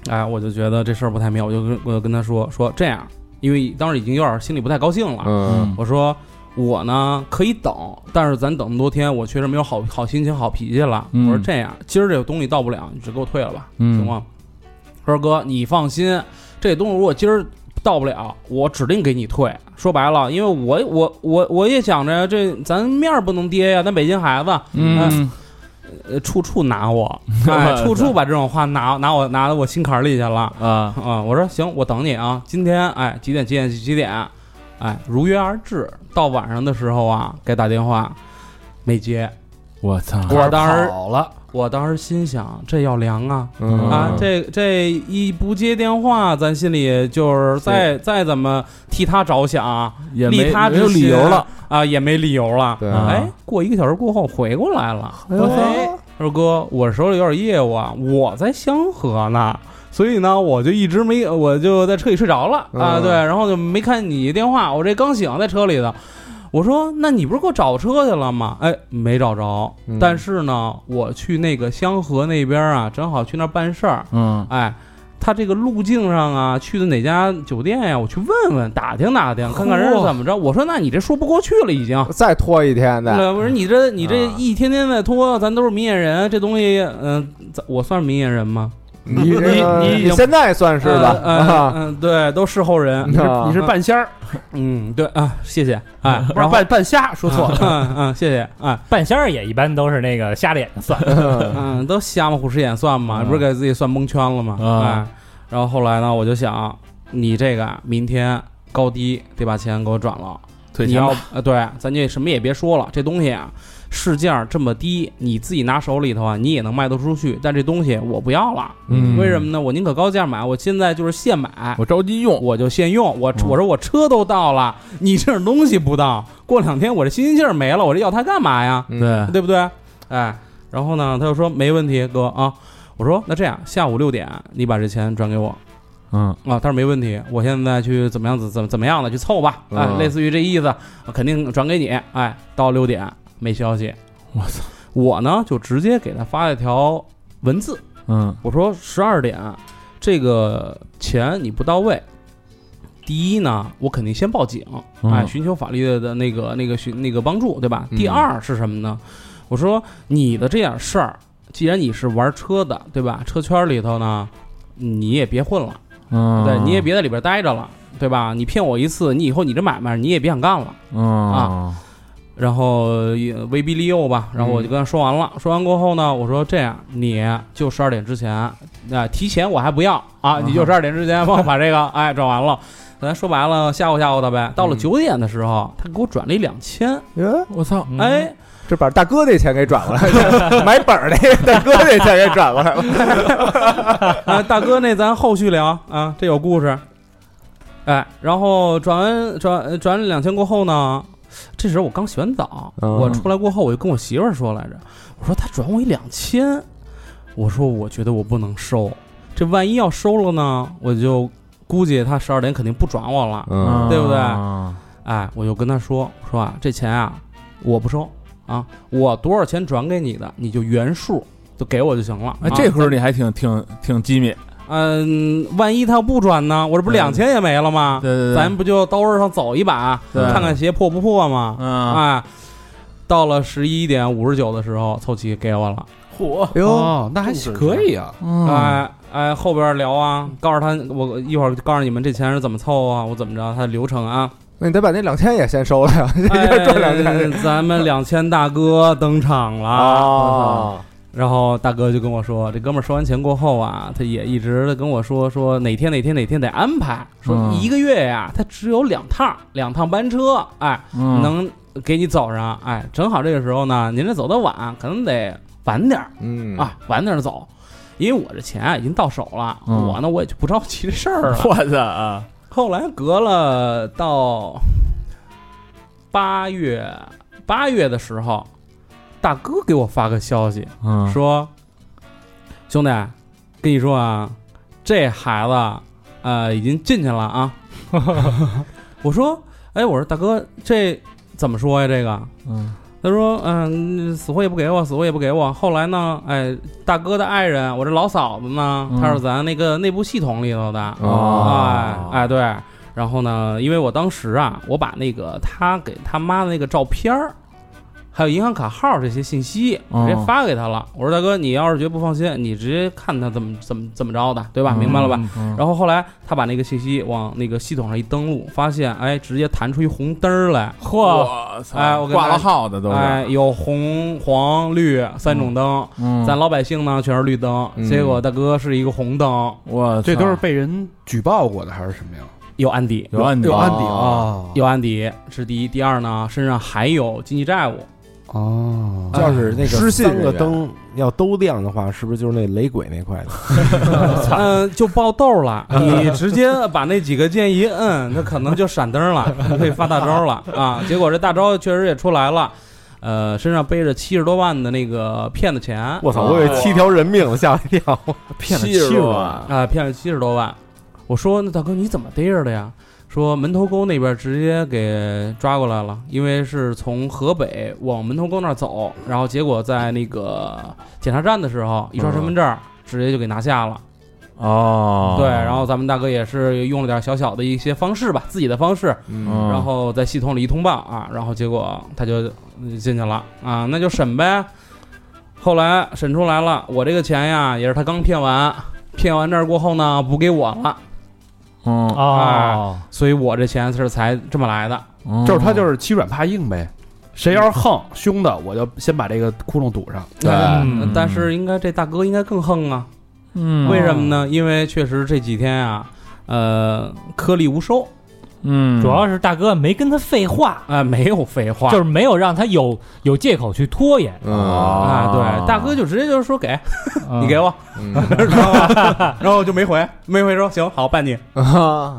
[SPEAKER 9] 哎，我就觉得这事儿不太妙，我就跟我就跟他说说这样，因为当时已经有点心里不太高兴了，
[SPEAKER 6] 嗯
[SPEAKER 5] 嗯
[SPEAKER 9] 我说我呢可以等，但是咱等那么多天，我确实没有好好心情、好脾气了。
[SPEAKER 5] 嗯
[SPEAKER 9] 我说这样，今儿这个东西到不了，你就给我退了吧，
[SPEAKER 5] 嗯
[SPEAKER 9] 行吗？他说哥，你放心，这东西如果今儿到不了，我指定给你退。说白了，因为我我我我也想着这咱面儿不能跌呀，咱北京孩子，
[SPEAKER 5] 嗯
[SPEAKER 9] 呃，处处
[SPEAKER 5] [laughs]
[SPEAKER 9] 拿我，哎，处处把这种话拿拿我拿到我心坎儿里去了。
[SPEAKER 5] 啊
[SPEAKER 9] 啊、我说行，我等你啊，今天哎几点几点几点，哎如约而至。到晚上的时候啊，给打电话，没接。
[SPEAKER 5] 我操，
[SPEAKER 9] 我当时
[SPEAKER 1] 好了，
[SPEAKER 9] 我当时心想，这要凉啊
[SPEAKER 6] 嗯
[SPEAKER 9] 啊！这这一不接电话，咱心里就是再再怎么替他着想啊、
[SPEAKER 5] 也
[SPEAKER 9] 利
[SPEAKER 5] 没
[SPEAKER 9] 他
[SPEAKER 5] 没
[SPEAKER 9] 之
[SPEAKER 5] 有理由
[SPEAKER 9] 心啊
[SPEAKER 5] 了，
[SPEAKER 9] 也没理由了。
[SPEAKER 6] 对
[SPEAKER 5] 啊
[SPEAKER 9] 哎，过一个小时过后回过来了，
[SPEAKER 2] 哎
[SPEAKER 9] 他说：“哥，我手里有点业务啊，我在香河呢，所以呢，我就一直没，我就在车里睡着了啊，
[SPEAKER 6] 嗯
[SPEAKER 9] 对，然后就没看你电话，我这刚醒在车里的。我说，那你不是给我找车去了吗？哎，没找着，
[SPEAKER 6] 嗯
[SPEAKER 9] 但是呢，我去那个香河那边啊，正好去那儿办事儿，
[SPEAKER 5] 嗯
[SPEAKER 9] 哎。”他这个路径上啊，去的哪家酒店呀、我去问问，打听打听，看看人家怎么着。我说，那你这说不过去了，已经。
[SPEAKER 2] 再拖一天的，
[SPEAKER 9] 对，我说你这你这
[SPEAKER 6] 啊
[SPEAKER 9] 一天天在拖，咱都是明眼人，这东西，嗯、咱我算是明眼人吗？
[SPEAKER 2] 你
[SPEAKER 1] 你你已
[SPEAKER 2] 你
[SPEAKER 1] 经
[SPEAKER 2] 现在算是吧？
[SPEAKER 9] 嗯、呃
[SPEAKER 2] 啊，
[SPEAKER 9] 嗯对，都事后人。
[SPEAKER 1] 你是
[SPEAKER 2] 啊
[SPEAKER 1] 你是半仙儿，
[SPEAKER 9] 嗯，对啊，谢谢，哎，
[SPEAKER 1] 不是半半瞎，说错了。
[SPEAKER 9] 嗯嗯，谢谢，哎，
[SPEAKER 4] 半仙儿也一般都是那个瞎了眼睛
[SPEAKER 9] [laughs]
[SPEAKER 4] 算，
[SPEAKER 9] 嗯，都瞎嘛，虎视眼算嘛，
[SPEAKER 5] 嗯
[SPEAKER 9] 不是给自己算蒙圈了吗？
[SPEAKER 5] 啊
[SPEAKER 9] 哎，然后后来呢，我就想，你这个明天高低得把钱给我转了。
[SPEAKER 5] 退
[SPEAKER 9] 你
[SPEAKER 5] 钱吧
[SPEAKER 9] 要呃，对，咱就什么也别说了，这东西啊，市价这么低，你自己拿手里头啊，你也能卖得出去。但这东西我不要了，
[SPEAKER 5] 嗯
[SPEAKER 9] 为什么呢？我宁可高价买，我现在就是现买，
[SPEAKER 5] 我着急用，
[SPEAKER 9] 我就现用。我
[SPEAKER 5] 嗯
[SPEAKER 9] 我说我车都到了，你这种东西不到，过两天我这新鲜劲儿没了，我这要它干嘛呀？
[SPEAKER 5] 对，
[SPEAKER 9] 对不对？哎，然后呢，他就说没问题，哥啊。我说那这样，下午六点你把这钱转给我。
[SPEAKER 5] 嗯
[SPEAKER 9] 啊，他说没问题，我现在去怎么样怎怎怎么样的去凑吧，哎，类似于这意思，我肯定转给你，哎，到六点没消息，我操，我呢就直接给他发了一条文字，
[SPEAKER 5] 嗯
[SPEAKER 9] 我说十二点啊这个钱你不到位，第一呢，我肯定先报警，
[SPEAKER 5] 嗯
[SPEAKER 9] 哎，寻求法律的那个那个寻那个帮助，对吧？
[SPEAKER 5] 嗯
[SPEAKER 9] 第二是什么呢？我说你的这点事儿，既然你是玩车的，对吧？车圈里头呢，你也别混了，
[SPEAKER 5] 嗯，
[SPEAKER 9] 对，你也别在里边待着了，对吧？你骗我一次，你以后你这买卖你也别想干了。
[SPEAKER 5] 啊
[SPEAKER 9] 然后也威逼利诱吧，然后我
[SPEAKER 5] 嗯
[SPEAKER 9] 就跟他说完了。说完过后呢，我说这样，你就十二点之前，啊、提前我还不要啊，你就十二点之前帮我把这个哎转完了。咱说白了，吓唬吓唬他呗。到了九点的时候，他给我转了一两千，
[SPEAKER 2] 哟，
[SPEAKER 5] 我操，
[SPEAKER 4] 嗯
[SPEAKER 9] 哎，
[SPEAKER 2] 这把大哥那钱给转过来 [laughs] 了，买本儿那个大哥那钱给转过来了。
[SPEAKER 9] 啊，大哥，那咱后续聊啊，这有故事。哎，然后转完转呃转了两千过后呢，这时候我刚洗完澡，
[SPEAKER 6] 嗯
[SPEAKER 9] 我出来过后我就跟我媳妇儿说来着，我说他转我一两千，我说我觉得我不能收，这万一要收了呢，我就估计他十二点肯定不转我了。
[SPEAKER 6] 嗯
[SPEAKER 9] 对不对
[SPEAKER 5] 啊
[SPEAKER 9] 哎，我就跟他说，我说啊，这钱啊我不收啊，我多少钱转给你的，你就原数就给我就行了。
[SPEAKER 5] 哎，
[SPEAKER 9] 啊
[SPEAKER 5] 这会儿你还挺挺挺机敏，
[SPEAKER 9] 嗯，万一他要不转呢？我这不
[SPEAKER 5] 嗯
[SPEAKER 9] 两千也没了吗？
[SPEAKER 5] 对对对，
[SPEAKER 9] 啊咱不就刀刃上走一把，
[SPEAKER 5] 对
[SPEAKER 9] 看看鞋破不破吗？
[SPEAKER 5] 嗯
[SPEAKER 9] 啊，到了十一点五十九的时候，凑齐给我了。
[SPEAKER 5] 火
[SPEAKER 2] 哟，
[SPEAKER 1] 哦，那还行可以啊，
[SPEAKER 5] 啊
[SPEAKER 9] 哎哎，后边聊啊，告诉他我一会儿告诉你们这钱是怎么凑啊，我怎么着它的流程啊。
[SPEAKER 2] 那你得把那两千也先收了呀， [laughs] 一人赚两
[SPEAKER 9] 哎
[SPEAKER 2] 千。，
[SPEAKER 9] 咱们两千大哥登场了。
[SPEAKER 2] 啊，
[SPEAKER 9] 然后大哥就跟我说，这哥们儿收完钱过后啊，他也一直的跟我说，说哪天哪天哪天得安排，说
[SPEAKER 5] 嗯
[SPEAKER 9] 一个月呀、他只有两趟两趟班车，哎，
[SPEAKER 5] 嗯
[SPEAKER 9] 能给你走上，哎，正好这个时候呢，您这走的晚，可能得晚点儿
[SPEAKER 2] 嗯
[SPEAKER 9] 啊，晚点儿走，因为我这钱啊已经到手了，
[SPEAKER 5] 嗯
[SPEAKER 9] 我呢我也就不着急这事儿
[SPEAKER 5] [laughs]
[SPEAKER 9] 了。
[SPEAKER 5] 我操啊，
[SPEAKER 9] 后来隔了到八月八月的时候，大哥给我发个消息。
[SPEAKER 5] 嗯
[SPEAKER 9] 说：“兄弟，跟你说啊，这孩子呃已经进去
[SPEAKER 5] [laughs]
[SPEAKER 9] 了啊。”我说：“哎，我说大哥，这怎么说呀？这个
[SPEAKER 5] 嗯？”
[SPEAKER 9] 他说：“嗯，死活也不给我，死活也不给我。后来呢，哎，大哥的爱人，我这老嫂子呢，
[SPEAKER 5] 嗯
[SPEAKER 9] 她是咱那个内部系统里头的，
[SPEAKER 6] 哦
[SPEAKER 9] 哎哎对。然后呢，因为我当时啊，我把那个他给他妈的那个照片儿，还有银行卡号这些信息，
[SPEAKER 5] 哦
[SPEAKER 9] 哎直接发给他了。我说大哥，你要是觉得不放心，你直接看他怎么怎么怎么着的，对吧？明白了吧？？
[SPEAKER 5] 嗯
[SPEAKER 9] 然后后来他把那个信息往那个系统上一登录，发现哎，直接弹出一红灯儿来，嚯！
[SPEAKER 5] 我操！
[SPEAKER 9] 哎我跟
[SPEAKER 5] 挂嗯
[SPEAKER 9] 大
[SPEAKER 5] 了
[SPEAKER 9] 家
[SPEAKER 5] 号的都是，
[SPEAKER 9] 哎，有红、黄、绿三种灯，
[SPEAKER 5] 嗯
[SPEAKER 9] 咱老百姓呢全是绿灯，
[SPEAKER 2] 嗯
[SPEAKER 9] 结果大哥是一个红灯，
[SPEAKER 5] 我操
[SPEAKER 1] 这都是被人举报过的还是什么呀？
[SPEAKER 9] 有案底，
[SPEAKER 5] 有案底
[SPEAKER 1] 有案底
[SPEAKER 2] 哦
[SPEAKER 1] 啊，
[SPEAKER 9] 嗯有案底是第一，第二呢，身上还有经济债务，
[SPEAKER 1] 哦
[SPEAKER 6] 就是那个
[SPEAKER 2] 失信
[SPEAKER 6] 三
[SPEAKER 2] 人
[SPEAKER 6] 个
[SPEAKER 2] 员
[SPEAKER 6] 灯要都亮的话，是不是就是那雷鬼那块的？
[SPEAKER 9] [laughs] 嗯，就爆豆了。 [laughs] 你直接把那几个键一摁，那可能就闪灯了， [laughs] 可以发大招了
[SPEAKER 6] [laughs]
[SPEAKER 9] 啊！结果这大招确实也出来了，呃，身上背着七十多万的那个骗的钱，啊、
[SPEAKER 6] 我操！我以为七条人命，吓我一跳。
[SPEAKER 5] 骗了
[SPEAKER 6] 七十
[SPEAKER 5] 70
[SPEAKER 6] 多
[SPEAKER 5] 万，
[SPEAKER 9] 骗了七十多万。我说那大哥你怎么逮着的呀？说门头沟那边直接给抓过来了，因为是从河北往门头沟那儿走，然后结果在那个检查站的时候
[SPEAKER 5] 嗯
[SPEAKER 9] 一刷身份证，直接就给拿下了。
[SPEAKER 5] 哦，
[SPEAKER 9] 对，然后咱们大哥也是用了点小小的一些方式吧，自己的方式，
[SPEAKER 5] 嗯
[SPEAKER 9] 然后在系统里一通报啊，然后结果他就嗯进去了啊，那就审呗。后来审出来了，我这个钱呀也是他刚骗完，骗完这儿过后呢补给我了，
[SPEAKER 5] 嗯，
[SPEAKER 4] 哦，
[SPEAKER 9] 所以我这钱是才这么来的。
[SPEAKER 5] 嗯
[SPEAKER 1] 就是他就是欺软怕硬呗，谁要是横凶的，我就先把这个窟窿堵上。
[SPEAKER 5] 对
[SPEAKER 9] 嗯但是应该这大哥应该更横啊，
[SPEAKER 5] 嗯
[SPEAKER 9] 为什么呢？因为确实这几天啊，呃，颗粒无收，
[SPEAKER 5] 嗯，
[SPEAKER 4] 主要是大哥没跟他废话，
[SPEAKER 9] 啊、没有废话，
[SPEAKER 4] 就是没有让他有有借口去拖延。
[SPEAKER 6] 嗯，
[SPEAKER 5] 哦
[SPEAKER 9] 啊，对，大哥就直接就是说给， [laughs] 你给我，
[SPEAKER 2] 嗯
[SPEAKER 9] 然后 [laughs] 然后就没回，没回说行好
[SPEAKER 2] [laughs]
[SPEAKER 9] 办你
[SPEAKER 2] 啊，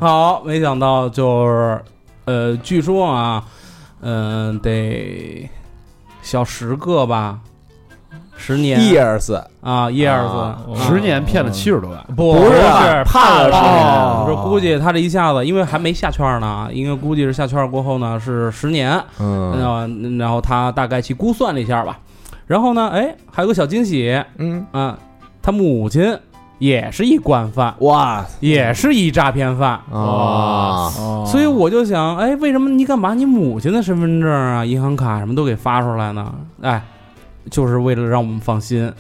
[SPEAKER 9] 好，没想到就是，呃，据说啊，嗯、得小十个吧，十年
[SPEAKER 2] years
[SPEAKER 9] 啊，years
[SPEAKER 4] 嗯
[SPEAKER 1] 十年骗了七十多万，
[SPEAKER 9] 不
[SPEAKER 2] 不是
[SPEAKER 9] 是
[SPEAKER 2] 判
[SPEAKER 9] 判
[SPEAKER 2] 了
[SPEAKER 9] 了
[SPEAKER 2] 哦
[SPEAKER 9] 我说估计他这一下子，因为还没下券呢，因为估计是下券过后呢是十年，然
[SPEAKER 2] 嗯
[SPEAKER 9] 后啊然后他大概去估算了一下吧，然后呢，哎，还有个小惊喜
[SPEAKER 2] 嗯，
[SPEAKER 9] 啊，他母亲也是一惯犯，
[SPEAKER 2] 哇
[SPEAKER 9] 也是一诈骗犯。
[SPEAKER 2] 啊，
[SPEAKER 5] 哦
[SPEAKER 9] 所以我就想，哎，为什么你敢把你母亲的身份证啊、银行卡什么都给发出来呢？哎，就是为了让我们放心，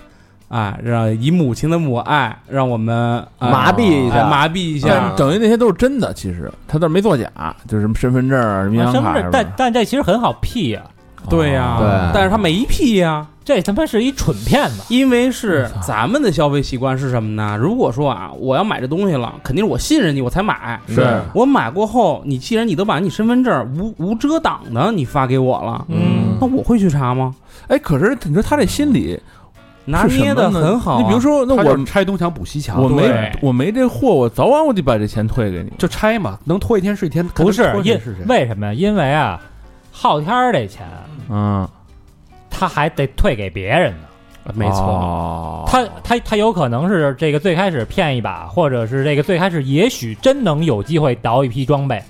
[SPEAKER 9] 哎，让以母亲的母爱让我们、哎
[SPEAKER 2] 麻痹一
[SPEAKER 9] 哎
[SPEAKER 2] 下，
[SPEAKER 9] 麻痹一
[SPEAKER 5] 但
[SPEAKER 9] 下。
[SPEAKER 5] 是等于那些都是真的，其实他倒是没作假，就是什么身份证啊、什么银
[SPEAKER 4] 身份
[SPEAKER 5] 行
[SPEAKER 4] 证
[SPEAKER 5] 卡什，么
[SPEAKER 4] 但
[SPEAKER 5] 的。
[SPEAKER 4] 但这其实很好屁呀、
[SPEAKER 9] 对呀、
[SPEAKER 2] 对
[SPEAKER 9] 但是他没屁呀、
[SPEAKER 4] 这他妈是一蠢骗子。
[SPEAKER 9] 因为是咱们的消费习惯是什么呢？如果说啊，我要买这东西了，肯定是我信任你，我才买。
[SPEAKER 2] 是
[SPEAKER 9] 我买过后，你既然你都把你身份证无无遮挡的你发给我了，
[SPEAKER 4] 嗯，
[SPEAKER 9] 那我会去查吗？
[SPEAKER 5] 哎，可是你说他这心理
[SPEAKER 9] 拿
[SPEAKER 5] 是什
[SPEAKER 9] 捏
[SPEAKER 5] 么
[SPEAKER 9] 的
[SPEAKER 5] 呢
[SPEAKER 9] 很好、啊。
[SPEAKER 5] 你比如说，那
[SPEAKER 1] 他就是
[SPEAKER 5] 我
[SPEAKER 1] 拆东墙补西墙，
[SPEAKER 5] 我没
[SPEAKER 4] 对
[SPEAKER 5] 我没这货，我早晚我得把这钱退给你。
[SPEAKER 1] 就拆嘛，能拖一天是一天，看
[SPEAKER 4] 不
[SPEAKER 1] 他
[SPEAKER 4] 是
[SPEAKER 1] 拖谁
[SPEAKER 4] 因
[SPEAKER 1] 是谁。
[SPEAKER 4] 为什么呀？因为啊，昊天儿这钱
[SPEAKER 5] 嗯，
[SPEAKER 4] 他还得退给别人呢。
[SPEAKER 9] 没错
[SPEAKER 5] 错
[SPEAKER 4] 他他他有可能是这个最开始骗一把，或者是这个最开始也许真能有机会倒一批装备，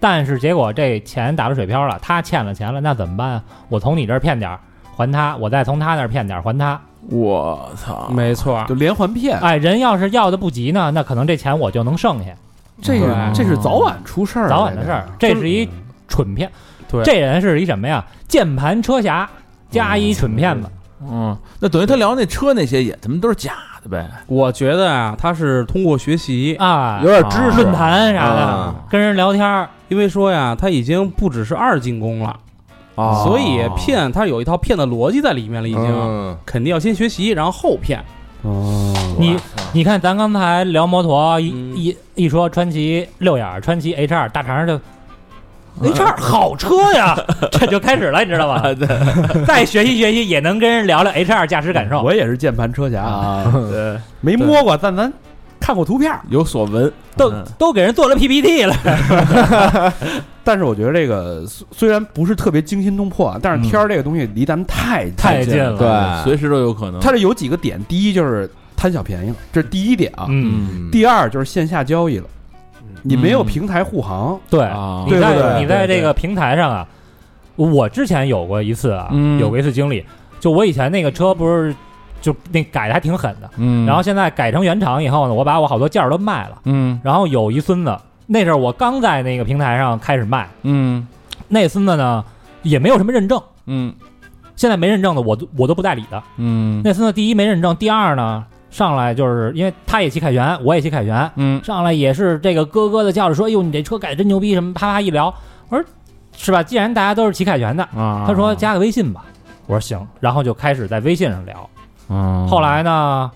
[SPEAKER 4] 但是结果这钱打了水漂了，他欠了钱了，那怎么办啊？我从你这儿骗点儿还他，我再从他那儿骗点儿还他。
[SPEAKER 5] 我操，
[SPEAKER 9] 没错，
[SPEAKER 1] 就连环骗，
[SPEAKER 4] 哎，人要是要的不急呢，那可能这钱我就能剩下，
[SPEAKER 1] 这个
[SPEAKER 9] 对
[SPEAKER 1] 这是早晚出事儿，
[SPEAKER 4] 早晚的事儿。这是一蠢骗，
[SPEAKER 9] 对
[SPEAKER 4] 这人是一什么呀？键盘车侠加一蠢骗子，
[SPEAKER 5] 嗯，那等于他聊那车那些也他妈都是假的呗。
[SPEAKER 9] 我觉得啊，他是通过学习，
[SPEAKER 4] 啊
[SPEAKER 2] 有，点知识
[SPEAKER 4] 论坛啥的
[SPEAKER 2] 啊，
[SPEAKER 4] 跟人聊天儿，
[SPEAKER 9] 因为说呀，他已经不只是二进宫了，所以骗他有一套骗的逻辑在里面了，已经、
[SPEAKER 2] 嗯
[SPEAKER 9] 肯定要先学习，然后后骗。
[SPEAKER 1] 哦
[SPEAKER 4] 你你看，咱刚才聊摩托，一
[SPEAKER 9] 嗯
[SPEAKER 4] 一一说川崎六眼儿、川崎 H 二，大肠就 H
[SPEAKER 5] 嗯
[SPEAKER 4] 二好车呀，这就开始了，你知道吧？再学习学习，也能跟人聊聊 H 二驾驶感受。
[SPEAKER 1] 我也是键盘车侠 [laughs] 啊，
[SPEAKER 5] 对
[SPEAKER 1] 没摸过，但咱看过图片儿。
[SPEAKER 5] 有所闻，
[SPEAKER 4] 都
[SPEAKER 5] 嗯
[SPEAKER 4] 都给人做了 PPT 了，
[SPEAKER 1] 但是我觉得这个虽虽然不是特别惊心动魄啊，但是天儿这个东西离咱们太近
[SPEAKER 4] 太
[SPEAKER 1] 了。
[SPEAKER 4] 近了。
[SPEAKER 2] 对
[SPEAKER 5] 随时都有可能。
[SPEAKER 1] 它这有几个点，第一就是贪小便宜了，这是第一点啊。
[SPEAKER 4] 嗯，
[SPEAKER 2] 嗯
[SPEAKER 1] 第二就是线下交易了，你没有平台护航，
[SPEAKER 4] 对
[SPEAKER 5] 啊，
[SPEAKER 4] 你
[SPEAKER 2] 对对
[SPEAKER 4] 在
[SPEAKER 2] 对
[SPEAKER 4] 你在这个平台上啊，我之前有过一次啊，
[SPEAKER 5] 嗯
[SPEAKER 4] 有过一次经历，就我以前那个车不是就那改的还挺狠的，
[SPEAKER 5] 嗯，
[SPEAKER 4] 然后现在改成原厂以后呢，我把我好多件儿都卖了。
[SPEAKER 5] 嗯
[SPEAKER 4] 然后有一孙子，那阵儿我刚在那个平台上开始卖，
[SPEAKER 5] 嗯
[SPEAKER 4] 那孙子呢也没有什么认证，
[SPEAKER 5] 嗯
[SPEAKER 4] 现在没认证的我都我都不代理的。
[SPEAKER 5] 嗯
[SPEAKER 4] 那孙子第一没认证，第二呢上来就是因为他也骑凯旋，我也骑凯旋，
[SPEAKER 5] 嗯
[SPEAKER 4] 上来也是这个咯咯的叫着说：“哎呦，你这车改得真牛逼！”什么啪啪一聊，我说是吧？既然大家都是骑凯旋的，
[SPEAKER 5] 啊，
[SPEAKER 4] 他说加个微信吧，我说行，然后就开始在微信上聊。
[SPEAKER 5] 嗯，
[SPEAKER 4] 后来呢，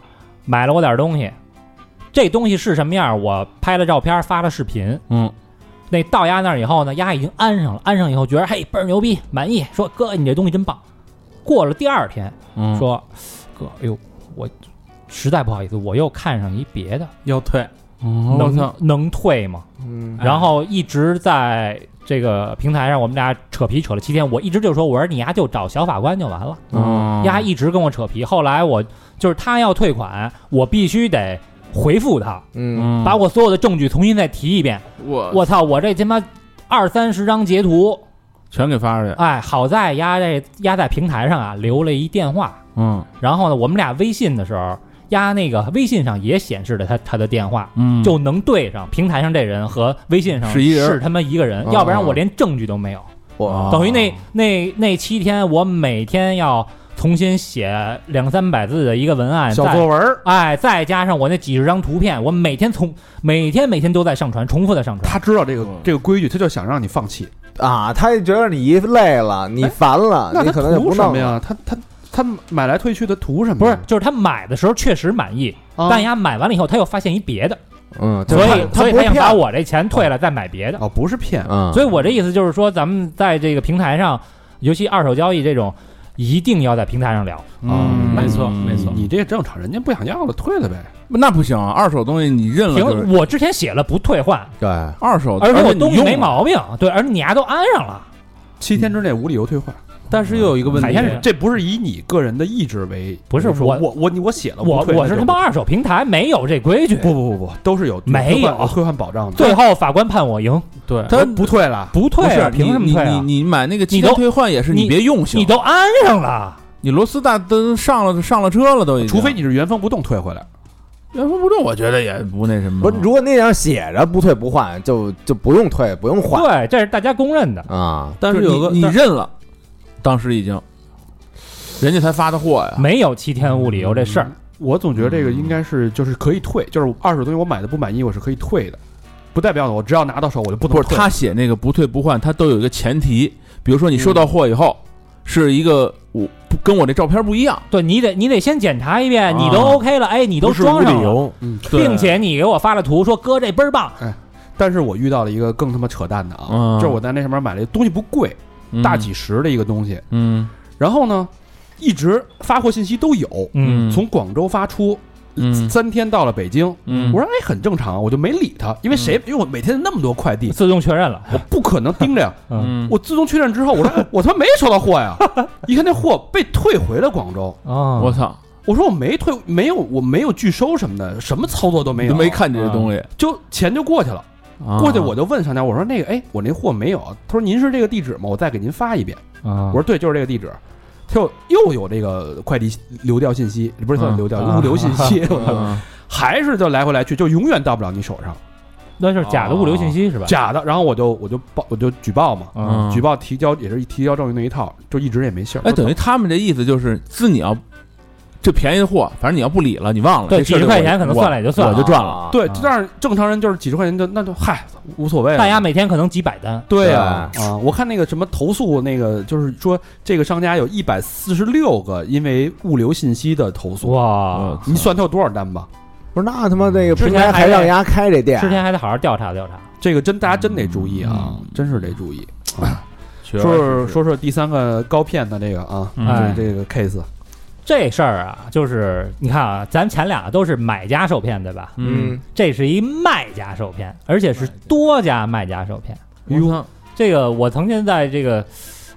[SPEAKER 4] 买了我点儿东西，这东西是什么样儿？我拍了照片，发了视频。
[SPEAKER 5] 嗯，
[SPEAKER 4] 那到丫那儿以后呢，丫已经安上了，安上以后觉得嘿倍儿牛逼，满意，说哥你这东西真棒。过了第二天，
[SPEAKER 5] 嗯
[SPEAKER 4] 说哥，哎呦我实在不好意思，我又看上一别的，
[SPEAKER 9] 要退，
[SPEAKER 5] 哦我
[SPEAKER 4] 能
[SPEAKER 5] 操，哎
[SPEAKER 4] 能退吗？
[SPEAKER 2] 嗯
[SPEAKER 4] 然后一直在这个平台上，我们俩扯皮扯了七天，我一直就说我说你丫就找小法官就完了。
[SPEAKER 5] 嗯
[SPEAKER 4] 丫一直跟我扯皮。后来我就是他要退款，我必须得回复他，
[SPEAKER 2] 嗯
[SPEAKER 5] 嗯
[SPEAKER 4] 把我所有的证据重新再提一遍。
[SPEAKER 5] 我
[SPEAKER 4] 我操，我这他妈二三十张截图，
[SPEAKER 5] 全给发出去，
[SPEAKER 4] 哎，好在丫这丫在平台上啊留了一电话，
[SPEAKER 5] 嗯
[SPEAKER 4] 然后呢，我们俩微信的时候，丫那个微信上也显示了他他的电话。
[SPEAKER 5] 嗯
[SPEAKER 4] 就能对上平台上这人和微信上
[SPEAKER 5] 是一人哦
[SPEAKER 4] 是他妈一个人，要不然我连证据都没有。
[SPEAKER 2] 我
[SPEAKER 4] 等于那那那七天，我每天要重新写两三百字的一个文案，
[SPEAKER 1] 小
[SPEAKER 4] 再
[SPEAKER 1] 作文儿，
[SPEAKER 4] 哎，再加上我那几十张图片，我每天从每天每天都在上传，重复的上传。
[SPEAKER 1] 他知道这个
[SPEAKER 6] 嗯
[SPEAKER 1] 这个规矩，他就想让你放弃。
[SPEAKER 2] 啊，他觉得你累了，
[SPEAKER 9] 哎
[SPEAKER 2] 你烦了，
[SPEAKER 1] 那
[SPEAKER 2] 你
[SPEAKER 1] 他
[SPEAKER 2] 啊可能就
[SPEAKER 1] 图
[SPEAKER 2] 不
[SPEAKER 1] 什
[SPEAKER 2] 弄
[SPEAKER 1] 么
[SPEAKER 2] 了
[SPEAKER 1] 呀？他他他买来退去，他图什么呀？
[SPEAKER 4] 不是，就是他买的时候确实满意，
[SPEAKER 1] 啊，
[SPEAKER 4] 但丫买完了以后，他又发现一别的，
[SPEAKER 2] 嗯，就
[SPEAKER 4] 所
[SPEAKER 2] 是
[SPEAKER 4] 以
[SPEAKER 2] 他
[SPEAKER 4] 所以
[SPEAKER 2] 不是
[SPEAKER 4] 他想
[SPEAKER 2] 骗
[SPEAKER 4] 把
[SPEAKER 2] 子
[SPEAKER 4] 我这钱退了，再买别的。
[SPEAKER 1] 哦，不是骗，
[SPEAKER 2] 嗯，
[SPEAKER 4] 所以我这意思就是说，咱们在这个平台上，尤其二手交易这种，一定要在平台上聊。
[SPEAKER 2] 嗯
[SPEAKER 9] 没错没错
[SPEAKER 1] 你这正常，人家不想要了，退了呗。
[SPEAKER 5] 那不行，二手东西你认了就是
[SPEAKER 4] 停，我之前写了不退换，
[SPEAKER 2] 对，
[SPEAKER 5] 二手，
[SPEAKER 4] 而且我
[SPEAKER 5] 你
[SPEAKER 4] 东西
[SPEAKER 5] 用
[SPEAKER 4] 没
[SPEAKER 5] 了
[SPEAKER 4] 毛病，对，而且你丫都安上了。嗯
[SPEAKER 1] 七天之内无理由退换，
[SPEAKER 10] 但是又有一个问题，
[SPEAKER 1] 海先生，这不是以你个人的意志为，
[SPEAKER 4] 啊不是
[SPEAKER 1] 你说
[SPEAKER 4] 我
[SPEAKER 1] 我我你我写了，
[SPEAKER 4] 我
[SPEAKER 1] 不退
[SPEAKER 4] 我
[SPEAKER 1] 那
[SPEAKER 4] 是
[SPEAKER 1] 就
[SPEAKER 4] 他妈二手平台，没有这规矩。
[SPEAKER 1] 不不不不，都是有
[SPEAKER 4] 没有
[SPEAKER 1] 退换退换保障的，啊
[SPEAKER 4] 最后法官判我赢，
[SPEAKER 10] 对
[SPEAKER 4] 他
[SPEAKER 1] 不退了，
[SPEAKER 4] 不退啊，
[SPEAKER 5] 不是
[SPEAKER 4] 凭什么
[SPEAKER 5] 你
[SPEAKER 4] 退
[SPEAKER 5] 你
[SPEAKER 4] 啊？
[SPEAKER 5] 你你买那个期
[SPEAKER 4] 你
[SPEAKER 5] 间
[SPEAKER 4] 都
[SPEAKER 5] 退换也是
[SPEAKER 4] 你
[SPEAKER 5] 你别用行，
[SPEAKER 4] 你都安上了，
[SPEAKER 5] 你螺丝大灯上了上了车了都已经，
[SPEAKER 1] 除非你是原封不动退回来。
[SPEAKER 5] 原封不动，我觉得也不那什么。
[SPEAKER 2] 不是，如果那样写着不退不换，就就不用退，不用换
[SPEAKER 4] 对，这是大家公认的。
[SPEAKER 2] 啊。
[SPEAKER 10] 但
[SPEAKER 5] 就是是
[SPEAKER 10] 有个
[SPEAKER 5] 你你
[SPEAKER 10] 但
[SPEAKER 5] 认了，当时已经，人家才发的货呀。
[SPEAKER 4] 没有七天无理由这事儿，
[SPEAKER 1] 我总觉得这个应该是就是可以退，就是二手东西我买的不满意我是可以退的，不代表我只要拿到手我就不能
[SPEAKER 5] 不
[SPEAKER 1] 退。
[SPEAKER 5] 是他写那个不退不换，他都有一个前提，比如说你收
[SPEAKER 4] 嗯
[SPEAKER 5] 到货以后是一个我不跟我这照片不一样，
[SPEAKER 4] 对你得你得先检查一遍，
[SPEAKER 5] 啊
[SPEAKER 4] 你都 OK 了，哎，你都
[SPEAKER 6] 不是无
[SPEAKER 4] 装
[SPEAKER 6] 理
[SPEAKER 4] 上了，
[SPEAKER 6] 由，
[SPEAKER 1] 嗯
[SPEAKER 5] 对
[SPEAKER 4] 并且你给我发了图，说哥这倍儿棒，
[SPEAKER 1] 但是我遇到了一个更他妈扯淡的啊，
[SPEAKER 5] 嗯
[SPEAKER 1] 就是我在那上面买了一个东西不贵，
[SPEAKER 5] 嗯
[SPEAKER 1] 大几十的一个东西，
[SPEAKER 5] 嗯
[SPEAKER 1] 然后呢，一直发货信息都有，
[SPEAKER 4] 嗯，
[SPEAKER 1] 从广州发出，
[SPEAKER 5] 嗯
[SPEAKER 1] 三天到了北京。
[SPEAKER 5] 嗯，
[SPEAKER 1] 我说哎，很正常，我就没理他，因为谁？因为我每天那么多快
[SPEAKER 5] [laughs]
[SPEAKER 1] 递，
[SPEAKER 4] 自动确认了，
[SPEAKER 1] 我不可能盯着呀。
[SPEAKER 5] 嗯
[SPEAKER 1] 我自动确认之后，我说 [laughs] 我他妈没收到货
[SPEAKER 5] [laughs]
[SPEAKER 1] 呀，一看那货被退回了广州，
[SPEAKER 4] 啊，
[SPEAKER 5] 我操，
[SPEAKER 1] 我说我没退，没有我没有拒收什么的，什么操作都没
[SPEAKER 5] 你
[SPEAKER 1] 有，
[SPEAKER 5] 都没，看见这东西，
[SPEAKER 1] 就钱就过去了。
[SPEAKER 5] 啊
[SPEAKER 1] 过去我就问商家，我说那个哎，我那货没有，他说您是这个地址吗？我再给您发一遍。
[SPEAKER 4] 啊
[SPEAKER 1] 我说对，就是这个地址。他又又有这个快递流调信息，不是算
[SPEAKER 5] 嗯
[SPEAKER 1] 流调
[SPEAKER 4] 啊
[SPEAKER 1] 物流信息，
[SPEAKER 5] [laughs]
[SPEAKER 1] 我操
[SPEAKER 5] 嗯
[SPEAKER 1] 还是就来回来去，就永远到不了你手上，
[SPEAKER 4] 那就是假的物流信息是吧？
[SPEAKER 1] 假的。然后我就我就报我就举报嘛，
[SPEAKER 4] 嗯，
[SPEAKER 1] 举报提交也是提交证据那一套，就一直也没信儿。
[SPEAKER 5] 哎，等于他们这意思就是，自你要这便宜的货，反正你要不理了，你忘了，
[SPEAKER 4] 对，
[SPEAKER 5] 这事
[SPEAKER 4] 几
[SPEAKER 5] 儿
[SPEAKER 4] 十
[SPEAKER 5] 就
[SPEAKER 4] 块
[SPEAKER 5] 我
[SPEAKER 4] 钱可能
[SPEAKER 5] 我
[SPEAKER 4] 算了也就算
[SPEAKER 5] 我
[SPEAKER 4] 了
[SPEAKER 5] 就，赚了。
[SPEAKER 2] 啊
[SPEAKER 1] 对
[SPEAKER 4] 啊，
[SPEAKER 1] 但是正常人就是几十块钱就那就嗨，无所谓了。
[SPEAKER 4] 大家每天可能几百单，
[SPEAKER 1] 对啊啊！我看那个什么投诉，那个就是说这个商家有一百四十六个因为物流信息的投诉，
[SPEAKER 4] 哇，
[SPEAKER 1] 你算他有多少单吧？
[SPEAKER 2] 不是那他妈那个
[SPEAKER 4] 之
[SPEAKER 2] 平
[SPEAKER 4] 前
[SPEAKER 2] 台
[SPEAKER 4] 还
[SPEAKER 2] 还让
[SPEAKER 4] 得
[SPEAKER 2] 人家开这店，
[SPEAKER 4] 之前还得好好调查调查。
[SPEAKER 1] 这个真大家真得注意啊，真是得注意。
[SPEAKER 5] 确实
[SPEAKER 1] 说
[SPEAKER 5] 是
[SPEAKER 1] 说说说第三个高骗的这个啊，
[SPEAKER 5] 嗯
[SPEAKER 1] 就是
[SPEAKER 4] 哎
[SPEAKER 1] 这个 case，
[SPEAKER 4] 这事儿啊，就是你看啊，咱前俩都是买家受骗，对吧？
[SPEAKER 5] 嗯，
[SPEAKER 4] 这是一卖家受骗，而且是多家卖家受骗。
[SPEAKER 5] 哟，
[SPEAKER 4] 这个我曾经在这个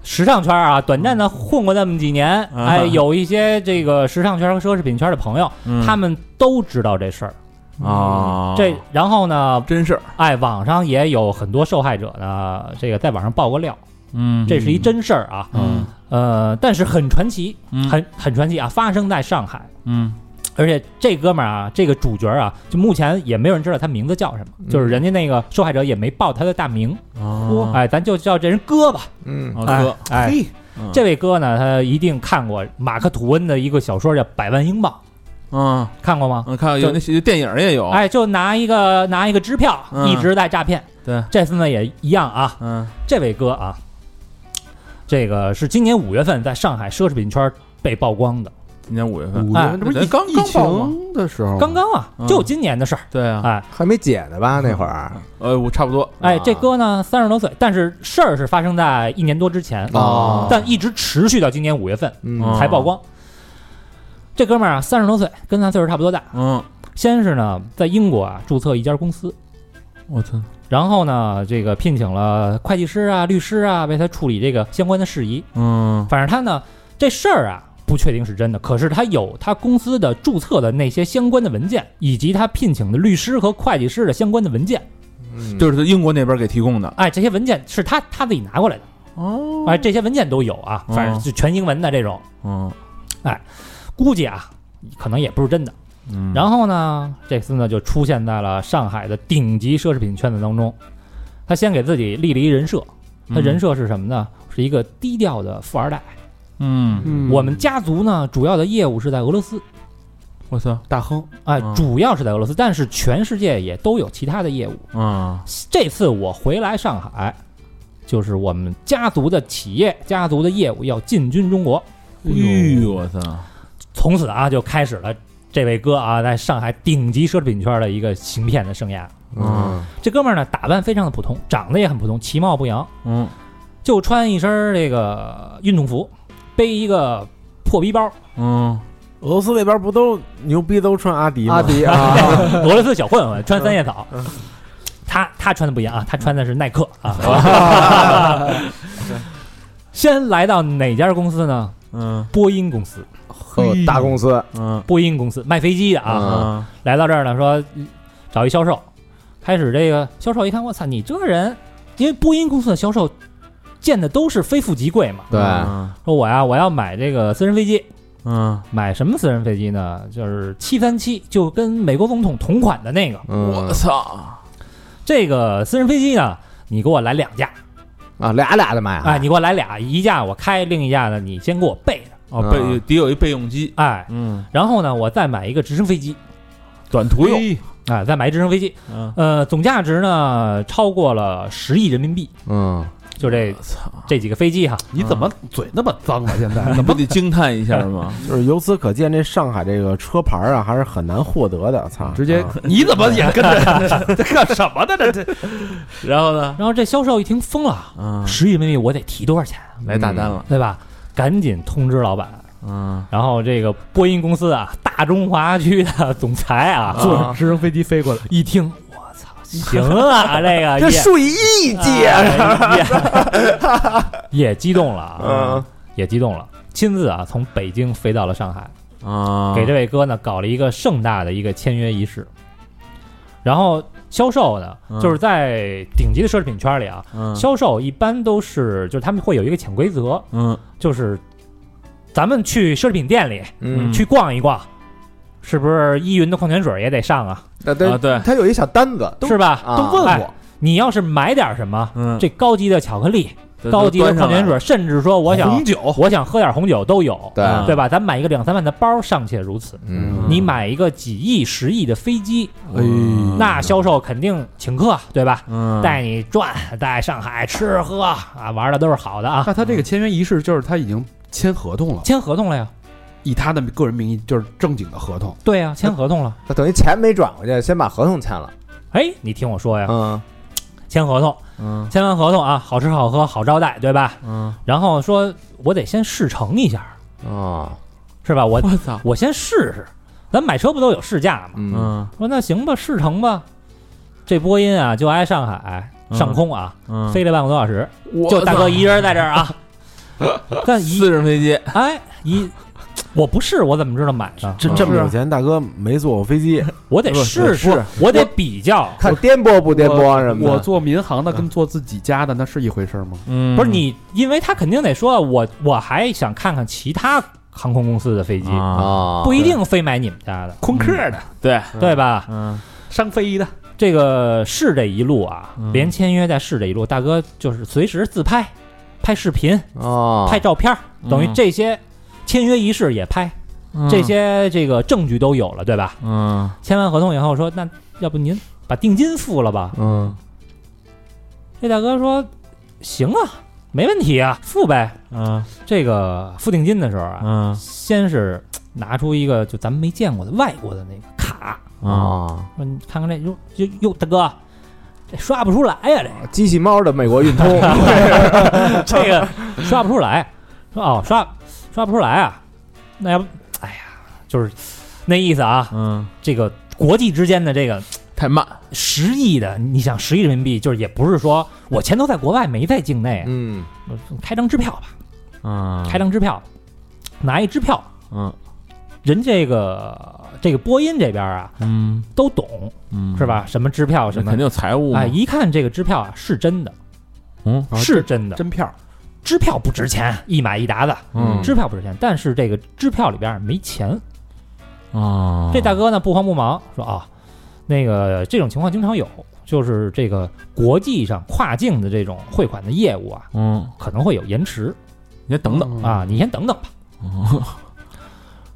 [SPEAKER 4] 时尚圈啊，短暂的混过那么几年，
[SPEAKER 5] 啊
[SPEAKER 4] 哎，有一些这个时尚圈和奢侈品圈的朋友，
[SPEAKER 5] 嗯
[SPEAKER 4] 他们都知道这事儿。
[SPEAKER 5] 们啊，
[SPEAKER 4] 这然后呢，
[SPEAKER 5] 真事儿，
[SPEAKER 4] 哎，网上也有很多受害者呢，这个在网上爆过料，
[SPEAKER 5] 嗯，
[SPEAKER 4] 这是一真事儿啊。
[SPEAKER 5] 嗯，
[SPEAKER 4] 呃，但是很传奇，
[SPEAKER 5] 嗯
[SPEAKER 4] 很很传奇啊，发生在上海。
[SPEAKER 5] 嗯
[SPEAKER 4] 而且这哥们儿啊，这个主角啊，就目前也没有人知道他名字叫什么，
[SPEAKER 1] 嗯
[SPEAKER 4] 就是人家那个受害者也没报他的大名，
[SPEAKER 5] 哦，
[SPEAKER 4] 哎，咱就叫这人哥吧。
[SPEAKER 2] 嗯，
[SPEAKER 5] 哦
[SPEAKER 4] 哎
[SPEAKER 5] 哥，
[SPEAKER 4] 哎，
[SPEAKER 1] 啊嘿
[SPEAKER 5] 嗯
[SPEAKER 4] 这位哥呢，他一定看过马克吐温的一个小说叫《百万英镑
[SPEAKER 5] 啊，》，
[SPEAKER 4] 看过吗？
[SPEAKER 5] 我看有那些电影儿也有，，
[SPEAKER 4] 哎，就拿一个拿一个支票，
[SPEAKER 5] 哦嗯
[SPEAKER 4] 一直在诈骗。
[SPEAKER 5] 对，
[SPEAKER 4] 这次呢也一样啊。
[SPEAKER 5] 嗯
[SPEAKER 4] 这位哥啊，这个是今年五月份在上海奢侈品圈被曝光的，
[SPEAKER 5] 今年五月份，
[SPEAKER 1] 五月
[SPEAKER 4] 哎
[SPEAKER 1] 这不是
[SPEAKER 5] 咱
[SPEAKER 1] 疫
[SPEAKER 5] 刚
[SPEAKER 1] 疫
[SPEAKER 5] 刚报吗
[SPEAKER 1] 情的时候吗，
[SPEAKER 4] 刚刚啊，
[SPEAKER 5] 嗯
[SPEAKER 4] 就今年的事儿。
[SPEAKER 5] 对啊，
[SPEAKER 4] 哎
[SPEAKER 2] 还没解呢吧那会儿
[SPEAKER 5] 呃，我差不多，
[SPEAKER 4] 哎，
[SPEAKER 2] 啊
[SPEAKER 4] 这哥呢三十多岁，但是事儿是发生在一年多之前，
[SPEAKER 2] 哦
[SPEAKER 1] 啊
[SPEAKER 4] 但一直持续到今年五月份
[SPEAKER 2] 嗯
[SPEAKER 5] 哦
[SPEAKER 4] 才曝光。这哥们儿啊，三十多岁，跟咱岁数差不多大。
[SPEAKER 5] 嗯，
[SPEAKER 4] 先是呢，在英国啊注册一家公司，
[SPEAKER 5] 我操，
[SPEAKER 4] 然后呢，这个聘请了会计师啊、律师啊，为他处理这个相关的事宜。
[SPEAKER 5] 嗯
[SPEAKER 4] 反正他呢，这事儿啊不确定是真的，可是他有他公司的注册的那些相关的文件，以及他聘请的律师和会计师的相关的文件。
[SPEAKER 2] 嗯
[SPEAKER 5] 就是英国那边给提供的，
[SPEAKER 4] 哎，这些文件是他他自己拿过来的。
[SPEAKER 5] 哦
[SPEAKER 4] 哎，这些文件都有啊，
[SPEAKER 5] 哦
[SPEAKER 4] 反正就全英文的这种，
[SPEAKER 5] 嗯
[SPEAKER 4] 估计啊，可能也不是真的。
[SPEAKER 5] 嗯，
[SPEAKER 4] 然后呢，这次呢就出现在了上海的顶级奢侈品圈子当中。他先给自己立了一人设，他人设是什么呢？是一个低调的富二代。
[SPEAKER 5] 嗯，嗯，
[SPEAKER 1] 嗯
[SPEAKER 4] 我们家族呢，主要的业务是在俄罗斯，
[SPEAKER 5] 我操，
[SPEAKER 1] 大亨
[SPEAKER 4] 哎
[SPEAKER 5] 哦，
[SPEAKER 4] 主要是在俄罗斯，但是全世界也都有其他的业务。
[SPEAKER 5] 嗯
[SPEAKER 4] 这次我回来上海，就是我们家族的企业、家族的业务要进军中国。
[SPEAKER 5] 哎呦，我操，
[SPEAKER 4] 从此啊，就开始了这位哥啊在上海顶级奢侈品圈的一个行骗的生涯。
[SPEAKER 2] 嗯
[SPEAKER 4] 这哥们儿呢，打扮非常的普通，长得也很普通，其貌不扬，
[SPEAKER 5] 嗯
[SPEAKER 4] 就穿一身儿这个运动服，背一个破皮包，
[SPEAKER 5] 嗯，
[SPEAKER 6] 俄罗斯那边不都牛逼都穿阿迪吗？
[SPEAKER 2] 阿迪
[SPEAKER 4] [laughs]
[SPEAKER 2] 啊，
[SPEAKER 4] 俄罗斯小混混，穿三叶草。他他穿的不一样啊，他穿的是耐克啊。先来到哪家公司呢？
[SPEAKER 5] 嗯
[SPEAKER 4] 波音公司，
[SPEAKER 2] 呃大公司
[SPEAKER 5] 嗯
[SPEAKER 4] 波音公司卖飞机的啊，
[SPEAKER 5] 嗯
[SPEAKER 4] 来到这儿呢，说嗯找一销售，开始这个销售一看，我操，你这个人，因为波音公司的销售见的都是非富即贵嘛，
[SPEAKER 2] 对，
[SPEAKER 4] 说我呀，我要买这个私人飞机，
[SPEAKER 5] 嗯
[SPEAKER 4] 买什么私人飞机呢？就是七三七，就跟美国总统同款的那个，
[SPEAKER 2] 嗯
[SPEAKER 5] 操，
[SPEAKER 4] 这个私人飞机呢，你给我来两架，
[SPEAKER 2] 啊俩俩的买啊
[SPEAKER 4] 哎，你给我来俩，一架我开，另一架呢你先给我备着，
[SPEAKER 5] 哦备得有一备用机，
[SPEAKER 4] 哎，
[SPEAKER 5] 嗯，
[SPEAKER 4] 然后呢，我再买一个直升飞机，
[SPEAKER 5] 短途用，
[SPEAKER 1] 哎
[SPEAKER 4] 啊，再买一直升飞机，
[SPEAKER 5] 嗯
[SPEAKER 4] 呃，总价值呢超过了十亿人民币，
[SPEAKER 2] 嗯
[SPEAKER 4] 就这
[SPEAKER 5] 操，
[SPEAKER 4] 这几个飞机哈，
[SPEAKER 1] 你怎么嘴那么脏啊？现在
[SPEAKER 5] 你不得惊叹一下吗？
[SPEAKER 6] 就是由此可见，这上海这个车牌啊，还是很难获得的。操，
[SPEAKER 1] 直接
[SPEAKER 6] 啊
[SPEAKER 1] [laughs] 你怎么也跟着这干什么呢？这这
[SPEAKER 5] 然后呢，
[SPEAKER 4] 然后这销售一听疯了，
[SPEAKER 5] [laughs] 嗯，
[SPEAKER 4] 十亿人民币我得提多少钱啊，
[SPEAKER 5] 来大单了，
[SPEAKER 4] 对吧？赶紧通知老板。
[SPEAKER 5] 嗯，
[SPEAKER 4] 然后这个波音公司啊，大中华区的总裁啊，
[SPEAKER 5] 坐着
[SPEAKER 9] 直升飞机飞过来，
[SPEAKER 4] 一听，我操，
[SPEAKER 2] [laughs]
[SPEAKER 4] 行啊，这个
[SPEAKER 2] 这
[SPEAKER 4] 也
[SPEAKER 2] 数以亿计啊，
[SPEAKER 4] 哎也也激动了啊
[SPEAKER 2] 嗯，
[SPEAKER 4] 也激动了，亲自啊从北京飞到了上海，
[SPEAKER 5] 啊，
[SPEAKER 4] 给这位哥呢搞了一个盛大的一个签约仪式。然后销售呢，
[SPEAKER 5] 嗯
[SPEAKER 4] 就是在顶级的奢侈品圈里啊，
[SPEAKER 5] 嗯
[SPEAKER 4] 销售一般都是就是他们会有一个潜规则，
[SPEAKER 5] 嗯
[SPEAKER 4] 就是咱们去奢侈品店里
[SPEAKER 2] 嗯，
[SPEAKER 4] 去逛一逛，是不是依云的矿泉水也得上啊？
[SPEAKER 2] 那
[SPEAKER 5] 啊
[SPEAKER 2] 对，
[SPEAKER 5] 对，
[SPEAKER 2] 他有一小单子，
[SPEAKER 4] 是吧？
[SPEAKER 2] 啊
[SPEAKER 4] 哎你要是买点什么，
[SPEAKER 5] 嗯，
[SPEAKER 4] 这高级的巧克力、高级的矿泉，水，甚至说我想
[SPEAKER 1] 红酒
[SPEAKER 4] 我想喝点红酒都有，
[SPEAKER 2] 对
[SPEAKER 5] 啊
[SPEAKER 4] 对吧？咱买一个两三万的包尚且如此，
[SPEAKER 2] 嗯
[SPEAKER 4] 你买一个几亿、十亿的飞机，
[SPEAKER 1] 哎呦
[SPEAKER 4] 那销售肯定请客，对吧？
[SPEAKER 5] 嗯，
[SPEAKER 4] 带你转，带上海吃喝啊，玩的都是好的啊。
[SPEAKER 1] 那他这个签约仪式就是他已经签合同了，
[SPEAKER 4] 签合同了呀，
[SPEAKER 1] 以他的个人名义就是正经的合同。
[SPEAKER 4] 对呀、签合同了。
[SPEAKER 2] 那等于钱没转过去，先把合同签了，
[SPEAKER 4] 哎，你听我说呀，
[SPEAKER 2] 嗯
[SPEAKER 4] 签合同，
[SPEAKER 5] 嗯
[SPEAKER 4] 签完合同啊，好吃好喝好招待，对吧？
[SPEAKER 5] 嗯，
[SPEAKER 4] 然后说我得先试乘一下，
[SPEAKER 2] 哦
[SPEAKER 4] 是吧？我
[SPEAKER 5] 我操，
[SPEAKER 4] 我先试试，咱买车不都有试驾吗？
[SPEAKER 2] 嗯
[SPEAKER 5] 嗯
[SPEAKER 4] 说那行吧，试乘吧。这波音啊，就挨上海上空啊，
[SPEAKER 5] 嗯，
[SPEAKER 4] 飞了半个多小时，
[SPEAKER 5] 我
[SPEAKER 4] 就大哥
[SPEAKER 5] 操
[SPEAKER 4] 一人在这儿啊。但一
[SPEAKER 5] 私人飞机，
[SPEAKER 4] 哎一，我不试，我怎么知道买呢？
[SPEAKER 6] 这这么有钱，大哥没坐过飞 [laughs] 机，
[SPEAKER 4] 我得试试，我得比较。
[SPEAKER 2] 看颠簸不颠簸啊什么的，
[SPEAKER 1] 我做民航的跟做自己家的那是一回事吗？
[SPEAKER 5] 嗯
[SPEAKER 4] 不是你，因为他肯定得说，我我还想看看其他航空公司的飞机，
[SPEAKER 5] 啊，
[SPEAKER 2] 啊，
[SPEAKER 4] 不一定非买你们家的，
[SPEAKER 1] 空客的、
[SPEAKER 5] 对，
[SPEAKER 4] 对吧？
[SPEAKER 5] 嗯
[SPEAKER 1] 商飞的，
[SPEAKER 4] 这个试这一路啊，
[SPEAKER 5] 嗯
[SPEAKER 4] 连签约带试这一路，大哥就是随时自拍、拍视频、
[SPEAKER 2] 哦，
[SPEAKER 4] 拍照片儿，
[SPEAKER 5] 嗯
[SPEAKER 4] 等于这些签约仪式也拍，这，些这个证据都有了，对吧？
[SPEAKER 5] 嗯
[SPEAKER 4] 签完合同以后说，那要不您把定金付了吧？
[SPEAKER 2] 嗯
[SPEAKER 4] 这大哥说，行啊，没问题啊，付呗。
[SPEAKER 5] 嗯
[SPEAKER 4] 这个付定金的时候啊，
[SPEAKER 5] 嗯
[SPEAKER 4] 先是嘖拿出一个就咱们没见过的外国的那个卡，
[SPEAKER 5] 啊，
[SPEAKER 2] 啊，
[SPEAKER 4] 说你看看这，哟哟哟，大哥，这刷不出来呀、这个。
[SPEAKER 2] 机器猫的美国运通，
[SPEAKER 4] 这
[SPEAKER 5] [laughs]
[SPEAKER 4] 个刷不出来，说哦刷刷不出来啊，那要不哎呀，就是那意思啊，
[SPEAKER 5] 嗯，
[SPEAKER 4] 这个国际之间的这个
[SPEAKER 5] 太慢，
[SPEAKER 4] 十亿的，你想十亿人民币，就是也不是说我钱都在国外没在境内，
[SPEAKER 2] 嗯
[SPEAKER 4] 开张支票吧，
[SPEAKER 5] 嗯，
[SPEAKER 4] 开张支票，拿一支票，
[SPEAKER 5] 嗯
[SPEAKER 4] 人这个这个波音这边啊
[SPEAKER 5] 嗯
[SPEAKER 4] 都懂
[SPEAKER 5] 嗯，
[SPEAKER 4] 是？吧？什么支票
[SPEAKER 5] 这
[SPEAKER 4] 什
[SPEAKER 5] 肯
[SPEAKER 4] 么
[SPEAKER 5] 定。有财务嘛
[SPEAKER 4] 哎，，一看这个支票啊，是真的，
[SPEAKER 5] 嗯
[SPEAKER 4] 是真的。
[SPEAKER 1] 真票，
[SPEAKER 4] 支票不值钱，一买一达的，
[SPEAKER 5] 嗯
[SPEAKER 4] 支票不值钱，但是这个支票里边没钱。
[SPEAKER 5] 啊，
[SPEAKER 4] 这大哥呢不慌不忙说啊，那个这种情况经常有，就是这个国际上跨境的这种汇款的业务啊，
[SPEAKER 5] 嗯，
[SPEAKER 4] 可能会有延迟
[SPEAKER 5] 你等等，
[SPEAKER 1] 嗯
[SPEAKER 4] 啊，你先等等吧。
[SPEAKER 5] 嗯 [laughs]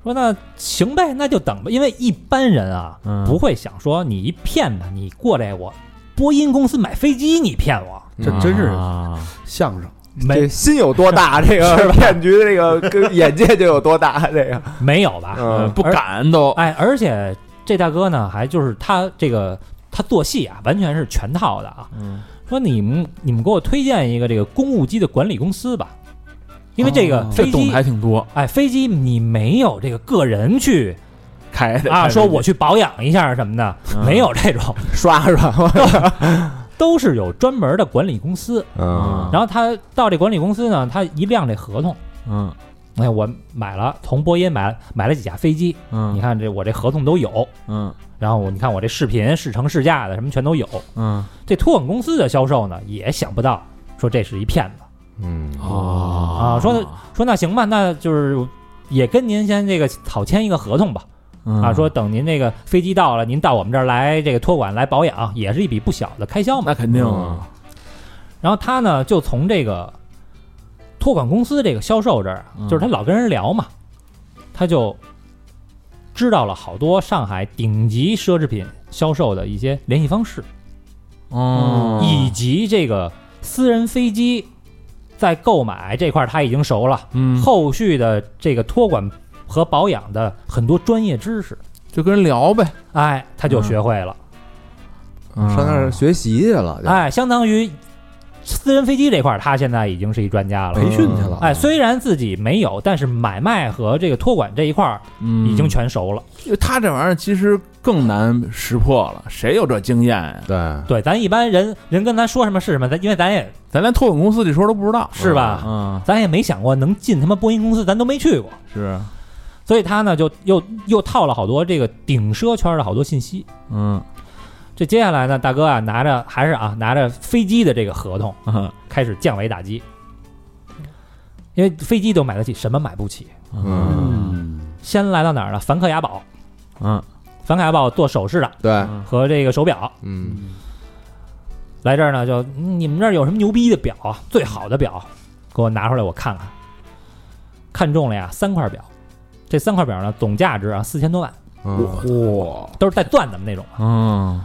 [SPEAKER 4] 说那行呗，那就等吧，因为一般人啊
[SPEAKER 5] 嗯
[SPEAKER 4] 不会想说你一骗吧，你过来我波音公司买飞机你骗我，
[SPEAKER 1] 这真是
[SPEAKER 5] 啊
[SPEAKER 1] 相声。
[SPEAKER 2] 这
[SPEAKER 5] 嗯
[SPEAKER 4] 没
[SPEAKER 2] 心有多 [laughs] 大，这个骗局的这 [laughs] 个跟眼界就有多 [laughs] 大，这个
[SPEAKER 4] 没有吧？
[SPEAKER 2] [laughs]
[SPEAKER 5] 呃
[SPEAKER 2] 嗯
[SPEAKER 5] 不敢都，
[SPEAKER 4] 哎，而且这大哥呢还就是他这个他做戏啊，完全是全套的啊，
[SPEAKER 5] 嗯
[SPEAKER 4] 说你们你们给我推荐一个这个公务机的管理公司吧，因为这个
[SPEAKER 1] 哦
[SPEAKER 4] 飞
[SPEAKER 5] 懂
[SPEAKER 4] 机，
[SPEAKER 5] 还挺多，
[SPEAKER 4] 哎，飞机你没有这个个人去
[SPEAKER 5] 开的
[SPEAKER 4] 啊，说我去保养一下什么的，
[SPEAKER 5] 嗯
[SPEAKER 4] 没有这种，
[SPEAKER 2] 刷刷，
[SPEAKER 4] 都是有专门的管理公司。
[SPEAKER 6] 嗯
[SPEAKER 4] 然后他到这管理公司呢，他一亮这合同，
[SPEAKER 5] 嗯
[SPEAKER 4] 哎，我买了从波音买了买了几架飞机，
[SPEAKER 5] 嗯
[SPEAKER 4] 你看这我这合同都有，
[SPEAKER 5] 嗯
[SPEAKER 4] 然后我你看我这视频试乘试驾的什么全都有。
[SPEAKER 5] 嗯
[SPEAKER 4] 这托管公司的销售呢，也想不到说这是一骗子。
[SPEAKER 6] 嗯
[SPEAKER 5] 哦
[SPEAKER 4] 啊说的说那行吧，那就是也跟您先这个草签一个合同吧。
[SPEAKER 5] 嗯
[SPEAKER 4] 啊，说等您这个飞机到了，您到我们这儿来这个托管来保养，也是一笔不小的开销嘛。
[SPEAKER 5] 那肯定啊，
[SPEAKER 4] 然后他呢，就从这个托管公司这个销售这儿，啊
[SPEAKER 5] 嗯
[SPEAKER 4] 就是他老跟人聊嘛，他就知道了好多上海顶级奢侈品销售的一些联系方式，
[SPEAKER 5] 哦
[SPEAKER 4] 以及这个私人飞机在购买这块儿他已经熟了，
[SPEAKER 5] 嗯，
[SPEAKER 4] 后续的这个托管和保养的很多专业知识，
[SPEAKER 5] 就跟人聊呗，
[SPEAKER 4] 哎，他
[SPEAKER 5] 嗯
[SPEAKER 4] 就学会了。
[SPEAKER 5] 上
[SPEAKER 2] 上那儿学习去了，就
[SPEAKER 4] 哎，相当于私人飞机这块，儿，他现在已经是一专家了。
[SPEAKER 1] 培训去
[SPEAKER 5] 嗯
[SPEAKER 1] 了。
[SPEAKER 4] 哎，虽然自己没有，但是买卖和这个托管这一块儿
[SPEAKER 5] 嗯
[SPEAKER 4] 已经全熟了。
[SPEAKER 5] 他这玩意儿其实更难识破了，谁有这经验呀？
[SPEAKER 6] 对，
[SPEAKER 4] 对，咱一般人人跟咱说什么是什么，咱因为咱也
[SPEAKER 5] 咱连托管公司这说都不知道，
[SPEAKER 4] 是吧，
[SPEAKER 5] 嗯，
[SPEAKER 4] 咱也没想过能进他妈波音公司，咱都没去过，
[SPEAKER 5] 是，
[SPEAKER 4] 所以他呢就又又套了好多这个顶奢圈的好多信息。
[SPEAKER 5] 嗯
[SPEAKER 4] 这接下来呢，大哥啊，拿着还是啊拿着飞机的这个合同
[SPEAKER 5] 嗯
[SPEAKER 4] 开始降维打击，因为飞机都买得起，什么买不起？
[SPEAKER 1] 嗯，
[SPEAKER 4] 先来到哪儿呢？梵克雅宝，
[SPEAKER 5] 嗯
[SPEAKER 4] 梵克雅宝做首饰的
[SPEAKER 2] 对，
[SPEAKER 4] 和这个手表，
[SPEAKER 6] 嗯
[SPEAKER 4] 来这儿呢，就嗯你们这儿有什么牛逼的表啊？最好的表，给我拿出来我看看。看中了呀，三块表，这三块表呢，总价值啊四千多万，
[SPEAKER 5] 嚯，
[SPEAKER 4] 都是带钻的那种。
[SPEAKER 5] 嗯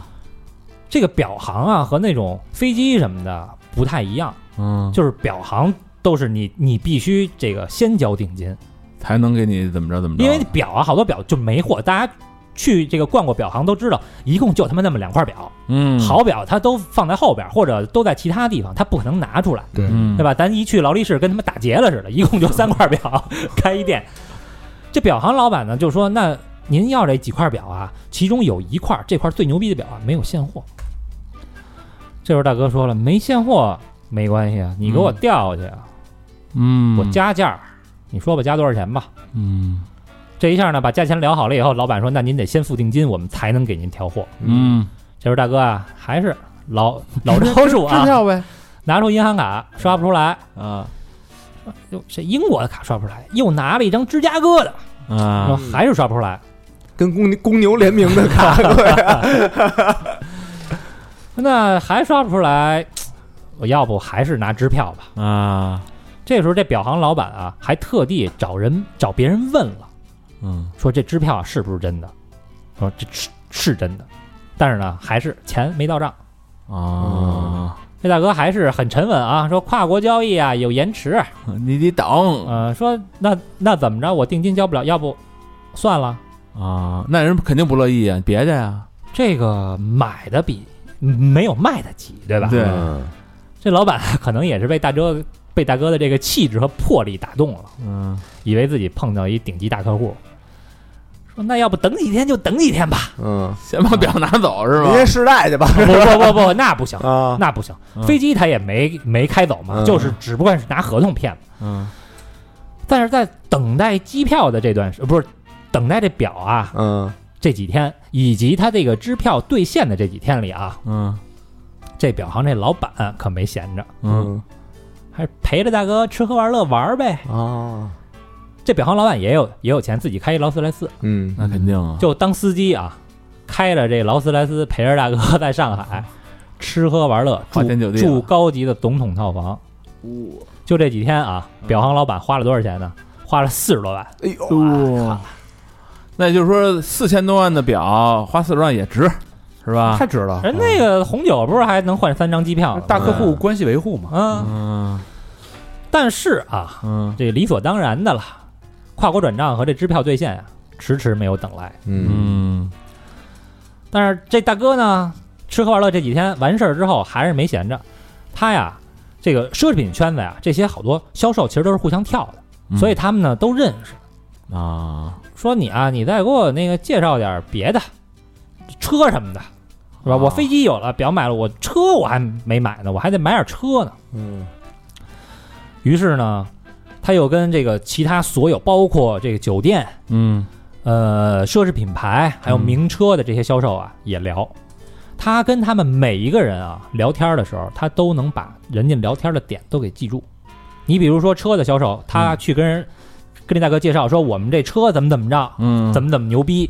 [SPEAKER 4] 这个表行啊和那种飞机什么的不太一样，
[SPEAKER 5] 嗯，
[SPEAKER 4] 就是表行都是你你必须这个先交定金，
[SPEAKER 5] 才能给你怎么着怎么着，
[SPEAKER 4] 因为表啊好多表就没货，大家。去这个逛过表行都知道，一共就他妈那么两块表，
[SPEAKER 5] 嗯
[SPEAKER 4] 好表它都放在后边，或者都在其他地方，它不可能拿出来。
[SPEAKER 5] 嗯
[SPEAKER 4] 对吧？咱一去劳力士，跟他们打劫了似的，一共就三块表，开一店。这表行老板呢就说：“那您要这几块表啊，其中有一块这块最牛逼的表啊没有现货。”这时候大哥说了：“没现货没关系啊，你给我调去，啊，
[SPEAKER 5] 嗯，
[SPEAKER 4] 我加价儿，你说吧，加多少钱吧。”
[SPEAKER 5] 嗯
[SPEAKER 4] 这一下呢，把价钱聊好了以后，老板说：“那您得先付定金，我们才能给您调货。
[SPEAKER 5] 嗯，”
[SPEAKER 4] 这时候大哥啊，还是老老招数啊，
[SPEAKER 5] 票呗
[SPEAKER 4] 拿出银行卡刷不出来，
[SPEAKER 5] 啊
[SPEAKER 4] 哟，这英国的卡刷不出来，又拿了一张芝加哥的，说
[SPEAKER 5] 啊，
[SPEAKER 4] 还是刷不出来。
[SPEAKER 2] 跟公公牛联名的 [laughs] 卡，
[SPEAKER 4] 那还刷不出来，我要不还是拿支票吧。
[SPEAKER 5] 啊，
[SPEAKER 4] 这时候这表行老板啊，还特地找人找别人问了，
[SPEAKER 5] 嗯
[SPEAKER 4] 说这支票啊是不是真的？说这是是真的，但是呢，还是钱没到账。
[SPEAKER 5] 啊，
[SPEAKER 4] 这大哥还是很沉稳啊，说跨国交易啊有延迟，
[SPEAKER 5] 你得等
[SPEAKER 4] 呃，说那那怎么着，我定金交不了，要不算了，
[SPEAKER 5] 啊，那人肯定不乐意啊，别的呀，
[SPEAKER 4] 这个买的比没有卖的急，对吧？
[SPEAKER 5] 对，
[SPEAKER 1] 嗯
[SPEAKER 4] 这老板可能也是被大哥被大哥的这个气质和魄力打动了，
[SPEAKER 5] 嗯
[SPEAKER 4] 以为自己碰到一顶级大客户，说那要不等几天就等几天
[SPEAKER 2] [laughs]
[SPEAKER 4] 吧？
[SPEAKER 2] 嗯，
[SPEAKER 5] 先把表拿走是
[SPEAKER 2] 您
[SPEAKER 5] 吧？
[SPEAKER 2] 先试戴去吧
[SPEAKER 4] 不不不不，那不行，
[SPEAKER 2] 啊，
[SPEAKER 4] 那不行
[SPEAKER 5] 嗯，
[SPEAKER 4] 飞机他也没没开走嘛，
[SPEAKER 2] 嗯
[SPEAKER 4] 就是只不过是拿合同骗嘛。
[SPEAKER 5] 嗯
[SPEAKER 4] 但是在等待机票的这段时，呃不是等待这表啊
[SPEAKER 2] 嗯
[SPEAKER 4] 这几天，以及他这个支票兑现的这几天里啊，
[SPEAKER 5] 嗯
[SPEAKER 4] 这表行这老板可没闲着，
[SPEAKER 5] 嗯
[SPEAKER 4] 还陪着大哥吃喝玩乐玩儿呗。
[SPEAKER 2] 啊，
[SPEAKER 4] 这表行老板也有也有钱，自己开一劳斯莱斯。
[SPEAKER 2] 嗯
[SPEAKER 5] 那肯定啊，
[SPEAKER 4] 就当司机啊，开着这劳斯莱斯陪着大哥 [laughs] 在上海吃喝玩乐，
[SPEAKER 5] 花天酒
[SPEAKER 4] 住
[SPEAKER 5] 地啊
[SPEAKER 4] 住高级的总统套房。就这几天啊，表行老板花了多少钱呢？花了四十多万。
[SPEAKER 2] 哎呦，
[SPEAKER 1] 哦
[SPEAKER 5] 哇，那也就是说四千多万的表花四十万也值，是吧？
[SPEAKER 1] 太值了。嗯
[SPEAKER 4] 人哎那个红酒不是还能换三张机票呢吗？
[SPEAKER 1] 啊大客户关系维护嘛，
[SPEAKER 4] 嗯，
[SPEAKER 5] 嗯
[SPEAKER 4] 但是啊，
[SPEAKER 5] 嗯
[SPEAKER 4] 这理所当然的了，跨国转账和这支票兑现啊，迟迟没有等来。
[SPEAKER 2] 嗯
[SPEAKER 5] 嗯
[SPEAKER 4] 但是这大哥呢，吃喝玩乐这几天完事儿之后还是没闲着，他呀，这个奢侈品圈子呀，这些好多销售其实都是互相跳的，
[SPEAKER 5] 嗯
[SPEAKER 4] 所以他们呢都认识，
[SPEAKER 5] 啊
[SPEAKER 4] 说你啊，你再给我那个介绍点别的车什么的，是吧？我飞机有了，表买了，我车我还没买呢，我还得买点车呢。
[SPEAKER 6] 嗯
[SPEAKER 4] 于是呢，他又跟这个其他所有，包括这个酒店、
[SPEAKER 5] 嗯
[SPEAKER 4] 呃奢侈品牌还有
[SPEAKER 5] 嗯
[SPEAKER 4] 名车的这些销售啊、也聊。他跟他们每一个人啊聊天的时候，他都能把人家聊天的点都给记住。你比如说车的销售，他去跟人、跟这大哥介绍说我们这车怎么怎么着，
[SPEAKER 5] 嗯，
[SPEAKER 4] 怎么怎么牛逼，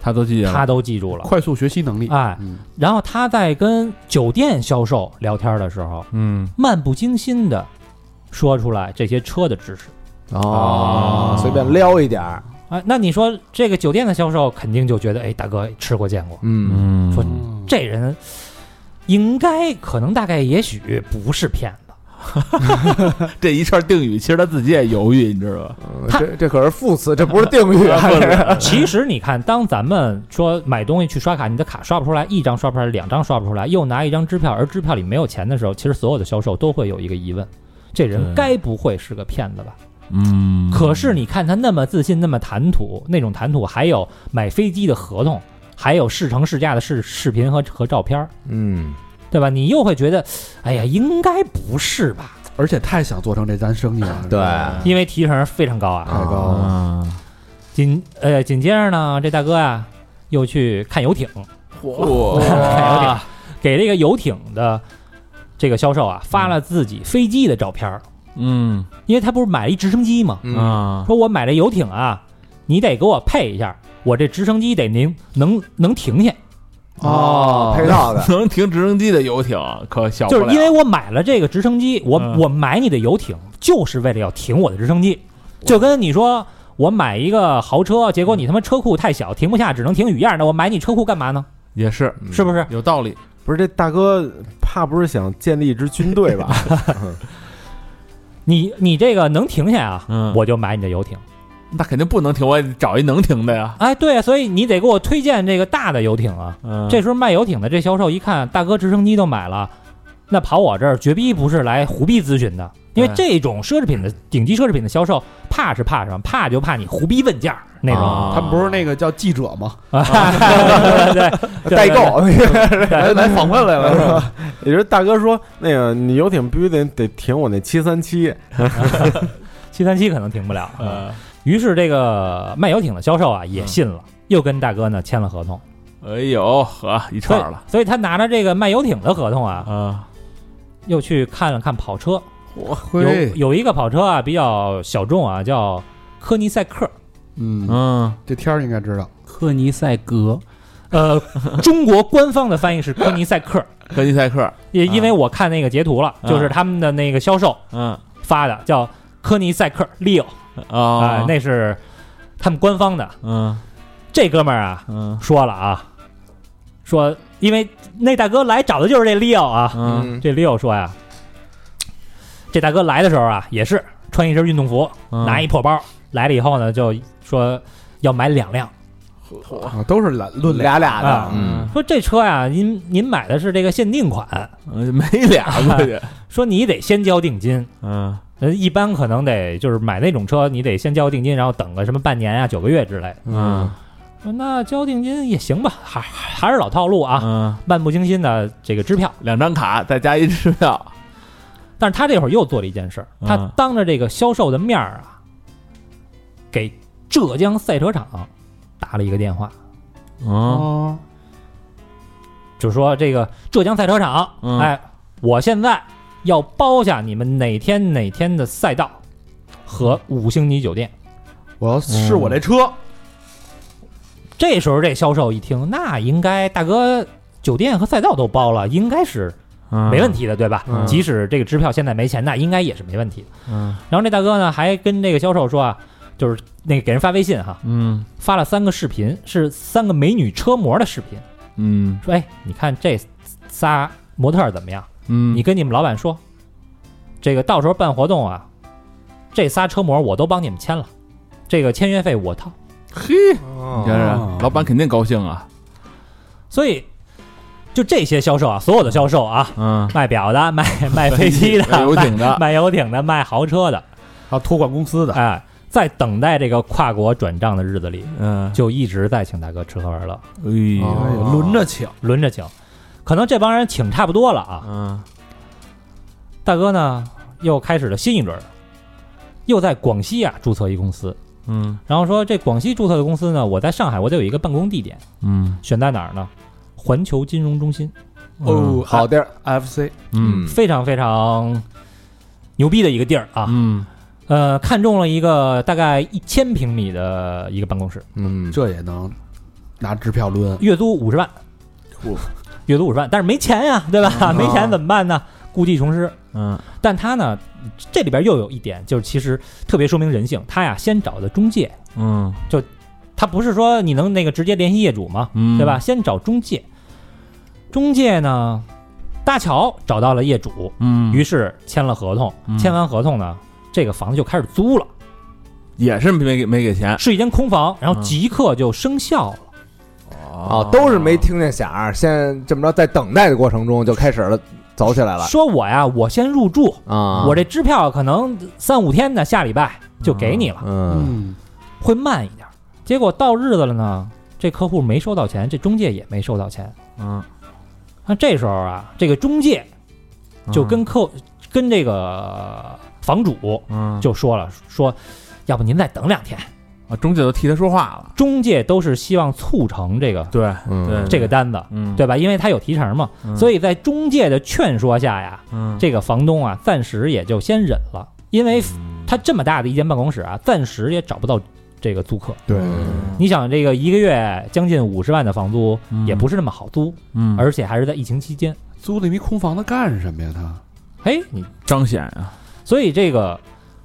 [SPEAKER 5] 他都记下来
[SPEAKER 4] 他
[SPEAKER 5] 了，
[SPEAKER 4] 都记
[SPEAKER 5] 嗯
[SPEAKER 4] 住了。
[SPEAKER 1] 快速学习能力，
[SPEAKER 4] 哎
[SPEAKER 1] 嗯，
[SPEAKER 4] 然后他在跟酒店销售聊天的时候，
[SPEAKER 5] 嗯
[SPEAKER 4] 漫不经心的说出来这些车的知识。
[SPEAKER 2] 哦，随便撩一点儿，
[SPEAKER 4] 哎，那你说这个酒店的销售肯定就觉得，哎，大哥吃过见过，
[SPEAKER 1] 嗯，
[SPEAKER 5] 嗯，
[SPEAKER 4] 说这人应该可能大概也许不是骗子。
[SPEAKER 5] 这一串定语，其实他自己也犹豫，你知道吧？
[SPEAKER 2] 嗯
[SPEAKER 4] 他
[SPEAKER 2] 这这可是副词，这 [laughs] 不是定语啊！这是
[SPEAKER 5] 呃
[SPEAKER 4] [laughs] 其实你看，当咱们说买东西去刷卡，你的卡刷不出来，一张刷不出来，两张刷不出来，又拿一张支票，而支票里没有钱的时候，其实所有的销售都会有一个疑问：这人
[SPEAKER 5] 对
[SPEAKER 4] 该不会是个骗子吧？
[SPEAKER 5] 嗯，
[SPEAKER 4] 可是你看他那么自信，那么谈吐，那种谈吐，还有买飞机的合同，还有试乘试驾的视视频和和照片儿，
[SPEAKER 2] 嗯，
[SPEAKER 4] 对吧？你又会觉得，哎呀，应该不是吧？
[SPEAKER 1] 而且太想做成这单生意了，
[SPEAKER 2] 对，
[SPEAKER 5] 嗯
[SPEAKER 4] 因为提成非常高啊。
[SPEAKER 1] 太高了，
[SPEAKER 5] 啊，
[SPEAKER 4] 紧呃，紧接着呢，这大哥啊，又去看游艇，
[SPEAKER 5] 哦
[SPEAKER 4] [laughs]
[SPEAKER 5] 嚯，
[SPEAKER 4] 给这个游艇的这个销售啊发了自己飞机的照片儿，
[SPEAKER 5] 嗯
[SPEAKER 4] 因为他不是买了一直升机吗？
[SPEAKER 2] 嗯，
[SPEAKER 5] 啊，
[SPEAKER 4] 说我买这游艇啊，你得给我配一下，我这直升机得您能能停下。
[SPEAKER 2] 哦，配套 [laughs] 的，
[SPEAKER 5] [laughs] 能停直升机的游艇可小不
[SPEAKER 4] 就
[SPEAKER 5] 了，
[SPEAKER 4] 是因为我买了这个直升机，我、
[SPEAKER 5] 嗯
[SPEAKER 4] 我买你的游艇就是为了要停我的直升机，就跟你说我买一个豪车，结果你他妈车库太小，停不下，只能停雨燕，那我买你车库干嘛呢？
[SPEAKER 5] 也是
[SPEAKER 4] 是不是？
[SPEAKER 5] 有道理，
[SPEAKER 6] 不是这大哥怕不是想建立一支军队吧？
[SPEAKER 4] 你你这个能停下啊，
[SPEAKER 5] 嗯
[SPEAKER 4] 我就买你的游艇。
[SPEAKER 5] 那肯定不能停，我也找一能停的呀，
[SPEAKER 4] 哎，对啊，所以你得给我推荐这个大的游艇啊。
[SPEAKER 5] 嗯，
[SPEAKER 4] 这时候卖游艇的这销售一看，大哥直升机都买了，那跑我这儿绝逼不是来胡逼咨询的，因为
[SPEAKER 5] 对
[SPEAKER 4] 这种奢侈品的顶级奢侈品的销售，怕是怕什么？怕就怕你胡逼问价儿那种。啊
[SPEAKER 5] 啊
[SPEAKER 1] 他们不是那个叫记者吗？
[SPEAKER 4] [laughs]
[SPEAKER 5] [laughs]
[SPEAKER 4] 对，
[SPEAKER 2] 代购，
[SPEAKER 1] 来来访问来了，
[SPEAKER 6] 也就是大哥说，那个你游艇必须得得停我那七
[SPEAKER 2] [laughs]
[SPEAKER 6] 三七，
[SPEAKER 4] 七三七可能停不了。嗯
[SPEAKER 5] 呃，
[SPEAKER 4] 于是这个卖游艇的销售啊
[SPEAKER 5] 嗯
[SPEAKER 4] 也信了，又跟大哥呢签了合同。
[SPEAKER 5] 哎呦呵，一
[SPEAKER 4] 所
[SPEAKER 5] 串
[SPEAKER 4] 以
[SPEAKER 5] 儿了，
[SPEAKER 4] 所以他拿着这个卖游艇的合同啊，
[SPEAKER 5] 啊，
[SPEAKER 4] 又去看了看跑车。有
[SPEAKER 1] 嘿，
[SPEAKER 4] 有一个跑车啊比较小众啊，叫科尼赛克。
[SPEAKER 1] 嗯，
[SPEAKER 5] 嗯，
[SPEAKER 1] 这天儿应该知道，
[SPEAKER 9] 科尼赛格，
[SPEAKER 5] [laughs]
[SPEAKER 4] 呃，中国官方的翻译是科尼赛克，
[SPEAKER 5] 科尼赛克，
[SPEAKER 4] 也因为我看那个截图了，
[SPEAKER 5] 啊
[SPEAKER 4] 就是他们的那个销售
[SPEAKER 5] 嗯
[SPEAKER 4] 发的叫科尼赛克 Leo 啊、
[SPEAKER 5] 啊，
[SPEAKER 4] 那是他们官方的。
[SPEAKER 5] 嗯
[SPEAKER 4] 这哥们儿啊，
[SPEAKER 5] 嗯
[SPEAKER 4] 说了啊，说因为那大哥来找的就是这 Leo 啊，
[SPEAKER 5] 嗯
[SPEAKER 4] 这 Leo 说呀，这大哥来的时候啊，也是穿一身运动服，
[SPEAKER 5] 嗯，
[SPEAKER 4] 拿一破包，来了以后呢，就说要买两辆，
[SPEAKER 1] 啊，都是来论
[SPEAKER 2] 俩俩的
[SPEAKER 4] 啊，
[SPEAKER 2] 嗯，
[SPEAKER 4] 说这车呀、您您买的是这个限定款，
[SPEAKER 5] 嗯没俩
[SPEAKER 4] [laughs]
[SPEAKER 5] 估计，
[SPEAKER 4] 说你得先交定金。
[SPEAKER 5] 嗯
[SPEAKER 4] 呃，一般可能得就是买那种车，你得先交定金，然后等个什么半年啊、九个月之类的。
[SPEAKER 5] 嗯
[SPEAKER 4] 说那交定金也行吧，还还是老套路啊，
[SPEAKER 5] 嗯，
[SPEAKER 4] 漫不经心的这个支票。
[SPEAKER 5] 两张卡再加一支票，
[SPEAKER 4] 但是他这会儿又做了一件事儿，
[SPEAKER 5] 嗯
[SPEAKER 4] 他当着这个销售的面儿啊，给浙江赛车场打了一个电话，
[SPEAKER 5] 嗯
[SPEAKER 1] 哦，
[SPEAKER 4] 就说这个浙江赛车场，
[SPEAKER 5] 嗯
[SPEAKER 4] 哎，我现在要包下你们哪天哪天的赛道和五星级酒店。
[SPEAKER 1] 我要试我这车，
[SPEAKER 4] 这时候这销售一听，那应该大哥酒店和赛道都包了，应该是
[SPEAKER 5] 嗯，
[SPEAKER 4] 没问，题的，对吧？
[SPEAKER 5] 嗯
[SPEAKER 4] 即使这个支票现在没钱，那应该也是没问题的。
[SPEAKER 5] 嗯
[SPEAKER 4] 然后这大哥呢，还跟这个销售说啊，就是那个给人发微信哈，
[SPEAKER 5] 嗯
[SPEAKER 4] 发了三个视频，是三个美女车模的视频，
[SPEAKER 5] 嗯
[SPEAKER 4] 说：“哎，你看这仨模特儿怎么样？
[SPEAKER 5] 嗯，
[SPEAKER 4] 你跟你们老板说，这个到时候办活动啊，这仨车模我都帮你们签了，这个签约费我掏。
[SPEAKER 5] 嘿，
[SPEAKER 2] 嗯
[SPEAKER 5] 你瞧瞧，老板肯定高兴啊，”
[SPEAKER 4] 所以，就这些销售啊，所有的销售啊，
[SPEAKER 5] 嗯，
[SPEAKER 4] 卖表的、
[SPEAKER 5] [laughs]
[SPEAKER 4] 卖卖飞机的、
[SPEAKER 5] 游
[SPEAKER 4] 卖
[SPEAKER 5] 艇的，
[SPEAKER 4] 卖游艇的、卖豪车的，
[SPEAKER 1] 啊，托管公司的，
[SPEAKER 4] 哎，在等待这个跨国转账的日子里，
[SPEAKER 5] 嗯，
[SPEAKER 4] 就一直在请大哥吃喝玩乐，
[SPEAKER 5] 哎呦，
[SPEAKER 6] 哦
[SPEAKER 1] 轮着请，
[SPEAKER 4] 轮着请。可能这帮人请差不多了啊，
[SPEAKER 5] 嗯，
[SPEAKER 4] 大哥呢又开始了新一轮，又在广西啊注册一公司，
[SPEAKER 5] 嗯
[SPEAKER 4] 然后说这广西注册的公司呢，我在上海我得有一个办公地点，
[SPEAKER 5] 嗯
[SPEAKER 4] 选在哪儿呢？环球金融中心，
[SPEAKER 1] 哦，
[SPEAKER 2] 好地儿，
[SPEAKER 1] FC，
[SPEAKER 5] 嗯
[SPEAKER 4] 非常非常牛逼的一个地儿啊。
[SPEAKER 5] 嗯，
[SPEAKER 4] 呃，看中了一个大概一千平米的一个办公室，
[SPEAKER 6] 嗯，
[SPEAKER 1] 这也能拿支票抡，
[SPEAKER 4] 月租五十万，月租五十万，但是没钱呀，对吧？没钱怎么办呢？故技重施。
[SPEAKER 5] 嗯
[SPEAKER 4] 但他呢，这里边又有一点，就是其实特别说明人性。他呀，先找的中介，
[SPEAKER 5] 嗯
[SPEAKER 4] 他不是说你能那个直接联系业主吗？
[SPEAKER 5] 嗯，
[SPEAKER 4] 对吧？？先找中介，中介呢，搭桥找到了业主，
[SPEAKER 5] 嗯，
[SPEAKER 4] 于是签了合同。
[SPEAKER 5] 嗯
[SPEAKER 4] 签完合同呢，这个房子就开始租了，
[SPEAKER 5] 也是没给没给钱
[SPEAKER 4] 是一间空房，然后
[SPEAKER 5] 嗯
[SPEAKER 4] 即刻就生效了。
[SPEAKER 2] 啊，都是没听见响儿，先这么着，在等待的过程中就开始了，走起来了
[SPEAKER 4] 说我呀，我先入住，
[SPEAKER 2] 啊！
[SPEAKER 4] 我这支票可能三五天呢，下礼拜就给你了，
[SPEAKER 5] 啊
[SPEAKER 6] 嗯
[SPEAKER 9] 嗯，
[SPEAKER 4] 会慢一点。结果到日子了呢，这客户没收到钱，这中介也没收到钱。
[SPEAKER 5] 嗯，
[SPEAKER 4] 那这时候啊，这个中介
[SPEAKER 5] 嗯
[SPEAKER 4] 就跟客、跟这个房主
[SPEAKER 5] 嗯
[SPEAKER 4] 就说了，说要不您再等两天。
[SPEAKER 5] 啊，中介都替他说话了，
[SPEAKER 4] 中介都是希望促成这个
[SPEAKER 5] 对对
[SPEAKER 4] 这个单子，
[SPEAKER 5] 嗯
[SPEAKER 4] 对吧？因为他有提成嘛，所
[SPEAKER 5] 以
[SPEAKER 4] 以在中介的劝说下呀，
[SPEAKER 5] 嗯
[SPEAKER 4] 这个房东啊，暂时也就先忍了，因为
[SPEAKER 5] 嗯
[SPEAKER 4] 他这么大的一间办公室啊，暂时也找不到这个租客。
[SPEAKER 1] 对，
[SPEAKER 5] 嗯
[SPEAKER 4] 你想，这个一个月将近五十万的房租也不是那么好租，
[SPEAKER 5] 嗯
[SPEAKER 4] 而且还是在疫情期间。
[SPEAKER 1] 租了一空房子干什么呀？他
[SPEAKER 4] 嘿，你
[SPEAKER 5] 彰显啊，
[SPEAKER 4] 所以这个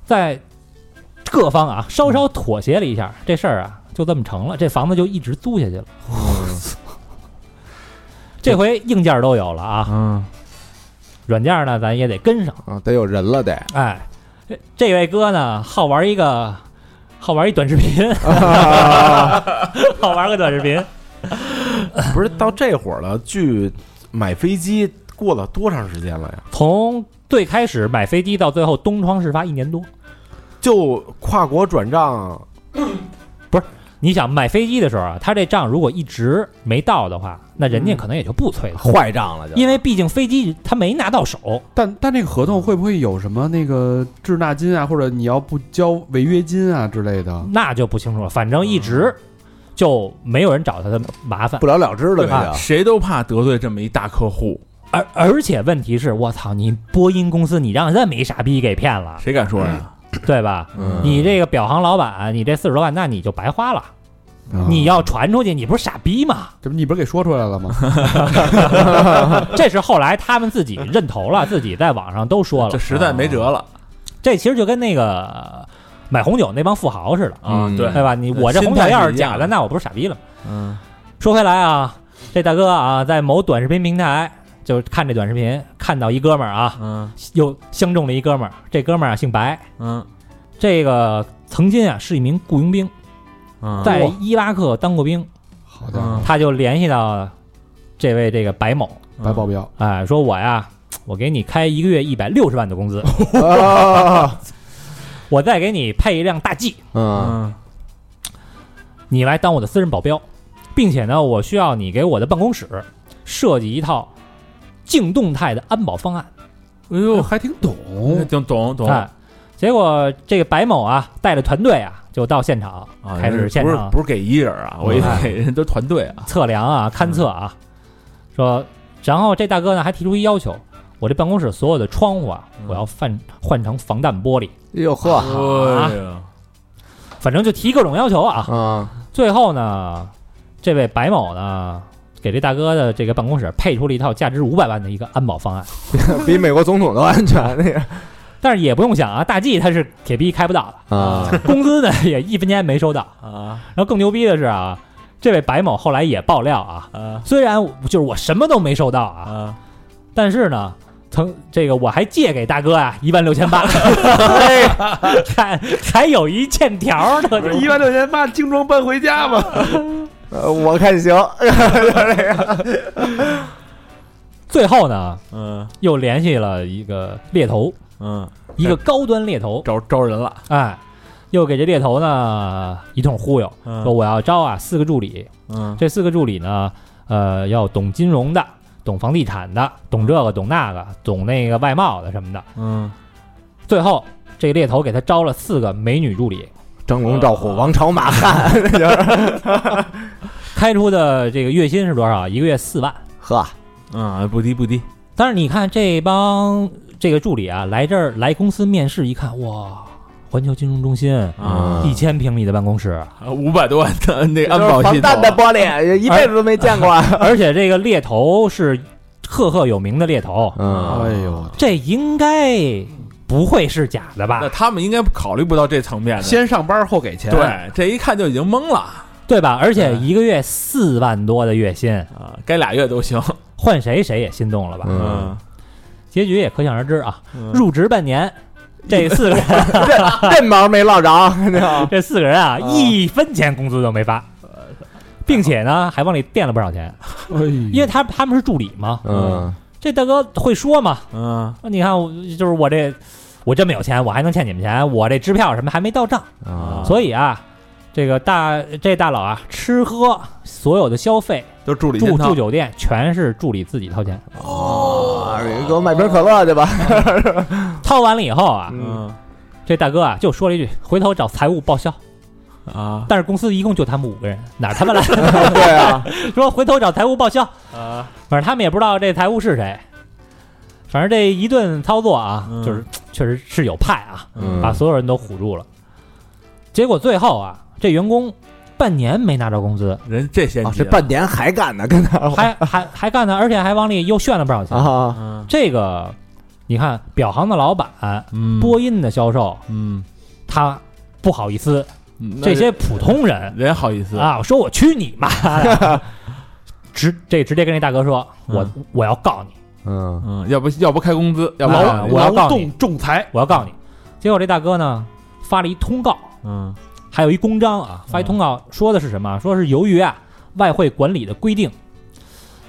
[SPEAKER 4] 在各方啊稍稍妥协了一下，这事儿啊就这么成了，这房子就一直租下去了。这回硬件都有了啊，
[SPEAKER 5] 嗯
[SPEAKER 4] 软件呢咱也得跟上。
[SPEAKER 2] 啊，得有人了得，
[SPEAKER 4] 哎，这这位哥呢，好玩一个，好玩一短视频，好玩个短视频。
[SPEAKER 6] 不是到这会儿了，距买飞机过了多长时间了呀？
[SPEAKER 4] 从最开始买飞机到最后东窗事发一年多，
[SPEAKER 6] 就跨国转账，
[SPEAKER 4] 你想买飞机的时候啊，他这账如果一直没到的话，那人家可能也就不催了，
[SPEAKER 2] 坏账了就。
[SPEAKER 4] 因为毕竟飞机他没拿到手，
[SPEAKER 1] 但但这个合同会不会有什么那个滞纳金啊，或者你要不交违约金啊之类
[SPEAKER 5] 嗯
[SPEAKER 1] 的？
[SPEAKER 4] 那就不清楚了。反正一直就没有人找他的麻烦
[SPEAKER 2] 不。了了之了，
[SPEAKER 5] 啊，
[SPEAKER 2] 那就
[SPEAKER 5] 谁都怕得罪这么一大客户，
[SPEAKER 4] 而而且问题是，我操，你波音公司你让这么一傻逼给骗了，
[SPEAKER 5] 谁敢说呀？
[SPEAKER 4] 对吧？
[SPEAKER 6] 嗯
[SPEAKER 4] 你这个表行老板，你这四十多万，那你就白花了。
[SPEAKER 1] 啊
[SPEAKER 4] 嗯
[SPEAKER 5] 嗯
[SPEAKER 4] 你要传出去，你不是傻逼吗？ [laughs]
[SPEAKER 1] 这不你不是给说出来了吗？
[SPEAKER 4] 这是后来他们自己认头了，自己在网上都说了
[SPEAKER 5] 这。实在没辙了
[SPEAKER 4] 这其实就跟那个买红酒那帮富豪似的，
[SPEAKER 5] 啊！
[SPEAKER 6] 嗯
[SPEAKER 5] 对，
[SPEAKER 4] 对吧？你我这红酒要是假
[SPEAKER 5] 心态是一
[SPEAKER 4] 的，
[SPEAKER 5] 样
[SPEAKER 4] 那我不是傻逼了吗。
[SPEAKER 5] 嗯
[SPEAKER 4] 说回来啊，这大哥啊，在某短视频平台就是看这短视频，看到一哥们儿啊，
[SPEAKER 5] 嗯
[SPEAKER 4] 又相中了一哥们儿。这哥们儿啊，姓白，
[SPEAKER 5] 嗯
[SPEAKER 4] 这个曾经啊是一名雇佣兵，
[SPEAKER 5] 嗯，
[SPEAKER 4] 在伊拉克当过兵，
[SPEAKER 1] [laughs] 好家伙，
[SPEAKER 4] 他就联系到这位这个白某，
[SPEAKER 1] 白保镖，
[SPEAKER 4] 哎，说我呀，我给你开一个月一百六十万的工资，
[SPEAKER 2] 啊，
[SPEAKER 4] [laughs] 我再给你配一辆大 G，
[SPEAKER 2] 嗯，
[SPEAKER 5] 嗯
[SPEAKER 4] 你来当我的私人保镖，并且呢，我需要你给我的办公室设计一套静动态的安保方案。
[SPEAKER 1] 哎呦，还挺懂，
[SPEAKER 5] 懂懂懂
[SPEAKER 4] 哎，结果这个白某啊，带着团队啊，就到现场
[SPEAKER 5] 啊
[SPEAKER 4] 开始现
[SPEAKER 5] 不是
[SPEAKER 4] 场
[SPEAKER 5] 不是给一人啊，我以为给人都团队啊，
[SPEAKER 4] 测量啊、勘测啊，说，然后这大哥呢还提出一要求，我这办公室所有的窗户啊，
[SPEAKER 5] 嗯
[SPEAKER 4] 我要换换成防弹玻璃，
[SPEAKER 2] 哟呵，
[SPEAKER 5] 哎呀
[SPEAKER 4] 反正就提各种要求啊。
[SPEAKER 2] 啊，
[SPEAKER 4] 最后呢，这位白某呢，给这大哥的这个办公室配出了一套价值五百万的一个安保方案，
[SPEAKER 2] 比美国总统都安全那个
[SPEAKER 4] 但是也不用想啊，大 G 他是铁逼开不到的，
[SPEAKER 2] 啊，
[SPEAKER 4] 工资呢也一分钱没收到。
[SPEAKER 5] 啊
[SPEAKER 4] 然后更牛逼的是啊，这位白某后来也爆料啊，
[SPEAKER 5] 啊
[SPEAKER 4] 虽然我就是我什么都没收到啊，
[SPEAKER 5] 啊！
[SPEAKER 4] 但是呢。曾这个我还借给大哥啊一万六千
[SPEAKER 5] [laughs]
[SPEAKER 4] 八， [laughs] 还还有一欠条呢，就
[SPEAKER 1] 一万六千八精装搬回家吧。
[SPEAKER 2] 呃我看行，
[SPEAKER 4] 最后呢
[SPEAKER 5] 嗯
[SPEAKER 4] 又联系了一个猎头，
[SPEAKER 5] 嗯，
[SPEAKER 4] 一个高端猎头，
[SPEAKER 5] 招招人了，
[SPEAKER 4] 哎，又给这猎头呢一通忽悠，说
[SPEAKER 11] 嗯
[SPEAKER 4] 我要招啊四个助理，
[SPEAKER 11] 嗯
[SPEAKER 4] 这四个助理呢，呃，要懂金融的，懂房地产的，懂这个懂那个，懂那个外贸的什么的。
[SPEAKER 11] 嗯，
[SPEAKER 4] 最后这个猎头给他招了四个美女助理，
[SPEAKER 2] 张龙赵虎王朝马汉，
[SPEAKER 4] 开出的这个月薪是多少？一个月四万。
[SPEAKER 2] 呵，
[SPEAKER 5] 啊
[SPEAKER 11] 嗯，不低不低，
[SPEAKER 4] 但是你看这帮这个助理啊，来这儿来公司面试一看，哇，环球金融中心
[SPEAKER 5] 嗯
[SPEAKER 11] 啊
[SPEAKER 4] 一千平米的办公室， [laughs]
[SPEAKER 5] 啊五百多万的那个安
[SPEAKER 2] 就是
[SPEAKER 5] 保
[SPEAKER 2] 防
[SPEAKER 5] 系
[SPEAKER 2] 弹的
[SPEAKER 5] 统，啊
[SPEAKER 2] 玻璃，一辈子都没见过。
[SPEAKER 4] 而且这个猎头是赫赫有名的猎头，
[SPEAKER 2] 嗯，
[SPEAKER 1] 哎呦，
[SPEAKER 4] 这应该不会是假的吧
[SPEAKER 5] 那？他们应该考虑不到这层面的。
[SPEAKER 1] 先上班后给钱，，
[SPEAKER 5] 对，这一看就已经懵了
[SPEAKER 4] 对吧？而且
[SPEAKER 5] 对
[SPEAKER 4] 一个月四万多的月薪，
[SPEAKER 5] 啊，该俩月都行。
[SPEAKER 4] 换谁谁也心动了吧？
[SPEAKER 11] 嗯，
[SPEAKER 4] 结局也可想而知啊。
[SPEAKER 11] 嗯
[SPEAKER 4] 入职半年，这四个人，
[SPEAKER 2] 这毛没落着，
[SPEAKER 4] 这四个人啊，一分钱工资都没发，并且呢还往里垫了不少钱，
[SPEAKER 1] 哎
[SPEAKER 4] 因为他他们是助理嘛。
[SPEAKER 2] 嗯，
[SPEAKER 4] 这大哥会说嘛？
[SPEAKER 11] 嗯
[SPEAKER 4] 你看，我就是我这我这么有钱，我还能欠你们钱？我这支票什么还没到账，
[SPEAKER 2] 啊
[SPEAKER 4] 所以啊。这个大这大佬啊，吃喝所有的消费，
[SPEAKER 5] 就助理
[SPEAKER 4] 住
[SPEAKER 5] 先掏
[SPEAKER 4] 住酒店全是助理自己掏钱，
[SPEAKER 2] 哦，给我买瓶可乐去吧。
[SPEAKER 4] 掏完了以后啊，
[SPEAKER 2] 嗯，
[SPEAKER 11] 嗯
[SPEAKER 4] 这大哥啊，就说了一句：“回头找财务报销。
[SPEAKER 5] 嗯
[SPEAKER 11] 啊”
[SPEAKER 4] 但是公司一共就他们五个人，哪他妈来？
[SPEAKER 2] [laughs] 对啊，
[SPEAKER 4] [laughs] 说回头找财务报销，
[SPEAKER 11] 啊，
[SPEAKER 4] 反正他们也不知道这财务是谁。反正这一顿操作啊，
[SPEAKER 11] 嗯
[SPEAKER 4] 就是确实是有派啊，
[SPEAKER 2] 嗯
[SPEAKER 4] 把所有人都唬住了。结果最后啊，这员工半年没拿着工资，
[SPEAKER 5] 人这先
[SPEAKER 2] 啊
[SPEAKER 5] 急
[SPEAKER 2] 这
[SPEAKER 5] 了
[SPEAKER 2] 半年还干呢，跟他
[SPEAKER 4] 还还还干呢，而且还往里又炫了不少钱。
[SPEAKER 2] 哦啊，
[SPEAKER 11] 嗯
[SPEAKER 4] 这个你看，表行的老板、
[SPEAKER 5] 嗯
[SPEAKER 4] 播音的销售，
[SPEAKER 5] 嗯，
[SPEAKER 4] 他不好意思，
[SPEAKER 5] 嗯那
[SPEAKER 4] 这些普通人
[SPEAKER 5] 人好意思，
[SPEAKER 4] 啊！我说我去你妈的！ [laughs] 直这直接跟那大哥说，我、我要告你，
[SPEAKER 2] 嗯，
[SPEAKER 5] 嗯，要不要不开工资，要不
[SPEAKER 4] 啊
[SPEAKER 5] 然
[SPEAKER 4] 我要告
[SPEAKER 1] 劳
[SPEAKER 4] 你
[SPEAKER 1] 动仲裁，
[SPEAKER 4] 我要告你。结果这大哥呢发了一通告，
[SPEAKER 11] 嗯
[SPEAKER 4] 还有一公章啊，发一通告说的是什么？说是由于啊外汇管理的规定，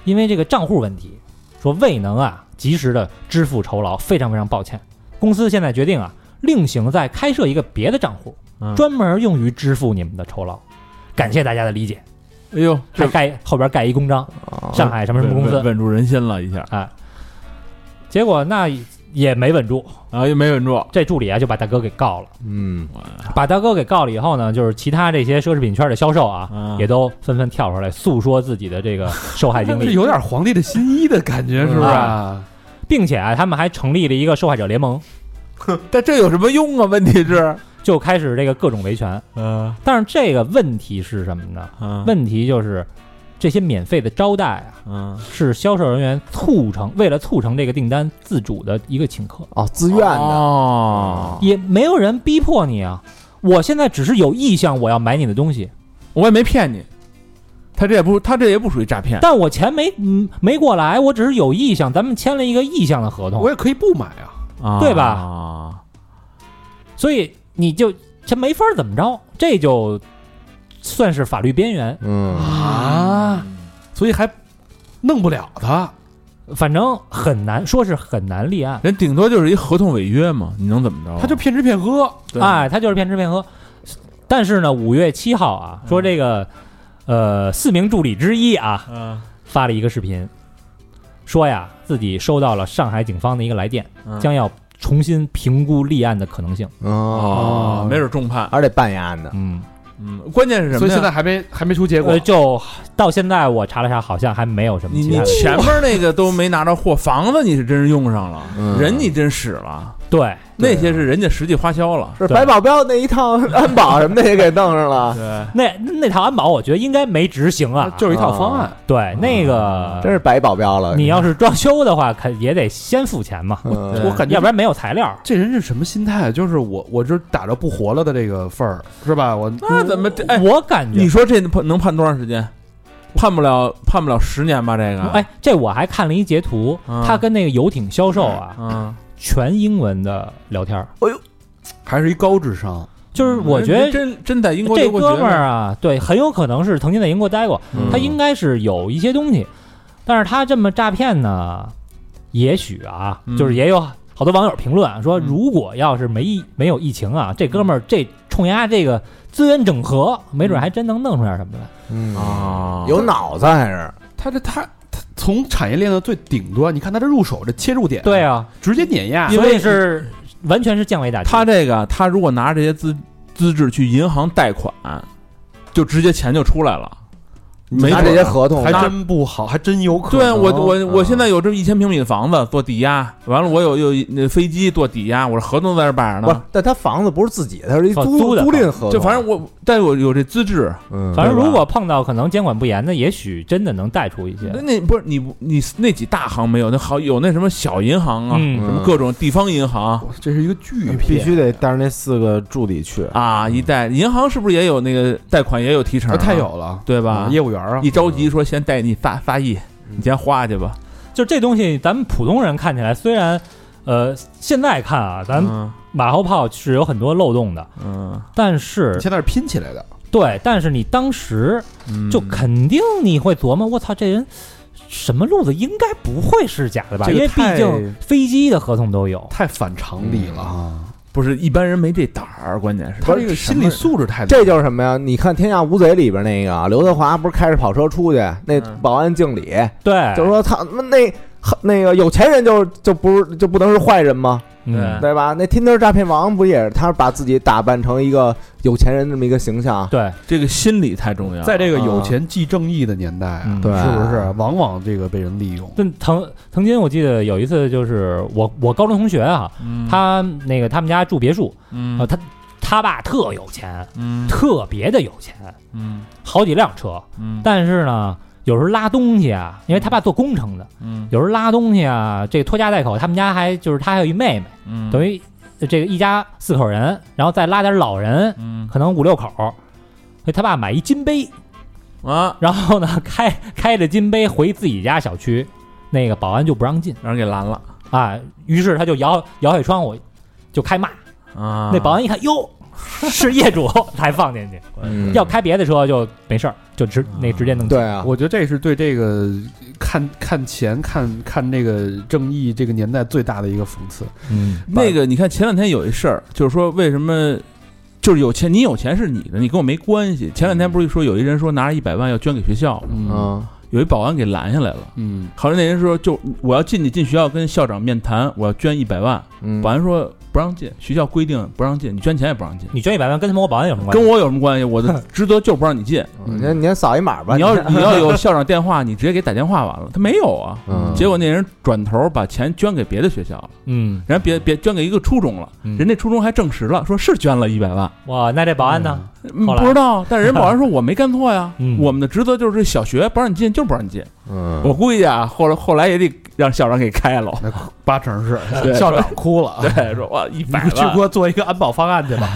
[SPEAKER 4] 因为这个账户问题，说未能啊及时的支付酬劳，非常非常抱歉。公司现在决定啊，另行再开设一个别的账户，
[SPEAKER 11] 嗯
[SPEAKER 4] 专门用于支付你们的酬劳。感谢大家的理解，
[SPEAKER 5] 哎呦，
[SPEAKER 4] 还盖后边盖一公章，
[SPEAKER 11] 啊
[SPEAKER 4] 上海什么什么公司
[SPEAKER 5] 稳，稳住人心了一下，
[SPEAKER 4] 哎，结果那也没稳住，
[SPEAKER 5] 啊，又没稳住，
[SPEAKER 4] 这助理啊就把大哥给告了。
[SPEAKER 2] 嗯，
[SPEAKER 11] 啊
[SPEAKER 4] 把大哥给告了以后呢，就是其他这些奢侈品圈的销售啊，
[SPEAKER 11] 啊
[SPEAKER 4] 也都纷纷跳出来诉说自己的哎这个受害经
[SPEAKER 11] [laughs]
[SPEAKER 1] 这
[SPEAKER 11] 哎
[SPEAKER 4] 历，
[SPEAKER 1] 有点皇帝的新衣的感觉，是不是啊？
[SPEAKER 4] 并且啊，他们还成立了一个受害者联盟，
[SPEAKER 2] 嗯
[SPEAKER 5] 但这有什么用啊？问题是，
[SPEAKER 4] 就开始这个各种维权。
[SPEAKER 11] 嗯
[SPEAKER 4] 但是这个问题是什么呢？
[SPEAKER 11] 嗯
[SPEAKER 4] 问题就是这些免费的招待啊，
[SPEAKER 11] 嗯
[SPEAKER 4] 是销售人员促成为了促成这个订单自主的一个请客。
[SPEAKER 2] 哦，自愿的，
[SPEAKER 1] 啊
[SPEAKER 5] 哦，
[SPEAKER 4] 也没有人逼迫你啊。我现在只是有意向，我要买你的东西，
[SPEAKER 5] 我也没骗你，他这也不，他这也不属于诈骗，
[SPEAKER 4] 但我钱没嗯没过来，我只是有意向，咱们签了一个意向的合
[SPEAKER 1] 我
[SPEAKER 4] 同，
[SPEAKER 1] 也可以不买啊，
[SPEAKER 11] 啊，
[SPEAKER 4] 对吧
[SPEAKER 11] 啊
[SPEAKER 4] 所以你就这没法怎么着，这就算是法律边缘。
[SPEAKER 2] 嗯，
[SPEAKER 1] 啊，所以还弄不了他。
[SPEAKER 4] 反正很难说是很难立案，
[SPEAKER 5] 人顶多就是一合同违约嘛，你能怎么着啊？
[SPEAKER 1] 他就骗吃骗喝，
[SPEAKER 5] 对
[SPEAKER 4] 哎，他就是骗吃骗喝。但是呢，五月七号啊，说这个呃四名助理之一啊
[SPEAKER 11] 嗯
[SPEAKER 4] 发了一个视频，说呀自己收到了上海警方的一个来电，
[SPEAKER 11] 嗯
[SPEAKER 4] 将要重新评估立案的可能性。
[SPEAKER 2] 哦
[SPEAKER 5] 哦，没准重判。
[SPEAKER 2] 还得办一案呢。
[SPEAKER 4] 嗯，
[SPEAKER 5] 嗯，关键是什么呀？
[SPEAKER 1] 所以现在还没还没出结果
[SPEAKER 4] 呃，。就到现在我查了查，好像还没有什么
[SPEAKER 5] 你
[SPEAKER 4] 其
[SPEAKER 5] 你
[SPEAKER 4] 他的。
[SPEAKER 5] 前面那个都没拿着货，房子你是真是用上了，
[SPEAKER 2] 嗯
[SPEAKER 5] 人你真使了，
[SPEAKER 4] 对，
[SPEAKER 5] 那些是人家实际花销了。
[SPEAKER 2] 是
[SPEAKER 4] 对
[SPEAKER 2] 白保镖那一套安保什么的也给弄上
[SPEAKER 4] [laughs]
[SPEAKER 2] 了，
[SPEAKER 11] 对
[SPEAKER 4] 那那套安保，我觉得应该没执行啊。
[SPEAKER 1] 就是一套方案，
[SPEAKER 4] 对，那个
[SPEAKER 2] 真是白保镖了。
[SPEAKER 4] 你要是装修的话，肯也得先付钱嘛，
[SPEAKER 2] 嗯
[SPEAKER 1] 我感觉
[SPEAKER 4] 要不然没有材料。
[SPEAKER 1] 这人是什么心态？就是我，我就是打着不活了的这个份儿，是吧？我
[SPEAKER 5] 那怎么这？哎，
[SPEAKER 4] 嗯我感觉
[SPEAKER 5] 你说这判能判多长时间？判不了，判不了十年吧？这个，
[SPEAKER 4] 哎，这我还看了一截图，
[SPEAKER 11] 嗯
[SPEAKER 4] 他跟那个游艇销售啊，
[SPEAKER 11] 嗯
[SPEAKER 4] 全英文的聊天儿，
[SPEAKER 1] 还是一高智商，
[SPEAKER 4] 就是我觉
[SPEAKER 5] 人
[SPEAKER 4] 得
[SPEAKER 5] 真真在英国
[SPEAKER 4] 这
[SPEAKER 5] 留过
[SPEAKER 4] 哥
[SPEAKER 5] 学嗯
[SPEAKER 4] 们儿啊，对，很有可能是曾经在英国待过，他应该是有一些东西，但是他这么诈骗呢，也许啊，
[SPEAKER 5] 嗯
[SPEAKER 4] 就是也有好多网友评论啊，说
[SPEAKER 5] 嗯
[SPEAKER 4] 如果要是没疫没有疫情啊，这哥们儿这冲牙这个资源整合，没
[SPEAKER 5] 嗯
[SPEAKER 4] 准还真能弄出点什么来。
[SPEAKER 2] 嗯
[SPEAKER 11] 啊，
[SPEAKER 2] 有脑子还是
[SPEAKER 1] 它这它它从产业链的最顶端，你看它这入手这切入点，
[SPEAKER 4] 对，啊，
[SPEAKER 1] 直接碾压。
[SPEAKER 4] 所以是完全是降维打击。
[SPEAKER 5] 他这个，他如果拿着这些资资质去银行贷款，就直接钱就出来了。没
[SPEAKER 2] 拿
[SPEAKER 5] 准
[SPEAKER 2] 这些
[SPEAKER 5] 儿
[SPEAKER 2] 合同
[SPEAKER 1] 还，真不好，还真有可
[SPEAKER 5] 对
[SPEAKER 1] 能。
[SPEAKER 5] 我我我
[SPEAKER 1] 啊
[SPEAKER 5] 现在有这么一千平米的房子做抵押，完了我有有一那飞机做抵押，我这合同在这摆着
[SPEAKER 2] 不是
[SPEAKER 5] 呢。，
[SPEAKER 2] 但他房子不是自己的，他是一
[SPEAKER 4] 哦
[SPEAKER 2] 租
[SPEAKER 4] 租的
[SPEAKER 2] 赁合同，
[SPEAKER 5] 就反正我，但我有这资质，
[SPEAKER 2] 嗯
[SPEAKER 4] 反正如果碰到可能监管不严的，也许真的能带出一些。
[SPEAKER 5] 那那不是你不你那几大行没有，那好有那什么小银行啊，
[SPEAKER 4] 嗯
[SPEAKER 5] 什么各种地方银行
[SPEAKER 1] 哇这是一个巨啊
[SPEAKER 6] 必须得带着那四个助理去。
[SPEAKER 5] 啊，一贷银行是不是也有那个贷款也有提成啊、
[SPEAKER 1] 啊太有了，
[SPEAKER 5] 对吧？
[SPEAKER 1] 业务员啊，
[SPEAKER 5] 一着急说先贷你仨仨亿，你先花去吧。
[SPEAKER 4] 就这东西，咱们普通人看起来虽然，呃，现在看啊，咱们
[SPEAKER 5] 嗯
[SPEAKER 4] 马后炮是有很多漏洞的，
[SPEAKER 5] 嗯
[SPEAKER 4] 但是
[SPEAKER 1] 现在是拼起来的，
[SPEAKER 4] 对，但是你当时
[SPEAKER 5] 嗯，
[SPEAKER 4] 就肯定你会琢磨，我操，这人什么路子应该不会是假的吧？
[SPEAKER 1] 这
[SPEAKER 4] 因
[SPEAKER 1] 个
[SPEAKER 4] 为毕
[SPEAKER 1] 太
[SPEAKER 4] 竟飞机的合同都有，
[SPEAKER 1] 太反常理了。
[SPEAKER 2] 啊，
[SPEAKER 5] 不是一般人没这胆儿，关键是
[SPEAKER 1] 他这个心理素质太，
[SPEAKER 2] 这就是什么呀？你看《天下无贼》里边那个刘德华，不是开着跑车出去，那
[SPEAKER 5] 嗯
[SPEAKER 2] 保安经理
[SPEAKER 4] 哎对，
[SPEAKER 2] 就说他们那那个有钱人就就不是就不能是坏人吗？
[SPEAKER 4] 嗯
[SPEAKER 2] 对吧？那 Tinder 诈骗王不也是他把自己打扮成一个有钱人这么一个形象？
[SPEAKER 4] 对，
[SPEAKER 5] 这个心理太重要。
[SPEAKER 1] 在这个有钱即正义的年代啊
[SPEAKER 4] 嗯，
[SPEAKER 2] 对
[SPEAKER 1] 是不是往往这个被人利用？
[SPEAKER 4] 但曾曾经我记得有一次，就是我我高中同学啊，
[SPEAKER 5] 嗯
[SPEAKER 4] 他那个他们家住别墅，啊，
[SPEAKER 5] 嗯
[SPEAKER 4] 他他爸特有钱，
[SPEAKER 5] 嗯
[SPEAKER 4] 特别的有钱，
[SPEAKER 5] 嗯
[SPEAKER 4] 好几辆车，
[SPEAKER 5] 嗯
[SPEAKER 4] 但是呢，有时候拉东西啊，因为他爸做工程的，
[SPEAKER 5] 嗯
[SPEAKER 4] 有时候拉东西啊，这拖家带口，他们家还就是他还有一妹妹，
[SPEAKER 5] 嗯
[SPEAKER 4] 等于这个一家四口人，然后再拉点老人，
[SPEAKER 5] 嗯
[SPEAKER 4] 可能五六口，所以他爸买一金杯，
[SPEAKER 5] 啊，
[SPEAKER 4] 然后呢开开着金杯回自己家小区，那个保安就不让进
[SPEAKER 5] 让人给拦了
[SPEAKER 4] 啊，于是他就摇摇下窗户就开骂，
[SPEAKER 5] 啊。
[SPEAKER 4] 那保安一看
[SPEAKER 5] [laughs]
[SPEAKER 4] 哟。是业主才放进去，
[SPEAKER 2] 嗯
[SPEAKER 4] 要开别的车就没事儿，就直那直接弄进。
[SPEAKER 2] 对啊，
[SPEAKER 1] 我觉得这是对这个看看钱、看看这个正义这个年代最大的一个讽刺。
[SPEAKER 4] 嗯，
[SPEAKER 5] 那个，你看前两天有一事儿，就是说为什么就是有钱，你有钱是你的，你跟我没关系。前两天不是说有一人说拿着一百万要捐给学校吗，
[SPEAKER 1] 嗯
[SPEAKER 2] 嗯
[SPEAKER 5] 有一保安给拦下来了。
[SPEAKER 1] 嗯，
[SPEAKER 5] 好像那人说，就我要进去进学校跟校长面谈，我要捐一百万。
[SPEAKER 2] 嗯
[SPEAKER 5] 保，安说不让进，学校规定不让进，你捐钱也不让进，
[SPEAKER 4] 你捐一百万跟他妈我保安有什么关
[SPEAKER 5] 跟
[SPEAKER 4] 系？
[SPEAKER 5] 我有什么关系？我的职责就是不让
[SPEAKER 4] [laughs]
[SPEAKER 5] 你进。
[SPEAKER 2] 你先你先嗯扫一码吧。
[SPEAKER 5] 你要你要有校长电话，你直接给打电话完了。他没有啊，
[SPEAKER 2] 嗯
[SPEAKER 5] 结果那人转头把钱捐给别的学校了，
[SPEAKER 4] 嗯，
[SPEAKER 5] 人家别别捐给一个初中了，
[SPEAKER 4] 嗯
[SPEAKER 5] 人那初中还证实了，说是捐了一百万，
[SPEAKER 4] 哇，那这保安呢？
[SPEAKER 5] 嗯
[SPEAKER 4] 后来
[SPEAKER 5] 不知道，但是人保
[SPEAKER 1] [laughs]
[SPEAKER 5] 安说我没干错呀
[SPEAKER 4] 嗯，
[SPEAKER 5] 我们的职责就是这小学不让你进就是不让你进。
[SPEAKER 2] 嗯
[SPEAKER 5] 我估计啊，后来后来也得让校长给开了，
[SPEAKER 1] 八成是
[SPEAKER 5] 对
[SPEAKER 1] 校长哭了，
[SPEAKER 5] 对，说哇一
[SPEAKER 1] 你
[SPEAKER 5] 百
[SPEAKER 1] 去给
[SPEAKER 5] 万，
[SPEAKER 1] 我做一个安保方案去吧。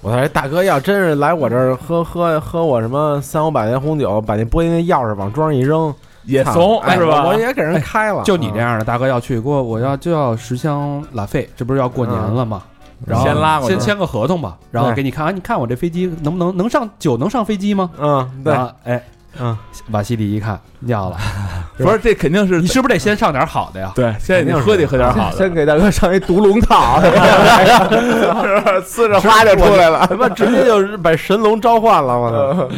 [SPEAKER 6] 我说哎大哥，要真是来我这儿喝喝喝我什么三五百年红酒，把那玻璃那钥匙往桌上一扔，
[SPEAKER 5] 也
[SPEAKER 6] 操
[SPEAKER 5] 怂
[SPEAKER 6] 哎
[SPEAKER 5] 是吧
[SPEAKER 6] 我我？也给人开了，
[SPEAKER 1] 就你这样的大哥要去，给我我要就要十箱拉菲，这不是要过年了吗？然后
[SPEAKER 5] 先拉过去
[SPEAKER 1] 先签个合同吧，然后
[SPEAKER 6] 对
[SPEAKER 1] 给你看啊，你看我这飞机能不能能上酒能上飞机吗？
[SPEAKER 6] 嗯，对
[SPEAKER 1] 然，后哎，
[SPEAKER 6] 嗯，
[SPEAKER 1] 瓦西里一看尿了，
[SPEAKER 5] 不是，这肯定是
[SPEAKER 1] 你是不是得先上点好的呀？
[SPEAKER 5] 对，现在你喝得
[SPEAKER 1] [laughs]
[SPEAKER 5] 喝点好的
[SPEAKER 2] 先，给大哥上一毒龙 [laughs] 套，呲着花就出来了。
[SPEAKER 6] 他妈直接就是把神龙召唤了，我操！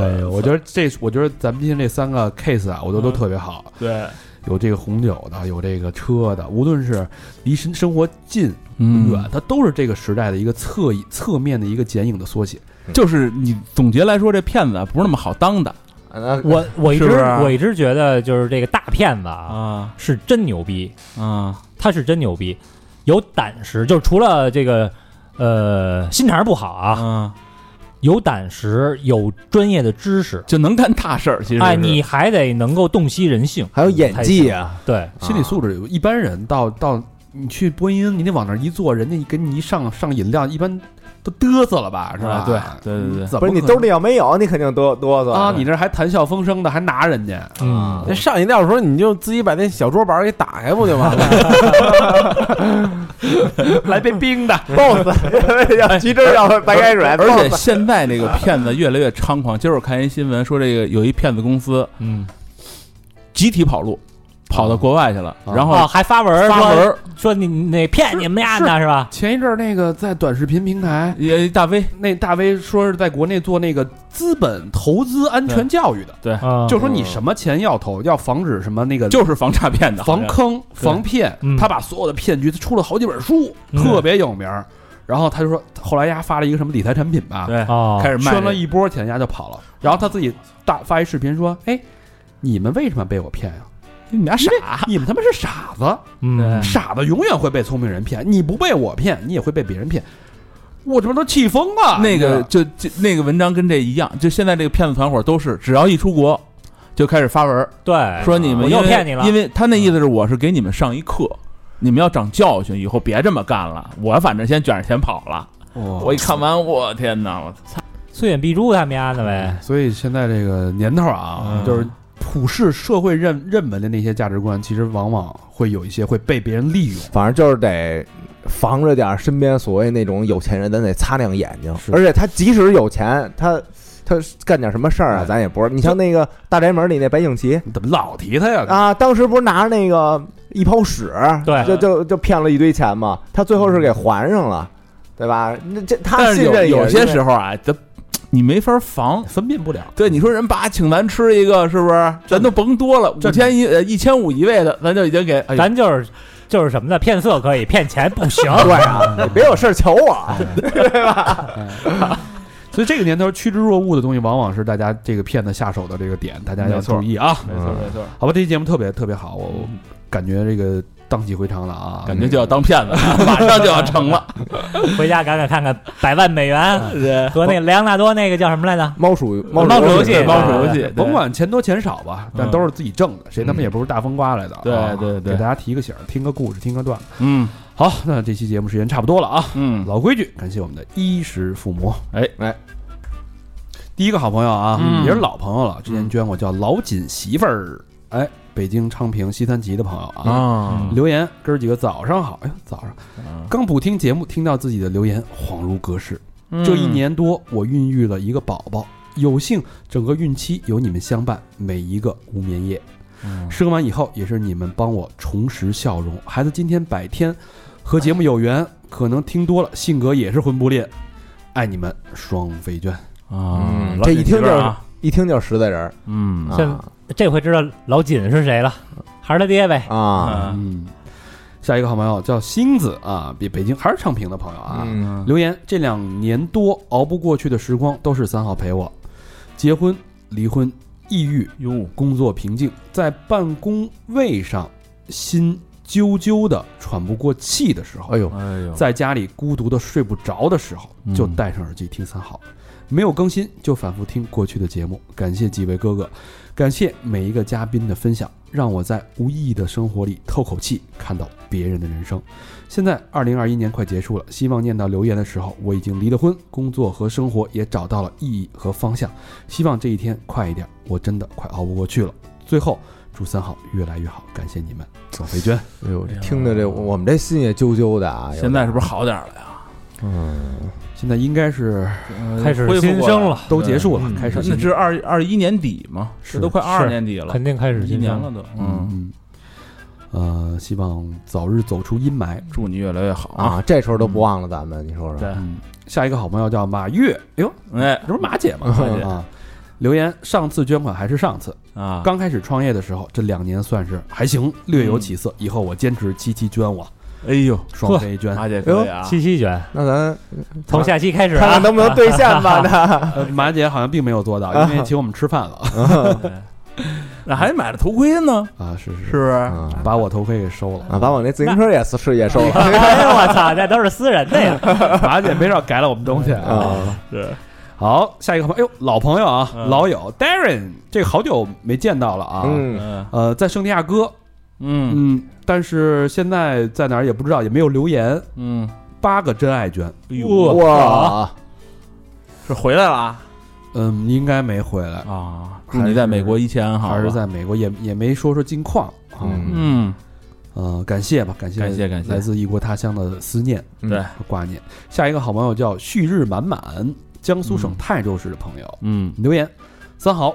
[SPEAKER 1] 哎呦，我觉得这，我觉得咱们今天这三个 case 啊，我觉得都特别好，
[SPEAKER 5] 对，
[SPEAKER 1] 有这个红酒的，有这个车的，无论是离生生活近
[SPEAKER 5] 嗯
[SPEAKER 1] 远，它都是这个时代的一个侧影侧面的一个剪影的缩写。
[SPEAKER 5] 就是你总结来说，这骗子啊不是那么好当的
[SPEAKER 2] 那
[SPEAKER 4] 我我一直
[SPEAKER 5] 是不是啊
[SPEAKER 4] 我一直觉得就是这个大骗子啊，
[SPEAKER 5] 啊
[SPEAKER 4] 是真牛逼，
[SPEAKER 5] 啊，
[SPEAKER 4] 他是真牛逼，有胆识，就是除了这个呃心肠不好啊，
[SPEAKER 5] 啊，
[SPEAKER 4] 有胆识，有专业的知识，
[SPEAKER 5] 就能干大事儿。其实
[SPEAKER 4] 哎，
[SPEAKER 5] 是
[SPEAKER 4] 你还得能够洞悉人性，
[SPEAKER 2] 还有演技啊，
[SPEAKER 4] 对，
[SPEAKER 1] 心理素质，一般人到到你去播音，你得往那儿一坐，人家给你一上上饮料，一般都嘚瑟了吧，是吧
[SPEAKER 5] 啊？对对对对
[SPEAKER 1] 怎么
[SPEAKER 2] 不是你
[SPEAKER 1] 可能
[SPEAKER 2] 兜里要没有，你肯定哆哆嗦
[SPEAKER 1] 啊，你这还谈笑风生的，还拿人家，
[SPEAKER 5] 啊
[SPEAKER 4] 嗯，
[SPEAKER 6] 那上饮料的时候，你就自己把那小桌板给打开不就完了？
[SPEAKER 5] 来杯冰的，
[SPEAKER 2] boss 要急着要白开水，
[SPEAKER 5] 而
[SPEAKER 4] [laughs]
[SPEAKER 5] 且现在那个骗子越来越猖狂。今儿我看一新闻说，这个有一骗子公司
[SPEAKER 4] 嗯
[SPEAKER 5] 集体跑路，跑到国外去了，
[SPEAKER 2] 啊
[SPEAKER 5] 然后
[SPEAKER 4] 哦，还发文
[SPEAKER 5] 嗯发文
[SPEAKER 4] 说
[SPEAKER 5] 儿
[SPEAKER 4] 说你那骗你们呀
[SPEAKER 1] 是
[SPEAKER 4] 呢是吧？
[SPEAKER 1] 前一阵儿那个在短视频平台，
[SPEAKER 5] 也大 V
[SPEAKER 1] 那大 V 说是在国内做那个资本投资安全教育的，
[SPEAKER 4] 嗯，
[SPEAKER 1] 就说你什么钱要投，要防止什么那个
[SPEAKER 5] 就是防诈骗的，
[SPEAKER 1] 防坑、
[SPEAKER 5] 对
[SPEAKER 1] 防骗
[SPEAKER 4] 嗯，
[SPEAKER 1] 他把所有的骗局，他出了好几本书，
[SPEAKER 4] 嗯
[SPEAKER 1] 特别有名儿。然后他就说，后来丫发了一个什么理财产品吧，
[SPEAKER 5] 对，
[SPEAKER 4] 哦，
[SPEAKER 5] 开始卖
[SPEAKER 1] 圈
[SPEAKER 5] 这
[SPEAKER 1] 了一波钱，丫就跑了。然后他自己大发一视频说：“哎，你们为什么被我骗呀、
[SPEAKER 5] 你们俩
[SPEAKER 1] 因
[SPEAKER 5] 傻
[SPEAKER 1] 为，你们他妈是傻子，
[SPEAKER 4] 嗯，
[SPEAKER 1] 傻子永远会被聪明人骗，你不被我骗，你也会被别人骗。”我他妈都气疯了。
[SPEAKER 5] 那个
[SPEAKER 1] 你知
[SPEAKER 5] 就就那个文章跟这一样，就现在这个骗子团伙都是，只要一出国就开始发文儿
[SPEAKER 4] 对，
[SPEAKER 5] 说
[SPEAKER 4] 哎
[SPEAKER 5] 你
[SPEAKER 4] 我
[SPEAKER 5] 们
[SPEAKER 4] 又
[SPEAKER 5] 因为
[SPEAKER 4] 骗你了嗯
[SPEAKER 5] 因为他那意思是我是给你们上一课，你们要长教训，以后别这么干了。我反正先卷着钱跑了。我一看完，我天哪！我操！
[SPEAKER 4] 虽远必诛他们家的呗
[SPEAKER 1] 道，所以现在这个年头
[SPEAKER 5] 嗯
[SPEAKER 1] 啊，就是普世社会认认为的那些价值观，其实往往会有一些会被别人利用。
[SPEAKER 2] 反正就是得防着点儿身边所谓那种有钱人，咱得擦亮眼睛。
[SPEAKER 1] 是
[SPEAKER 2] 而且他即使有钱，他他干点什么事儿啊，
[SPEAKER 1] 哎
[SPEAKER 2] 咱也不是。你像那个大宅门里那白景琦
[SPEAKER 1] 你怎么老提他呀？
[SPEAKER 2] 啊，当时不是拿着那个一泡屎，
[SPEAKER 4] 对
[SPEAKER 2] 就就就骗了一堆钱嘛。他最后是给还上了，对吧？那这他
[SPEAKER 5] 但是
[SPEAKER 2] 信
[SPEAKER 5] 有
[SPEAKER 2] 任
[SPEAKER 5] 有些时
[SPEAKER 2] 候
[SPEAKER 5] 候啊，咱你没法防，
[SPEAKER 1] 分辨不了。
[SPEAKER 5] 对，你说人爸请咱吃一个，是不是？咱都甭多了，五千一呃一千五一位的，咱就已经给。哎呦
[SPEAKER 4] 咱就是就是什么呢？骗色可以，骗钱不行。
[SPEAKER 2] 对啊，你别有事儿求我。
[SPEAKER 1] 所以这个年头趋之若鹜的东西，往往是大家这个骗子下手的这个点，大家要
[SPEAKER 5] 没错
[SPEAKER 1] 注意
[SPEAKER 6] 嗯
[SPEAKER 1] 啊！
[SPEAKER 5] 没错没错，
[SPEAKER 1] 好吧，这期节目特别特别好，我感觉这个荡气回肠了啊！
[SPEAKER 5] 感觉就要当骗 [laughs] 子了，马上就要成了。 [laughs]
[SPEAKER 4] 回家赶紧看看百万美元和那莱昂纳多那个叫什么来着？
[SPEAKER 2] 猫鼠猫
[SPEAKER 4] 猫鼠
[SPEAKER 2] 游
[SPEAKER 4] 游戏
[SPEAKER 5] 猫鼠
[SPEAKER 4] 对
[SPEAKER 5] 游戏，啊对
[SPEAKER 1] 甭管钱多钱少吧，但
[SPEAKER 5] 嗯
[SPEAKER 1] 都是自己挣的，谁他妈也不是大风刮来的啊。
[SPEAKER 5] 对对
[SPEAKER 1] 给
[SPEAKER 5] 对
[SPEAKER 1] 大家提个醒儿，听个故事，听个段子。
[SPEAKER 5] 嗯
[SPEAKER 1] 好，那这期节目时间差不多了啊，
[SPEAKER 5] 嗯，
[SPEAKER 1] 老规矩，感谢我们的衣食父母。
[SPEAKER 5] 哎
[SPEAKER 2] 哎，
[SPEAKER 1] 第一个好朋友啊，
[SPEAKER 5] 嗯
[SPEAKER 1] 也是老朋友了，之前捐过，叫老锦媳妇儿。哎，北京昌平西三旗的朋友啊，
[SPEAKER 5] 啊
[SPEAKER 1] 留言哥儿几个早上好，哎呦，早上刚补听节目，听到自己的留言，恍如隔世。这一年多，我孕育了一个宝宝，有幸整个孕期有你们相伴，每一个无眠夜。生完以后，也是你们帮我重拾笑容。孩子今天百天，和节目有缘，可能听多了，性格也是魂不吝。爱你们，双飞娟。
[SPEAKER 5] 啊，
[SPEAKER 2] 这一听就是
[SPEAKER 5] 啊，
[SPEAKER 2] 一听就是实在人儿啊
[SPEAKER 5] 嗯
[SPEAKER 4] 现这回知道老锦是谁了，还是他爹呗。
[SPEAKER 2] 啊啊！
[SPEAKER 5] 啊
[SPEAKER 1] 嗯，下一个好朋友叫星子啊，北北京还是昌平的朋友啊。
[SPEAKER 2] 嗯
[SPEAKER 1] 留言：这两年多熬不过去的时光，都是三号陪我。结婚、离婚、抑郁、
[SPEAKER 5] 哟，
[SPEAKER 1] 工作瓶颈，在办公位上心揪揪的喘不过气的时候，
[SPEAKER 2] 哎呦，
[SPEAKER 5] 哎呦，
[SPEAKER 1] 在家里孤独的睡不着的时候，
[SPEAKER 5] 嗯
[SPEAKER 1] 就戴上耳机听三好。没有更新就反复听过去的节目。感谢几位哥哥，感谢每一个嘉宾的分享，让我在无意义的生活里透口气，看到别人的人生。现在二零二一年快结束了，希望念到留言的时候，我已经离了婚，工作和生活也找到了意义和方向。希望这一天快一点，我真的快熬不过去了。最后，祝三好越来越好，感谢你们，小肥娟。
[SPEAKER 2] 哎呦，这听着这我们这心也揪揪的啊！有
[SPEAKER 5] 现在是不是好点了呀？
[SPEAKER 1] 现在应该是
[SPEAKER 4] 开始
[SPEAKER 5] 呃恢复
[SPEAKER 4] 新
[SPEAKER 5] 过来
[SPEAKER 4] 生了，
[SPEAKER 1] 都结束了，开始
[SPEAKER 5] 嗯那这是二二一年底嘛，
[SPEAKER 1] 是
[SPEAKER 5] 这都快
[SPEAKER 4] 是
[SPEAKER 5] 二年底了，
[SPEAKER 4] 肯定开始
[SPEAKER 5] 一
[SPEAKER 4] 新
[SPEAKER 5] 年
[SPEAKER 4] 生
[SPEAKER 5] 了。都。嗯，
[SPEAKER 1] 嗯，呃，希望早日走出阴霾。
[SPEAKER 5] 祝你越来越好啊！
[SPEAKER 2] 啊，这时候都不忘了咱们，你说说
[SPEAKER 5] 对
[SPEAKER 1] 嗯，下一个好朋友叫马月，哎呦，
[SPEAKER 5] 哎
[SPEAKER 1] 这不是马姐吗？
[SPEAKER 5] 马 [laughs] 姐
[SPEAKER 1] 啊，留言上次捐款还是上次，
[SPEAKER 5] 啊，
[SPEAKER 1] 刚开始创业的时候，这两年算是还行，略有起色。以后我坚持七七捐我，
[SPEAKER 5] 哎呦，
[SPEAKER 1] 双飞捐。
[SPEAKER 5] 马姐可以啊，
[SPEAKER 4] 七七卷，
[SPEAKER 2] 那咱
[SPEAKER 4] 从下期开始啊，
[SPEAKER 2] 看看能不能兑现吧？
[SPEAKER 5] [laughs]
[SPEAKER 2] 那
[SPEAKER 1] 呃马姐好像并没有做到，因为请我们吃饭了
[SPEAKER 5] [laughs] 那还买了头盔呢，
[SPEAKER 1] 啊，是是
[SPEAKER 5] 是
[SPEAKER 1] 是，
[SPEAKER 5] 不是？
[SPEAKER 2] 啊
[SPEAKER 1] 把我头盔给收了。
[SPEAKER 2] 啊，把我那自行车也是也收了
[SPEAKER 4] 哎呦我操，这都是私人的呀！
[SPEAKER 1] 马姐没少改了我们东西啊。
[SPEAKER 2] 啊！
[SPEAKER 5] 是
[SPEAKER 1] 好，下一个朋友，哎呦，老朋友啊，
[SPEAKER 5] 嗯
[SPEAKER 1] 老友 Darren，这个好久没见到了啊。
[SPEAKER 2] 嗯，
[SPEAKER 5] 嗯
[SPEAKER 1] 呃，在圣地亚哥，
[SPEAKER 5] 嗯
[SPEAKER 1] 嗯，但是现在在哪儿也不知道，也没有留言。
[SPEAKER 5] 嗯，
[SPEAKER 1] 八个真爱捐，
[SPEAKER 5] 哎呦，
[SPEAKER 2] 哇，
[SPEAKER 5] 是回来了啊
[SPEAKER 1] 嗯，应该没回来，
[SPEAKER 5] 啊！祝你在美国一切安好啊吧，
[SPEAKER 1] 还是在美国，也也没说说近况啊。
[SPEAKER 2] 嗯
[SPEAKER 5] 嗯，
[SPEAKER 1] 呃，感谢吧，感谢
[SPEAKER 5] 感谢感谢哎
[SPEAKER 1] 来自异国他乡的思念
[SPEAKER 2] 嗯
[SPEAKER 5] 对，
[SPEAKER 1] 和挂念。下一个好朋友叫旭日满满，江苏省
[SPEAKER 5] 嗯
[SPEAKER 1] 泰州市的朋友
[SPEAKER 5] 嗯
[SPEAKER 1] 留言：三好，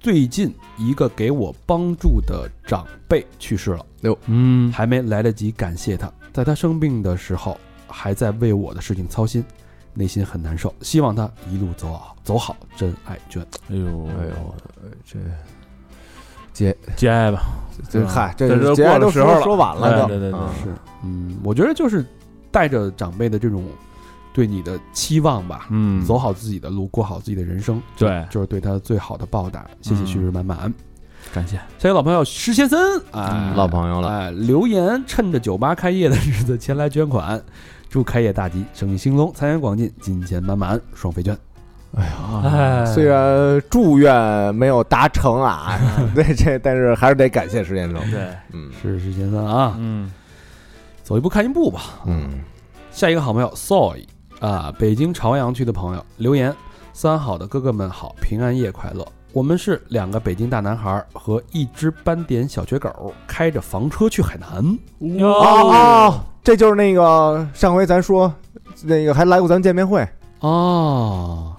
[SPEAKER 1] 最近一个给我帮助的长辈去世了，
[SPEAKER 5] 嗯
[SPEAKER 1] 还没来得及感谢他，在他生病的时候还在为我的事情操心，内心很难受。希望他一路走好，走好，真爱娟。
[SPEAKER 5] 哎呦
[SPEAKER 6] 哎呦，这
[SPEAKER 5] 节哀吧，
[SPEAKER 2] 这嗨，这
[SPEAKER 5] 嗯这都
[SPEAKER 2] 节
[SPEAKER 5] 过
[SPEAKER 2] 哀
[SPEAKER 5] 了
[SPEAKER 2] 都
[SPEAKER 5] 时
[SPEAKER 2] 说
[SPEAKER 5] 候了
[SPEAKER 2] 说晚
[SPEAKER 5] 哎
[SPEAKER 2] 了都，
[SPEAKER 5] 对对对
[SPEAKER 6] 啊
[SPEAKER 1] 是，嗯，我觉得就是带着长辈的这种对你的期望吧，
[SPEAKER 5] 嗯，
[SPEAKER 1] 走好自己的路，过好自己的人生，
[SPEAKER 6] 哎
[SPEAKER 5] 对，
[SPEAKER 1] 就是对他最好的报答。谢谢
[SPEAKER 5] 嗯
[SPEAKER 1] 旭日满满，
[SPEAKER 5] 感谢，
[SPEAKER 1] 下一个老朋友施先生，
[SPEAKER 2] 嗯
[SPEAKER 1] 哎，
[SPEAKER 6] 嗯老朋友了，
[SPEAKER 1] 哎，留言趁着酒吧开业的日子前来捐款，祝开业大吉，生意兴隆，财源广进，金钱满满，双飞捐。
[SPEAKER 5] 啊
[SPEAKER 4] 哎，
[SPEAKER 2] 虽然祝愿没有达成
[SPEAKER 5] [laughs]
[SPEAKER 2] 啊，对这，但是还是得感谢石先生。
[SPEAKER 5] 对，
[SPEAKER 2] 嗯
[SPEAKER 1] 是施先生啊，
[SPEAKER 5] 嗯，
[SPEAKER 1] 走一步看一步吧。
[SPEAKER 6] 嗯，
[SPEAKER 1] 下一个好朋友 Soy 啊，北京朝阳区的朋友留言：三好的哥哥们好，平安夜快乐。我们是两个北京大男孩和一只斑点小学狗，开着房车去海南。
[SPEAKER 2] 哦哦，这就是那个上回咱说那个还来过咱们见面会，
[SPEAKER 1] 哦，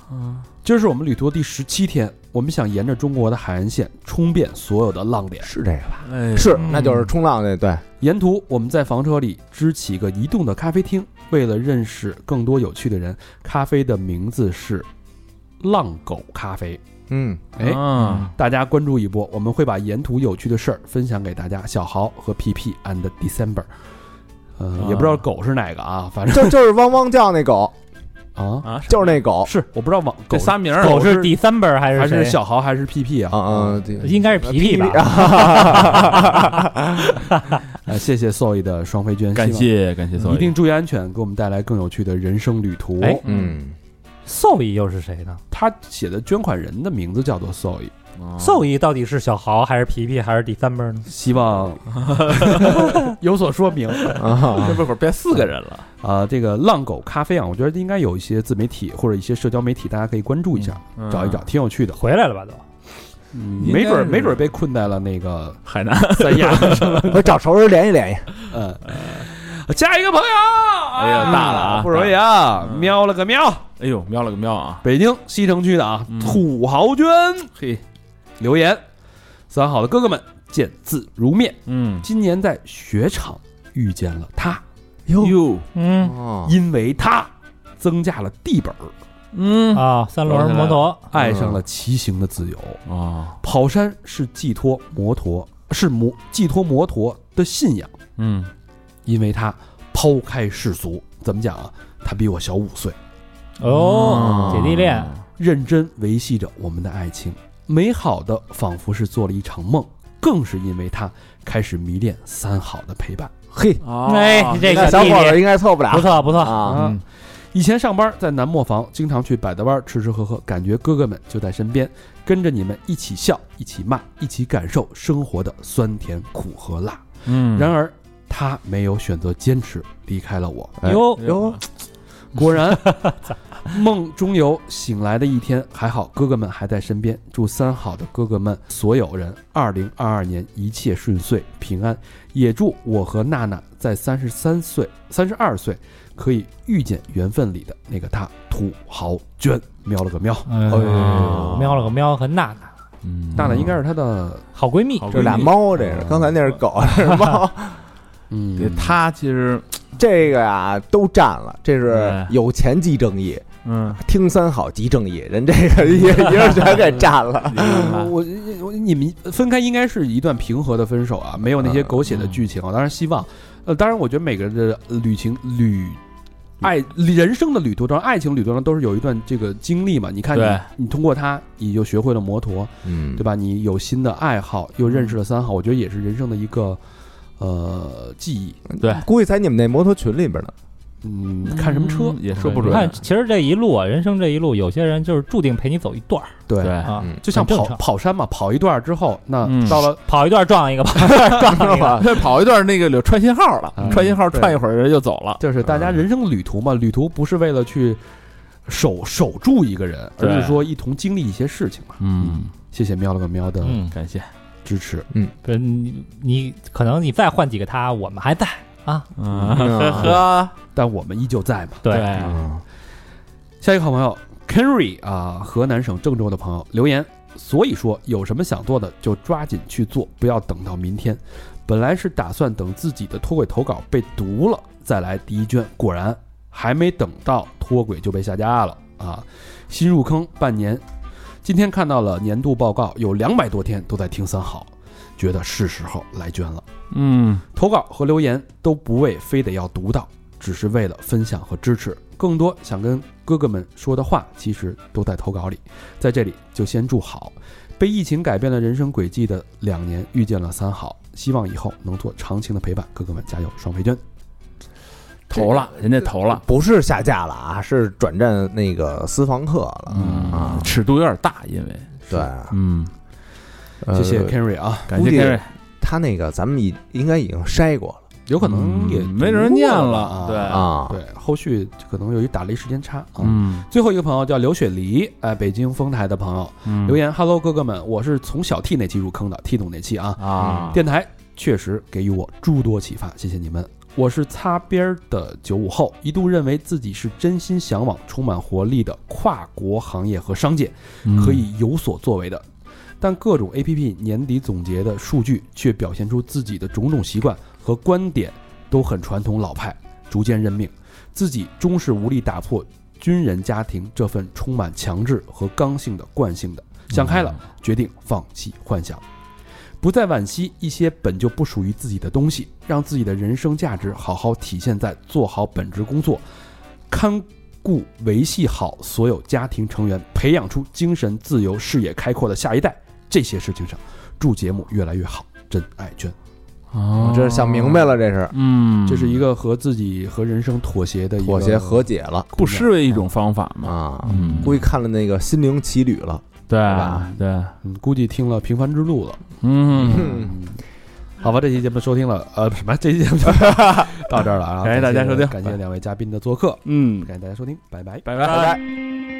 [SPEAKER 1] 今儿是我们旅途的第十七天，我们想沿着中国的海岸线冲遍所有的浪点。
[SPEAKER 2] 是这个吧？
[SPEAKER 5] 哎，
[SPEAKER 2] 是，
[SPEAKER 4] 嗯
[SPEAKER 2] 那就是冲浪那对，
[SPEAKER 1] 沿途我们在房车里支起一个移动的咖啡厅，为了认识更多有趣的人，咖啡的名字是浪狗咖啡。
[SPEAKER 2] 嗯，
[SPEAKER 1] 哎，
[SPEAKER 5] 啊，
[SPEAKER 1] 大家关注一波，我们会把沿途有趣的事儿分享给大家。小豪和 PP and December，呃，
[SPEAKER 5] 啊
[SPEAKER 1] 也不知道狗是哪个啊， [laughs] 反正
[SPEAKER 2] 就 [laughs] 就是汪汪叫那狗，
[SPEAKER 1] 啊，
[SPEAKER 5] 啊，
[SPEAKER 2] 就是那 [laughs] 狗，
[SPEAKER 1] 是我不知道网狗
[SPEAKER 5] 这仨名儿，
[SPEAKER 4] 狗是 December 还
[SPEAKER 1] 还
[SPEAKER 4] 是
[SPEAKER 1] 是
[SPEAKER 4] 谁？
[SPEAKER 1] 小豪还是 PP 啊？
[SPEAKER 2] 啊嗯，对
[SPEAKER 4] 应该是皮皮吧？
[SPEAKER 1] 呃，谢谢 Soy 的双飞捐，
[SPEAKER 5] 感谢感谢
[SPEAKER 1] 希
[SPEAKER 5] 所
[SPEAKER 1] 望
[SPEAKER 5] 有，
[SPEAKER 1] 一定注意安全，给我们带来更有趣的人生旅途。
[SPEAKER 4] 哎
[SPEAKER 6] 嗯，
[SPEAKER 4] 兽医又是谁呢？
[SPEAKER 1] 他写的捐款人的名字叫做 Soy，
[SPEAKER 4] 兽医到底是小豪还是皮皮还是 December 呢？
[SPEAKER 1] 希
[SPEAKER 5] [laughs]
[SPEAKER 1] 望有所说明。
[SPEAKER 2] [laughs] 啊，
[SPEAKER 5] 这会儿变四个人了，
[SPEAKER 1] [laughs] 啊，这个浪狗咖啡啊，我觉得应该有一些自媒体或者一些社交媒体，大家可以关注一下，找一找，挺有趣的。
[SPEAKER 4] 回来了吧都？
[SPEAKER 1] 嗯
[SPEAKER 5] 嗯应该
[SPEAKER 1] 没准儿
[SPEAKER 5] 是
[SPEAKER 1] 没准儿被困在了那个
[SPEAKER 5] 海南，
[SPEAKER 1] 三
[SPEAKER 5] [laughs]
[SPEAKER 1] 亚。
[SPEAKER 2] 我找熟人联系联系。
[SPEAKER 1] 嗯，下一个朋友，
[SPEAKER 5] 哎呀，大了啊，
[SPEAKER 1] 不容易啊，喵了个喵！
[SPEAKER 5] 哎呦，喵了个喵啊！
[SPEAKER 1] 北京西城区的啊，
[SPEAKER 5] 嗯
[SPEAKER 1] 土豪娟，嘿，留言，三好的哥哥们见字如面。
[SPEAKER 5] 嗯，
[SPEAKER 1] 今年在雪场遇见了他，
[SPEAKER 5] 哟，
[SPEAKER 4] 嗯
[SPEAKER 2] 啊
[SPEAKER 6] 哦，
[SPEAKER 1] 因为他增加了地本儿，
[SPEAKER 5] 嗯
[SPEAKER 4] 啊，三轮摩托，
[SPEAKER 1] 爱上了骑行的自由。
[SPEAKER 5] 啊，
[SPEAKER 1] 跑山是寄托摩托，是摩寄托摩托的信仰。
[SPEAKER 5] 嗯，
[SPEAKER 1] 因为他抛开世俗，怎么讲啊？他比我小五岁，
[SPEAKER 4] 哦，姐弟恋，
[SPEAKER 1] 认真维系着我们的爱情，美好的仿佛是做了一场梦。更是因为他开始迷恋三好的陪伴。
[SPEAKER 2] 嘿，
[SPEAKER 9] 哦
[SPEAKER 4] 哎，这
[SPEAKER 2] 那
[SPEAKER 4] 个
[SPEAKER 2] 小
[SPEAKER 4] 弟
[SPEAKER 2] 伙子
[SPEAKER 4] 弟
[SPEAKER 2] 应该凑不
[SPEAKER 4] 不
[SPEAKER 2] 了
[SPEAKER 4] 错不错，
[SPEAKER 2] 啊，
[SPEAKER 1] 啊，以前上班在南磨坊，经常去百德湾吃吃喝喝，感觉哥哥们就在身边，跟着你们一起笑，一起骂，一起感受生活的酸甜苦和辣。
[SPEAKER 5] 嗯，
[SPEAKER 1] 然而他没有选择坚持，离开了我。
[SPEAKER 6] 哎
[SPEAKER 4] 哟，
[SPEAKER 5] 哟，
[SPEAKER 1] 果然，梦中有醒来的一天。还好哥哥们还在身边，祝三好的哥哥们所有人二零二二年一切顺遂平安，也祝我和娜娜在三十三岁、三十二岁可以遇见缘分里的那个他。土豪娟喵了个喵，哦
[SPEAKER 4] 哎呦喵了个喵和娜娜，
[SPEAKER 5] 嗯
[SPEAKER 1] 娜娜应该是他的，
[SPEAKER 4] 好闺蜜，
[SPEAKER 2] 这俩猫这是，刚才那是狗， [laughs] 这是猫，
[SPEAKER 5] 对
[SPEAKER 1] 嗯，
[SPEAKER 5] 他其实，
[SPEAKER 2] 这个呀都占了，这是
[SPEAKER 5] 对
[SPEAKER 2] 有钱即正义，
[SPEAKER 5] 嗯，
[SPEAKER 2] 听三好即正义，人这个 [laughs] 一一人全给占 [laughs] 了。
[SPEAKER 5] 啊嗯
[SPEAKER 1] 我我你们分开应该是一段平和的分手啊，没有那些狗血的剧情啊。当然希望，呃，当然我觉得每个人的旅行旅爱人生的旅途中，爱情旅途中都是有一段这个经历嘛。你看
[SPEAKER 5] 对
[SPEAKER 1] 你，你通过它，你就学会了摩托，
[SPEAKER 6] 嗯
[SPEAKER 1] 对，吧？你有新的爱好，又认识了三好，我觉得也是人生的一个呃记忆。
[SPEAKER 5] 对，
[SPEAKER 2] 估计在你们那摩托群里边呢，
[SPEAKER 1] 嗯，看什么车
[SPEAKER 5] 嗯也说不
[SPEAKER 4] 你
[SPEAKER 5] 准，
[SPEAKER 4] 看，其实这一路啊，人生这一路，有些人就是注定陪你走一段儿
[SPEAKER 1] 对
[SPEAKER 5] 对，
[SPEAKER 4] 啊，
[SPEAKER 6] 嗯
[SPEAKER 1] 就像
[SPEAKER 4] 很正
[SPEAKER 1] 跑
[SPEAKER 4] 常
[SPEAKER 1] 跑山嘛，跑一段之后，那
[SPEAKER 5] 嗯
[SPEAKER 1] 到了
[SPEAKER 4] 跑一段撞一个，跑一段撞一
[SPEAKER 2] 啊
[SPEAKER 4] 个，
[SPEAKER 5] 他跑一段那个有串信号了
[SPEAKER 1] 嗯，
[SPEAKER 5] 串信号串一会儿就走了，
[SPEAKER 1] 就是大家人生旅途嘛，旅途不是为了去守守住一个人，而
[SPEAKER 5] 对
[SPEAKER 1] 是说一同经历一些事情嘛。
[SPEAKER 5] 嗯，
[SPEAKER 1] 谢谢喵了个喵的
[SPEAKER 4] 嗯，
[SPEAKER 5] 感谢，
[SPEAKER 1] 支持，
[SPEAKER 4] 不是你你可能你再换几个他，我们还在，
[SPEAKER 5] 嗯，
[SPEAKER 6] 呵，
[SPEAKER 1] 但我们依旧在嘛。
[SPEAKER 4] 对，
[SPEAKER 5] 对，
[SPEAKER 1] 下一个好朋友 Kenry 啊，河南省郑州的朋友留言：所以说，有什么想做的就抓紧去做，不要等到明天。本来是打算等自己的脱轨投稿被读了再来第一卷，果然还没等到脱轨就被下架了啊！新入坑半年，今天看到了年度报告，有两百多天都在听三好，觉得是时候来捐了。
[SPEAKER 5] 嗯，
[SPEAKER 1] 投稿和留言都不为非得要读到，只是为了分享和支持。更多想跟哥哥们说的话，其实都在投稿里。在这里就先祝好。被疫情改变了人生轨迹的两年，遇见了三好，希望以后能做长情的陪伴。哥哥们加油，双飞娟！
[SPEAKER 5] 投了，人家投了，
[SPEAKER 2] 不是下架了啊，是转战那个私房课了。
[SPEAKER 5] 嗯
[SPEAKER 2] 啊
[SPEAKER 5] 尺度有点大，因为
[SPEAKER 2] 对，
[SPEAKER 5] 嗯，
[SPEAKER 2] 呃
[SPEAKER 1] 谢谢 Carry 啊，
[SPEAKER 5] 感
[SPEAKER 2] 估
[SPEAKER 5] 谢
[SPEAKER 2] 计
[SPEAKER 5] Gary，
[SPEAKER 2] 他那个咱们已应该已经筛过了
[SPEAKER 1] 有可能也
[SPEAKER 5] 嗯没人念了，对，
[SPEAKER 2] 啊。
[SPEAKER 1] 对，后续可能由于打了一时间差啊。
[SPEAKER 5] 嗯
[SPEAKER 1] 最后一个朋友叫刘雪梨，哎，北京丰台的朋友
[SPEAKER 5] 嗯
[SPEAKER 1] 留言：Hello，哥哥们，我是从小 T 那期入坑的，T 总那期啊，
[SPEAKER 5] 啊，
[SPEAKER 1] 电台确实给予我诸多启发，谢谢你们。我是擦边儿的九五后，一度认为自己是真心向往、充满活力的跨国行业和商界，
[SPEAKER 5] 嗯
[SPEAKER 1] 嗯可以有所作为的。但各种 APP 年底总结的数据却表现出自己的种种习惯和观点都很传统老派，逐渐认命，自己终是无力打破军人家庭这份充满强制和刚性的惯性的。
[SPEAKER 5] 嗯
[SPEAKER 1] 想开了，决定放弃幻想，不再惋惜一些本就不属于自己的东西，让自己的人生价值好好体现在做好本职工作，看顾维系好所有家庭成员，培养出精神自由、视野开阔的下一代这些事情上，祝节目越来越好。真哎爱娟，
[SPEAKER 5] 哦，
[SPEAKER 2] 这是想明白了，这是
[SPEAKER 5] 嗯，
[SPEAKER 1] 这是一个和自己和人生妥协的一个嗯
[SPEAKER 2] 妥协和解了
[SPEAKER 5] 不失为一种方法嘛，
[SPEAKER 2] 啊。
[SPEAKER 5] 嗯，
[SPEAKER 2] 估计看了那个《心灵奇旅》了，
[SPEAKER 5] 对
[SPEAKER 2] 吧
[SPEAKER 5] 对，
[SPEAKER 1] 嗯，估计听了《平凡之路》了。
[SPEAKER 5] 嗯，
[SPEAKER 1] 嗯，好吧，这期节目收听了，呃，什么？这期节
[SPEAKER 5] [laughs]
[SPEAKER 1] 目到这儿了啊！
[SPEAKER 5] 感谢大家收听
[SPEAKER 1] 感谢两位嘉宾的做客，
[SPEAKER 5] 嗯，
[SPEAKER 1] 感谢大家收听，拜拜。
[SPEAKER 5] 拜拜。
[SPEAKER 2] 拜。
[SPEAKER 5] Oh,